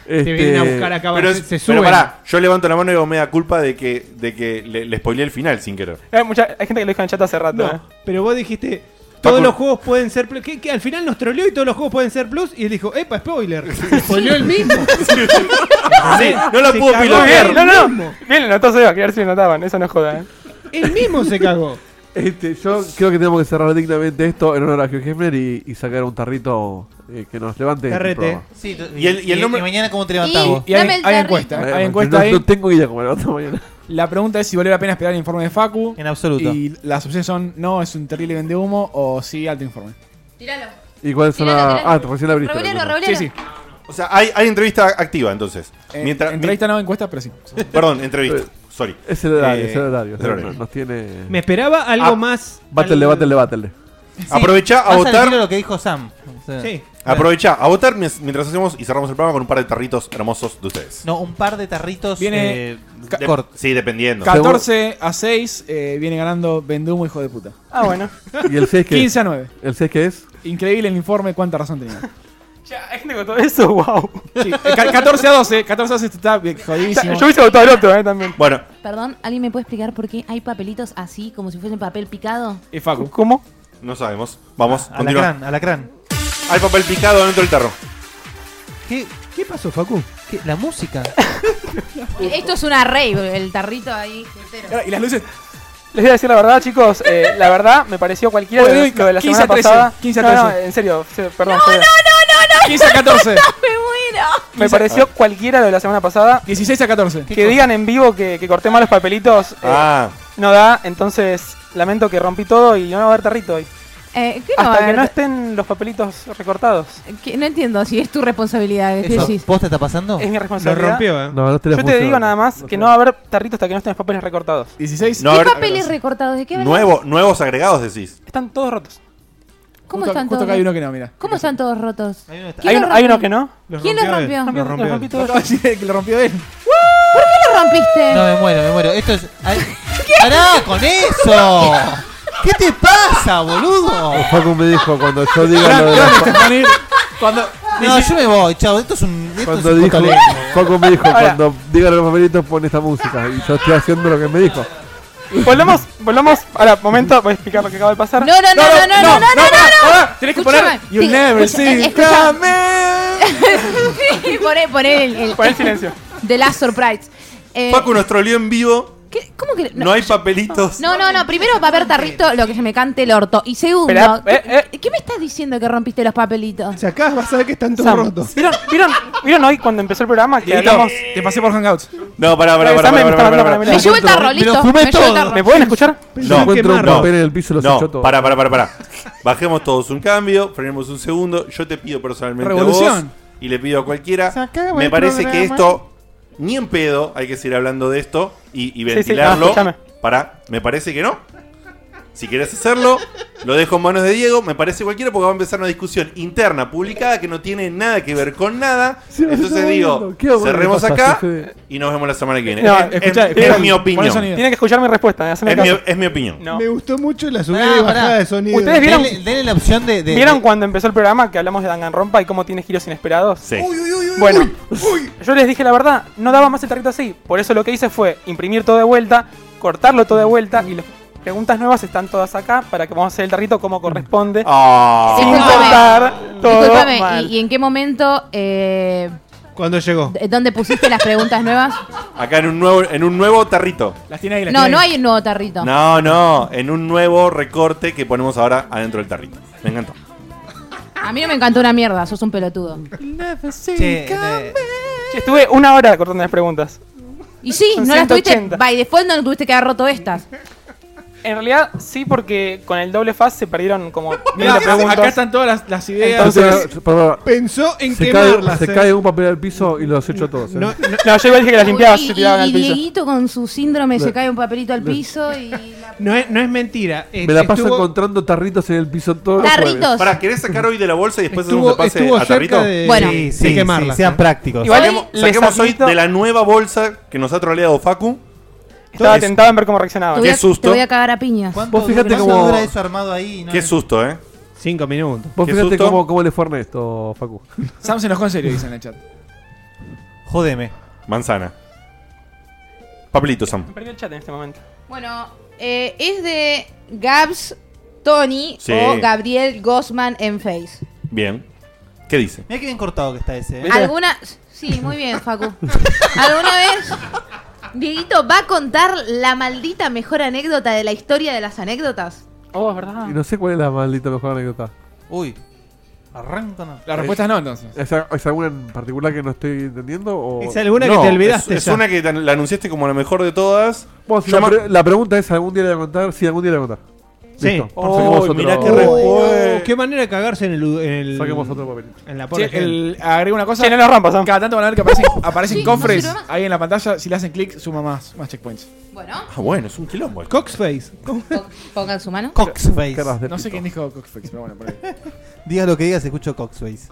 Te vienen a buscar acá, Pero, se, se pero suben. pará, yo levanto la mano y digo, me da culpa de que, de que le, le spoileé el final sin querer. Hay, Eh, mucha- hay gente que lo dijo en el chat hace rato. No, ¿eh? pero vos dijiste. Todos Facu- los juegos pueden ser plus. Que, que al final nos troleó y todos los juegos pueden ser plus. Y él dijo, ¡epa, <laughs> spoiler! Spoileó el <laughs> mismo. no lo Se puedo cagó pilotear. él No, no, mismo. no. Bien, lo notó Seba, quería ver si lo notaban. Eso no es joda, ¿eh? Él mismo se cagó. Este, yo creo que tenemos que cerrar dignamente esto en honor a Hugh Hefner y, y sacar un tarrito eh, que nos levante. el programa. Sí, tú- Y el- y el nombre- mañana cómo te Y- levantamos. Y hay, hay A encuesta, ver, hay no- encuesta no, ahí. no tengo idea cómo levanto mañana. La pregunta es si vale la pena esperar el informe de Facu. En absoluto. Y las opciones son no, es un terrible vende humo o sí, alto informe. Tíralo. ¿Y cuáles son Tiralo, las.? tiralo. Ah, recién la abriste. Revolero, la revolero. Sí, sí. O sea, hay, hay entrevista activa entonces. Mientras, Eh, Entrevista no, encuesta, pero sí. Perdón, entrevista. Sorry. Es el horario, Eh, es el horario. o sea, horario. Nos tiene. Me esperaba algo más. Bátele, algo- bátele, bátele. Aprovechá a vas votar. decir lo que dijo Sam. O sea, Sí. Aprovechá a votar mien- mientras hacemos y cerramos el programa con un par de tarritos hermosos de ustedes. No, un par de tarritos. Viene- eh, Ca- De- Sí, dependiendo. 14 a 6 eh, viene ganando Vendumo, hijo de puta. Ah, bueno. ¿Y el 6 qué? 15 a 9. ¿El 6 qué es? Increíble el informe, cuánta razón tenía. Ya, hay gente que votó <laughs> eso, wow. Sí, eh, ca- 14 a 12, 14 a 12 está bien, jodidísimo. Yo hubiese votado el otro, ¿eh? También. Bueno. Perdón, ¿alguien me puede explicar por qué hay papelitos así, como si fuesen papel picado? Y Facu. ¿Cómo? No sabemos. Vamos, continúa. Alacrán, alacrán. Hay papel picado dentro del tarro. ¿Qué, ¿Qué pasó, Facu? ¿Qué- <laughs> la música. Esto es una rave, el tarrito <laughs> ahí. entero. Y las luces. Les voy a decir la verdad, chicos. eh, la verdad me pareció cualquiera de, Oye, lo de la 15 a semana 13, pasada. 15 a No, no, 13. en serio, se- perdón. No, Seba. no, no, no, no. 15 a 14. Me muero. Me pareció cualquiera lo de la semana pasada. 16 a 14. Que digan en vivo que, que corté mal los papelitos. eh, Ah. No da, entonces lamento que rompí todo y no va a haber tarrito hoy. Eh, ¿qué no va a Hasta que haber? no estén los papelitos recortados. Que- no entiendo si es tu responsabilidad. ¿qué Eso, decís? ¿Vos te está pasando? Es mi responsabilidad. ¿eh? No, no te la Yo te funciona. digo nada más que no va a haber tarrito hasta que no estén los papeles recortados. 16. No, a ¿Qué ver, papeles recortados? ¿De qué hablas? nuevo- nuevos agregados decís. Están todos rotos. ¿Cómo Justo- están justo todos? acá hay uno que no, mira. ¿Cómo están todos rotos? ¿Quién Hay, los uno- hay uno rompió? que no. ¿Quién los rompió? Los rompí- los rompí todos. que lo rompió él. ¿Por qué los rompiste? No, me muero, me muero. Esto es. ay, ¡Pará con eso! ¿Qué te pasa, boludo? Facu me dijo cuando yo diga lo de la- Cuando. No, yo me voy, chao. Esto es un. Esto Cuando es un dijo, botonismo. Facu me dijo, cuando diga los papelitos pon esta música. Y yo estoy haciendo lo que me dijo. Volvamos, volvamos. Ahora, momento, voy a explicar lo que acaba de pasar. No, no, no, no, no, no, no, no, no. Tenés que Escuchame, poner You sí, never escucha, see eh, escucha. coming. <laughs> Sí, poné, poné el, el, silencio. The Last Surprise. Eh, Facu nos troleó en vivo. ¿qué, ¿Cómo que No <laughs> hay papelitos. No, no, no. Primero va a haber tarrito lo que se me cante el orto. Y segundo, Esperá, ¿qué, qué me estás diciendo que rompiste los papelitos? Si acá vas a ver que están todos rotos. ¿Vieron, <laughs> vieron, vieron hoy cuando empezó el programa que Listo. hablamos. Te pasé por Hangouts. No, pará, pará, Regresame, pará, pará, me está pará, mandando pará, para pará. Melano. Me llevo el tarro, listo, me llevo el tarro. ¿Me pueden escuchar? No, encuentro un no, papel en el piso y los no, echo todos. Pará, pará, pará, pará. Bajemos todos un cambio, frenemos un segundo. Yo te pido personalmente a vos Revolución. y le pido a cualquiera. Se acabó Me el parece programa. que esto, ni en pedo, hay que seguir hablando de esto y, y sí, ventilarlo. no, escúchame. pará, me parece que no. Si querés hacerlo, lo dejo en manos de Diego. Me parece cualquiera porque va a empezar una discusión interna, publicada, que no tiene nada que ver con nada. me Entonces está digo, volviendo. Qué bueno cerremos que acá pasaste, Fede. y nos vemos la semana que viene. No, Es- es- escuchá, es escuchá, mi pon el opinión. sonido. Tienen que escuchar mi respuesta. eh, haceme Es mi, caso. es mi opinión. Me gustó mucho la subida y bajada de sonido. ¿Ustedes vieron- Denle, denle la opción de. de- ¿Vieron cuando empezó el programa que hablamos de Danganronpa y cómo tiene giros inesperados? Sí. bueno, yo les dije la verdad, no daba más el tarrito así. Por eso lo que hice fue imprimir todo de vuelta, cortarlo todo de vuelta y las preguntas nuevas están todas acá para que vamos a hacer el tarrito como corresponde. Ah. Sin Disculpame. cortar todo Disculpame, mal. ¿y, y en qué momento, eh, Cuando llegó. d- dónde pusiste las preguntas nuevas? Acá en un nuevo, en un nuevo tarrito. Las tiene ahí, No, no hay un nuevo tarrito. No, no, en un nuevo recorte que ponemos ahora adentro del tarrito. Me encantó. A mí no me encantó una mierda, sos un pelotudo. Che, de- Che, estuve una hora cortando las preguntas. Y sí, Son no las tuviste, 180. by default no tuviste que haber roto estas. En realidad, sí, porque con el doble faz se perdieron como 30 Mirá, preguntas. acá están todas las, las ideas. Entonces- Pero, pero, Pensó en se quemarlas, Cae, se eh. cae un papel al piso y los echo todos. eh. No, yo igual dije que las Ah, limpiabas Y, se y- tiraban al y piso. Dieguito con su síndrome se Le- cae un papelito al le- piso y... No es, no es mentira. eh, Me la paso estuvo- encontrando tarritos en el piso todos los Tarritos. jueves. Para, ¿querés sacar hoy de la bolsa y después Estuvo- hacemos el estuvo pase a cerca tarrito? de- Bueno. Sí, sí, quemarlas, sí, sean eh. prácticos. Igual Saquemos, les saquemos hoy admito- de la nueva bolsa que nos ha troleado Facu. Estaba Es- tentado en ver cómo reaccionaba. Te voy, Qué a, te susto. voy a cagar a piñas. ¿Cuánto fíjate dura- cómo- cuánto dura eso armado ahí? No Qué susto, ¿eh? Cinco minutos. Vos Qué fíjate susto. cómo, cómo le fue a Ernesto, Facu. Sam se enojó en serio, dice en el chat. Jodeme. Manzana. Papelito, Sam. Perdí el chat en este momento. Bueno, eh, es de Gabs Tony Sí. o Gabriel Gosman en Face. Bien. ¿Qué dice? Mira que bien cortado que está ese. eh. ¿Alguna? Sí, muy bien, Facu. ¿Alguna vez Dieguito va a contar la maldita mejor anécdota de la historia de las anécdotas? Oh, es verdad. Y no sé cuál es la maldita mejor anécdota. Uy. Arranco no. La respuesta es no, entonces. ¿Es, es alguna en particular que no estoy entendiendo? O... No, Es, es una que te- la anunciaste como la mejor de todas. Vos, Yo la, me- pre- la pregunta es: ¿algún día le voy a contar? Sí, algún día le voy a contar. Sí. Listo. Oh, Saquemos otro- mirá qué Oh, qué manera de cagarse en el. En el Saquemos otro papelito. En la Che, pobre gente. el, agrego una cosa. Che, no nos rompas, Sam. Cada tanto van a ver que aparecen, aparecen Sí, no cofres sirve más. ahí en la pantalla. Si le hacen clic, suma más, más checkpoints. Bueno, Ah, bueno, es un quilombo. esto. Coxface. po- pongan su mano. Coxface. No sé quién dijo cockface, pero bueno, por ahí. <laughs> Diga lo que digas, escucho Coxface.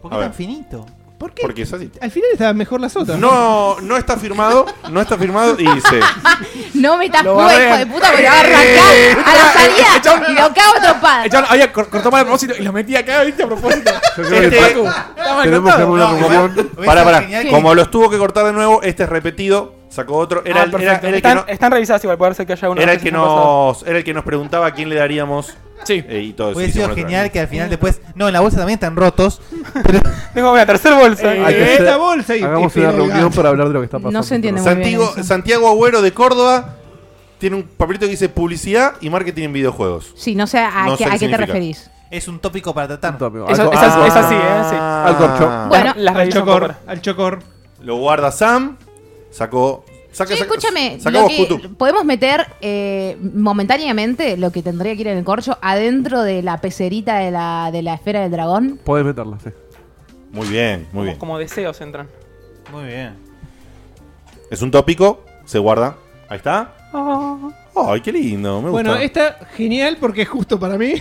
¿Por qué A tan ver. finito? ¿Por qué? Porque es así. Al final estaba mejor las otras. No, no está firmado. No está firmado y dice. No me estás Lo <laughs> hijo barrean. de puta, porque va a arrancar a la eh, salida chabón. y lo cago El tropada. chabón había cor- cortó mal a propósito y lo metí acá, viste, a propósito. Este, creo que Este, Facu, está mal Tenemos que cortado. armar una Igual- reunión. Pará, pará. genial que- Como los tuvo que cortar de nuevo, este es repetido. Sacó otro. Era, Ah, el- era- perfecto. era el que están, no- están revisadas igual, puede ser que haya uno. era no el sé que si me ha pasado. nos, era el que nos preguntaba a quién le daríamos. Sí. eh, y todo eso. Hubiese Hicimos sido otra. genial que al final después. No, en la bolsa también están rotos. <laughs> Pero Tengo una tercera bolsa. Hay que Eh, hacer- la bolsa y- Hagamos y una pelo de reunión gato. para hablar de lo que está pasando. No se entiende muy bien. Santiago, eso. Santiago Agüero de Córdoba tiene un papelito que dice publicidad y marketing en videojuegos. Sí, no sé a, No qué, a qué sé qué te significa. referís. es un tópico para Un tratar. tópico. Eso- Alco- esa- ah, esa sí, eh, sí. Al corcho. Bueno, Las Al reviso un poco chocor. ahora. Al chocor. Lo guarda Sam. Sacó. Saca, Che, saca- escúchame, saca lo vos, que Kutu. podemos meter eh, momentáneamente lo que tendría que ir en el corcho adentro de la pecerita de la, de la esfera del dragón. Podés meterla, sí. Muy bien, muy bien. Como, como deseos entran. Muy bien. Es un tópico, se guarda. Ahí está. Oh. Ay, qué lindo, me Bueno, gusta. esta genial porque es justo para mí.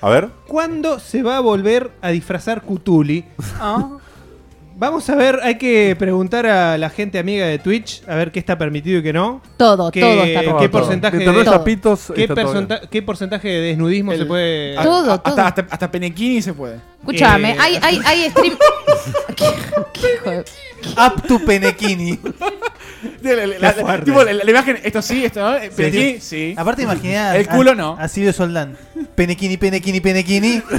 A ver. ¿Cuándo se va a volver a disfrazar Cutuli? Ah. Oh. <laughs> Vamos a ver, hay que preguntar a la gente amiga de Twitch a ver qué está permitido y qué no. Todo, ¿Qué, todo está qué permitido. porcentaje Mientras no de, haya pitos, qué, está todo bien. porcenta- qué porcentaje de desnudismo se puede. A- Todo, a- todo. Hasta, hasta, hasta Penequini se puede. Escúchame, Eh. hay, hay, hay <laughs> stream. ¿Qué, qué hijo de- Up to <laughs> Penequini. La, la- la- fuerte. tipo, la, la- la imagen, esto sí, esto no. eh, Penequini, sí. Aparte, imaginá. El a- culo no. A Silvio Soldán. Penequini, Penequini, Penequini. <laughs>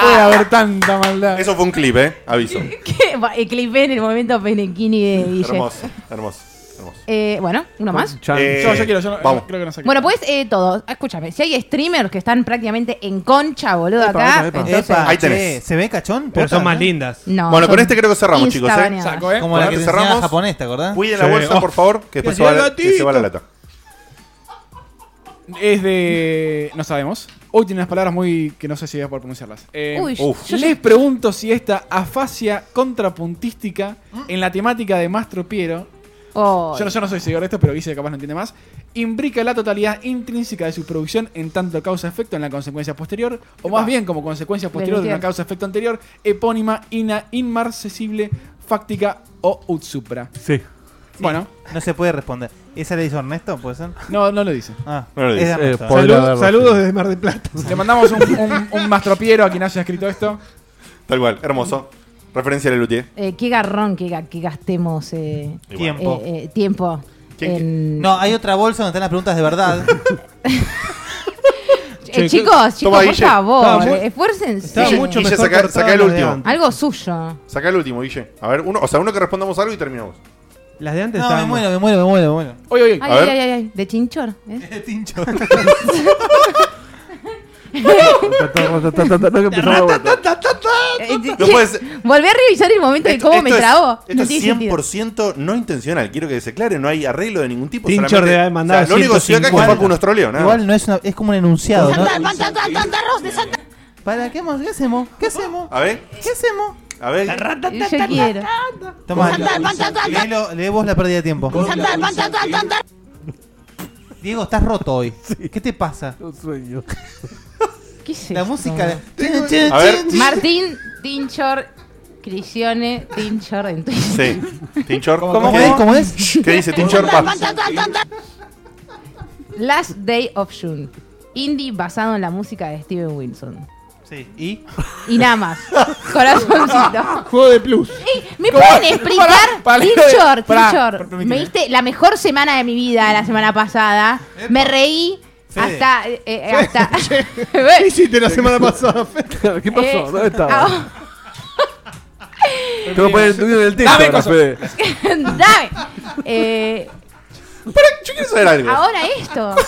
puede haber tanta maldad. Eso fue un clip, ¿eh? Aviso. Que va- eh, clipé en el momento Penequini de Guille. hermoso, hermoso, hermoso. Eh, bueno, uno más. Eh, yo, yo quiero, yo no- vamos. creo que no saqué. Bueno, pues eh, todo. Escúchame, si hay streamers que están prácticamente en concha, boludo, acá. eh, entonces- Ahí tenés. ¿Se ve cachón? Pero son más lindas. No, bueno, con son este creo que cerramos, chicos. insta ¿eh? baneadas. Saco, ¿eh? Como la que te enseñaba japonés, ¿te acordás? Cuiden Sí. la bolsa, Oh. por favor, que después se Mira, va, el la, que se va la lata. Es de. No sabemos. Hoy tiene unas palabras muy. que no sé si voy a poder pronunciarlas. Eh, Uy, Uf. yo- Les pregunto si esta afasia contrapuntística en la temática de Mastro Piero. Oh. Yo no, yo no soy seguidor de esto, pero Guille capaz no entiende más. Imbrica la totalidad intrínseca de su producción en tanto causa-efecto en la consecuencia posterior, o más bien como consecuencia posterior de una Denunciar. causa-efecto anterior, epónima, ina, inmarcesible, fáctica o ut supra. Sí. Bueno. No se puede responder. ¿Esa le hizo Ernesto? ¿Puede ser? No, no lo dice. Ah, No lo es dice. de Eh, Ernesto. podría Salud- haberlo, saludos sí. desde Mar del Plata. Le mandamos un, un- un mastropiero a quien haya escrito esto. Tal cual, hermoso. Referencia a Lelutier. Eh, qué garrón que, ga- que gastemos eh, Y bueno. Tiempo. eh, eh, tiempo en- No, hay otra bolsa donde están las preguntas de <laughs> verdad. Eh, chicos, chicos, por favor, eh, esfuércense. Guille, saca, saca el último. Algo suyo. Saca el último, Guille. A ver, uno, o sea, uno que respondamos algo y terminamos. Las de antes No, me estaban- muero, me muero, me muero, me muero. Oye, oye. Ay, ay, ay, ay, ay, De chinchor. ¿eh? <laughs> De chinchor. <laughs> No puede ser. Eh, <laughs> Volví a revisar el momento de cómo me Esto es- trabo. Esto No es tiene sentido. 100% no intencional. Quiero que se aclare, no hay arreglo de ningún tipo. Tinchor solamente- debe haber mandado o sea, Lo único que se dio acá es que 150. Facu nos troleó, nada. Igual no es una, es como un enunciado, ¿no? de Santa ¿Para qué, hacemos? ¿Qué hacemos? ¿Qué hacemos? A ver, ¿Qué hacemos? a ver. Yo quiero. Toma, léelo- lee vos la pérdida de tiempo. Diego, estás roto hoy. ¿Qué te pasa? sueño. ¿Qué es La esto? música de- A ver. Martín Tinchor, Crisione Tinchor en Twitter. Sí. Tinchor. ¿Cómo es? ¿Cómo es? ¿Qué dice Tinchor? Va. Last Day of June. Indie basado en la música de Steven Wilson. Sí, ¿y? Y nada <laughs> más. Corazoncito. Juego de plus. Ey, ¿Me Pará, pueden explicar? pará, pará, Tinchor, pará, Tinchor. permíteme. Me diste la mejor semana de mi vida la semana pasada. Me reí hasta. eh, eh, <laughs> hasta ¿Qué hiciste la semana pasada, <laughs> Fede? ¿Qué Eh, pasó? ¿Dónde estabas? ahora- Te lo ponen el tuyo en el texto, Dame ahora, cosas. Fede. <laughs> Dame. Eh, Yo quiero saber algo. ahora esto. <laughs>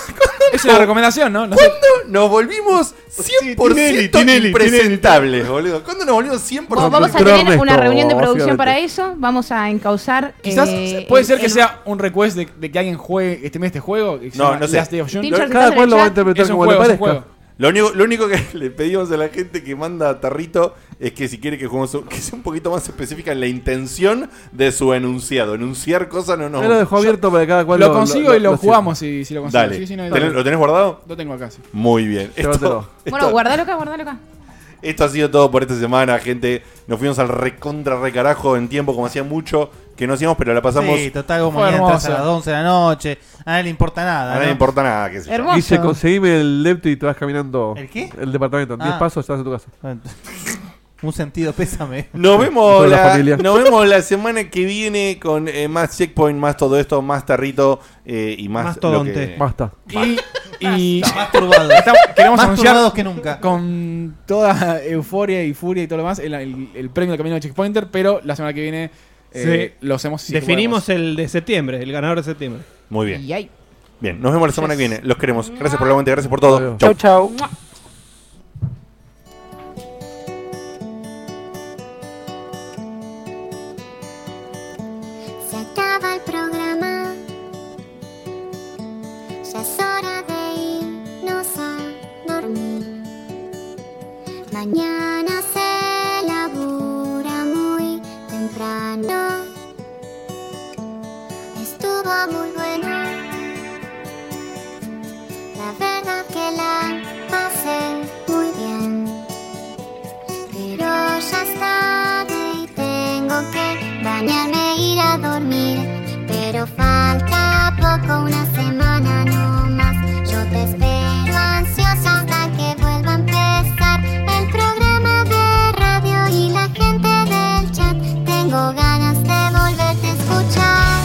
Es una recomendación, ¿no? No sé. ¿Cuándo nos volvimos 100% Tinelli, Tinelli, impresentables, boludo? ¿Cuándo nos volvimos 100% Bueno, vamos a tener una reunión de producción para eso. Vamos a encauzar. Quizás eh, puede el- ser que el- sea un request de, de que alguien juegue este mes este juego. que se No, llama no sé. Last Day of June. Tinchor, si Cada estás en cual el lo va a chat. interpretar Es un como le juego, es un parezca. juego. Lo único, lo único que <laughs> le pedimos a la gente que manda a Tarrito es que si quiere que juguemos un- que sea un poquito más específica en la intención de su enunciado. Enunciar cosas no nos. Ahí lo dejó abierto para que cada cual Lo consigo y lo jugamos si, si lo consigo. Dale. Sí, sí, no hay- ¿Tenés- ¿Lo tenés guardado? Lo tengo acá, sí. <laughs> Muy bien. Llévatelo. Esto, Bueno, esto- guardalo acá, guardalo acá. Esto ha sido todo por esta semana, gente. Nos fuimos al recontra recarajo en tiempo, como hacía mucho que no hacíamos, pero la pasamos. Sí, total, como mañana entras a las 11 de la noche. A nadie le importa nada. A nadie le ¿no? importa nada, qué sé yo. Hermoso. Dice, conseguime el lepto y te vas caminando. ¿El qué? El departamento. En 10 Ah. pasos estás en tu casa. Un sentido, pésame. Nos vemos, Toda la la, familia. nos vemos la semana que viene con eh, más checkpoint, más todo esto, más tarrito eh, y más. Mastodonte. Basta. Y, y Más turbados. Estamos- <laughs> queremos Más anunciar turbados que nunca. Con toda euforia y furia y todo lo demás, el, el- el premio del camino de Checkpointer, pero la semana que viene eh, lo hacemos. si Definimos podemos. el de septiembre, el ganador de septiembre. Muy bien. Y ahí. Bien, nos vemos la semana que viene. Los queremos. Gracias por la aguante, gracias por todo. Chau, Chau. chau. Se acaba el programa. Ya es hora de irnos a dormir. Mañana se labura muy temprano. Estuvo muy bueno. La verdad que la pasé muy bien. Pero ya es tarde y tengo que bañarme e ir a dormir. Pero falta poco, una semana no más. Yo te espero ansiosa hasta que vuelva a empezar el programa de radio y la gente del chat. Tengo ganas de volverte a escuchar.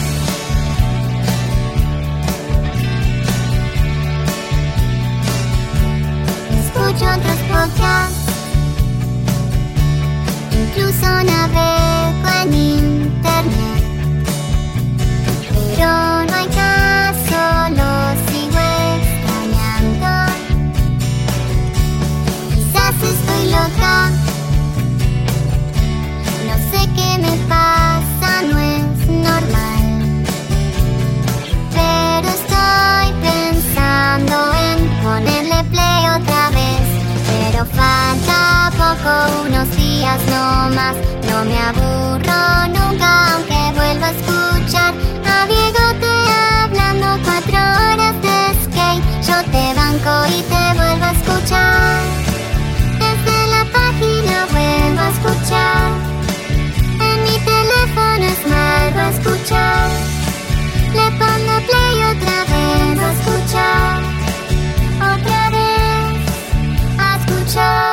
más. No me aburro nunca, aunque vuelva a escuchar a Diego te hablando cuatro horas de skate. Yo te banco y te vuelvo a escuchar. Desde la página vuelvo a escuchar. En mi teléfono es malo escuchar. Le pongo play otra vez a escuchar. Otra vez a escuchar.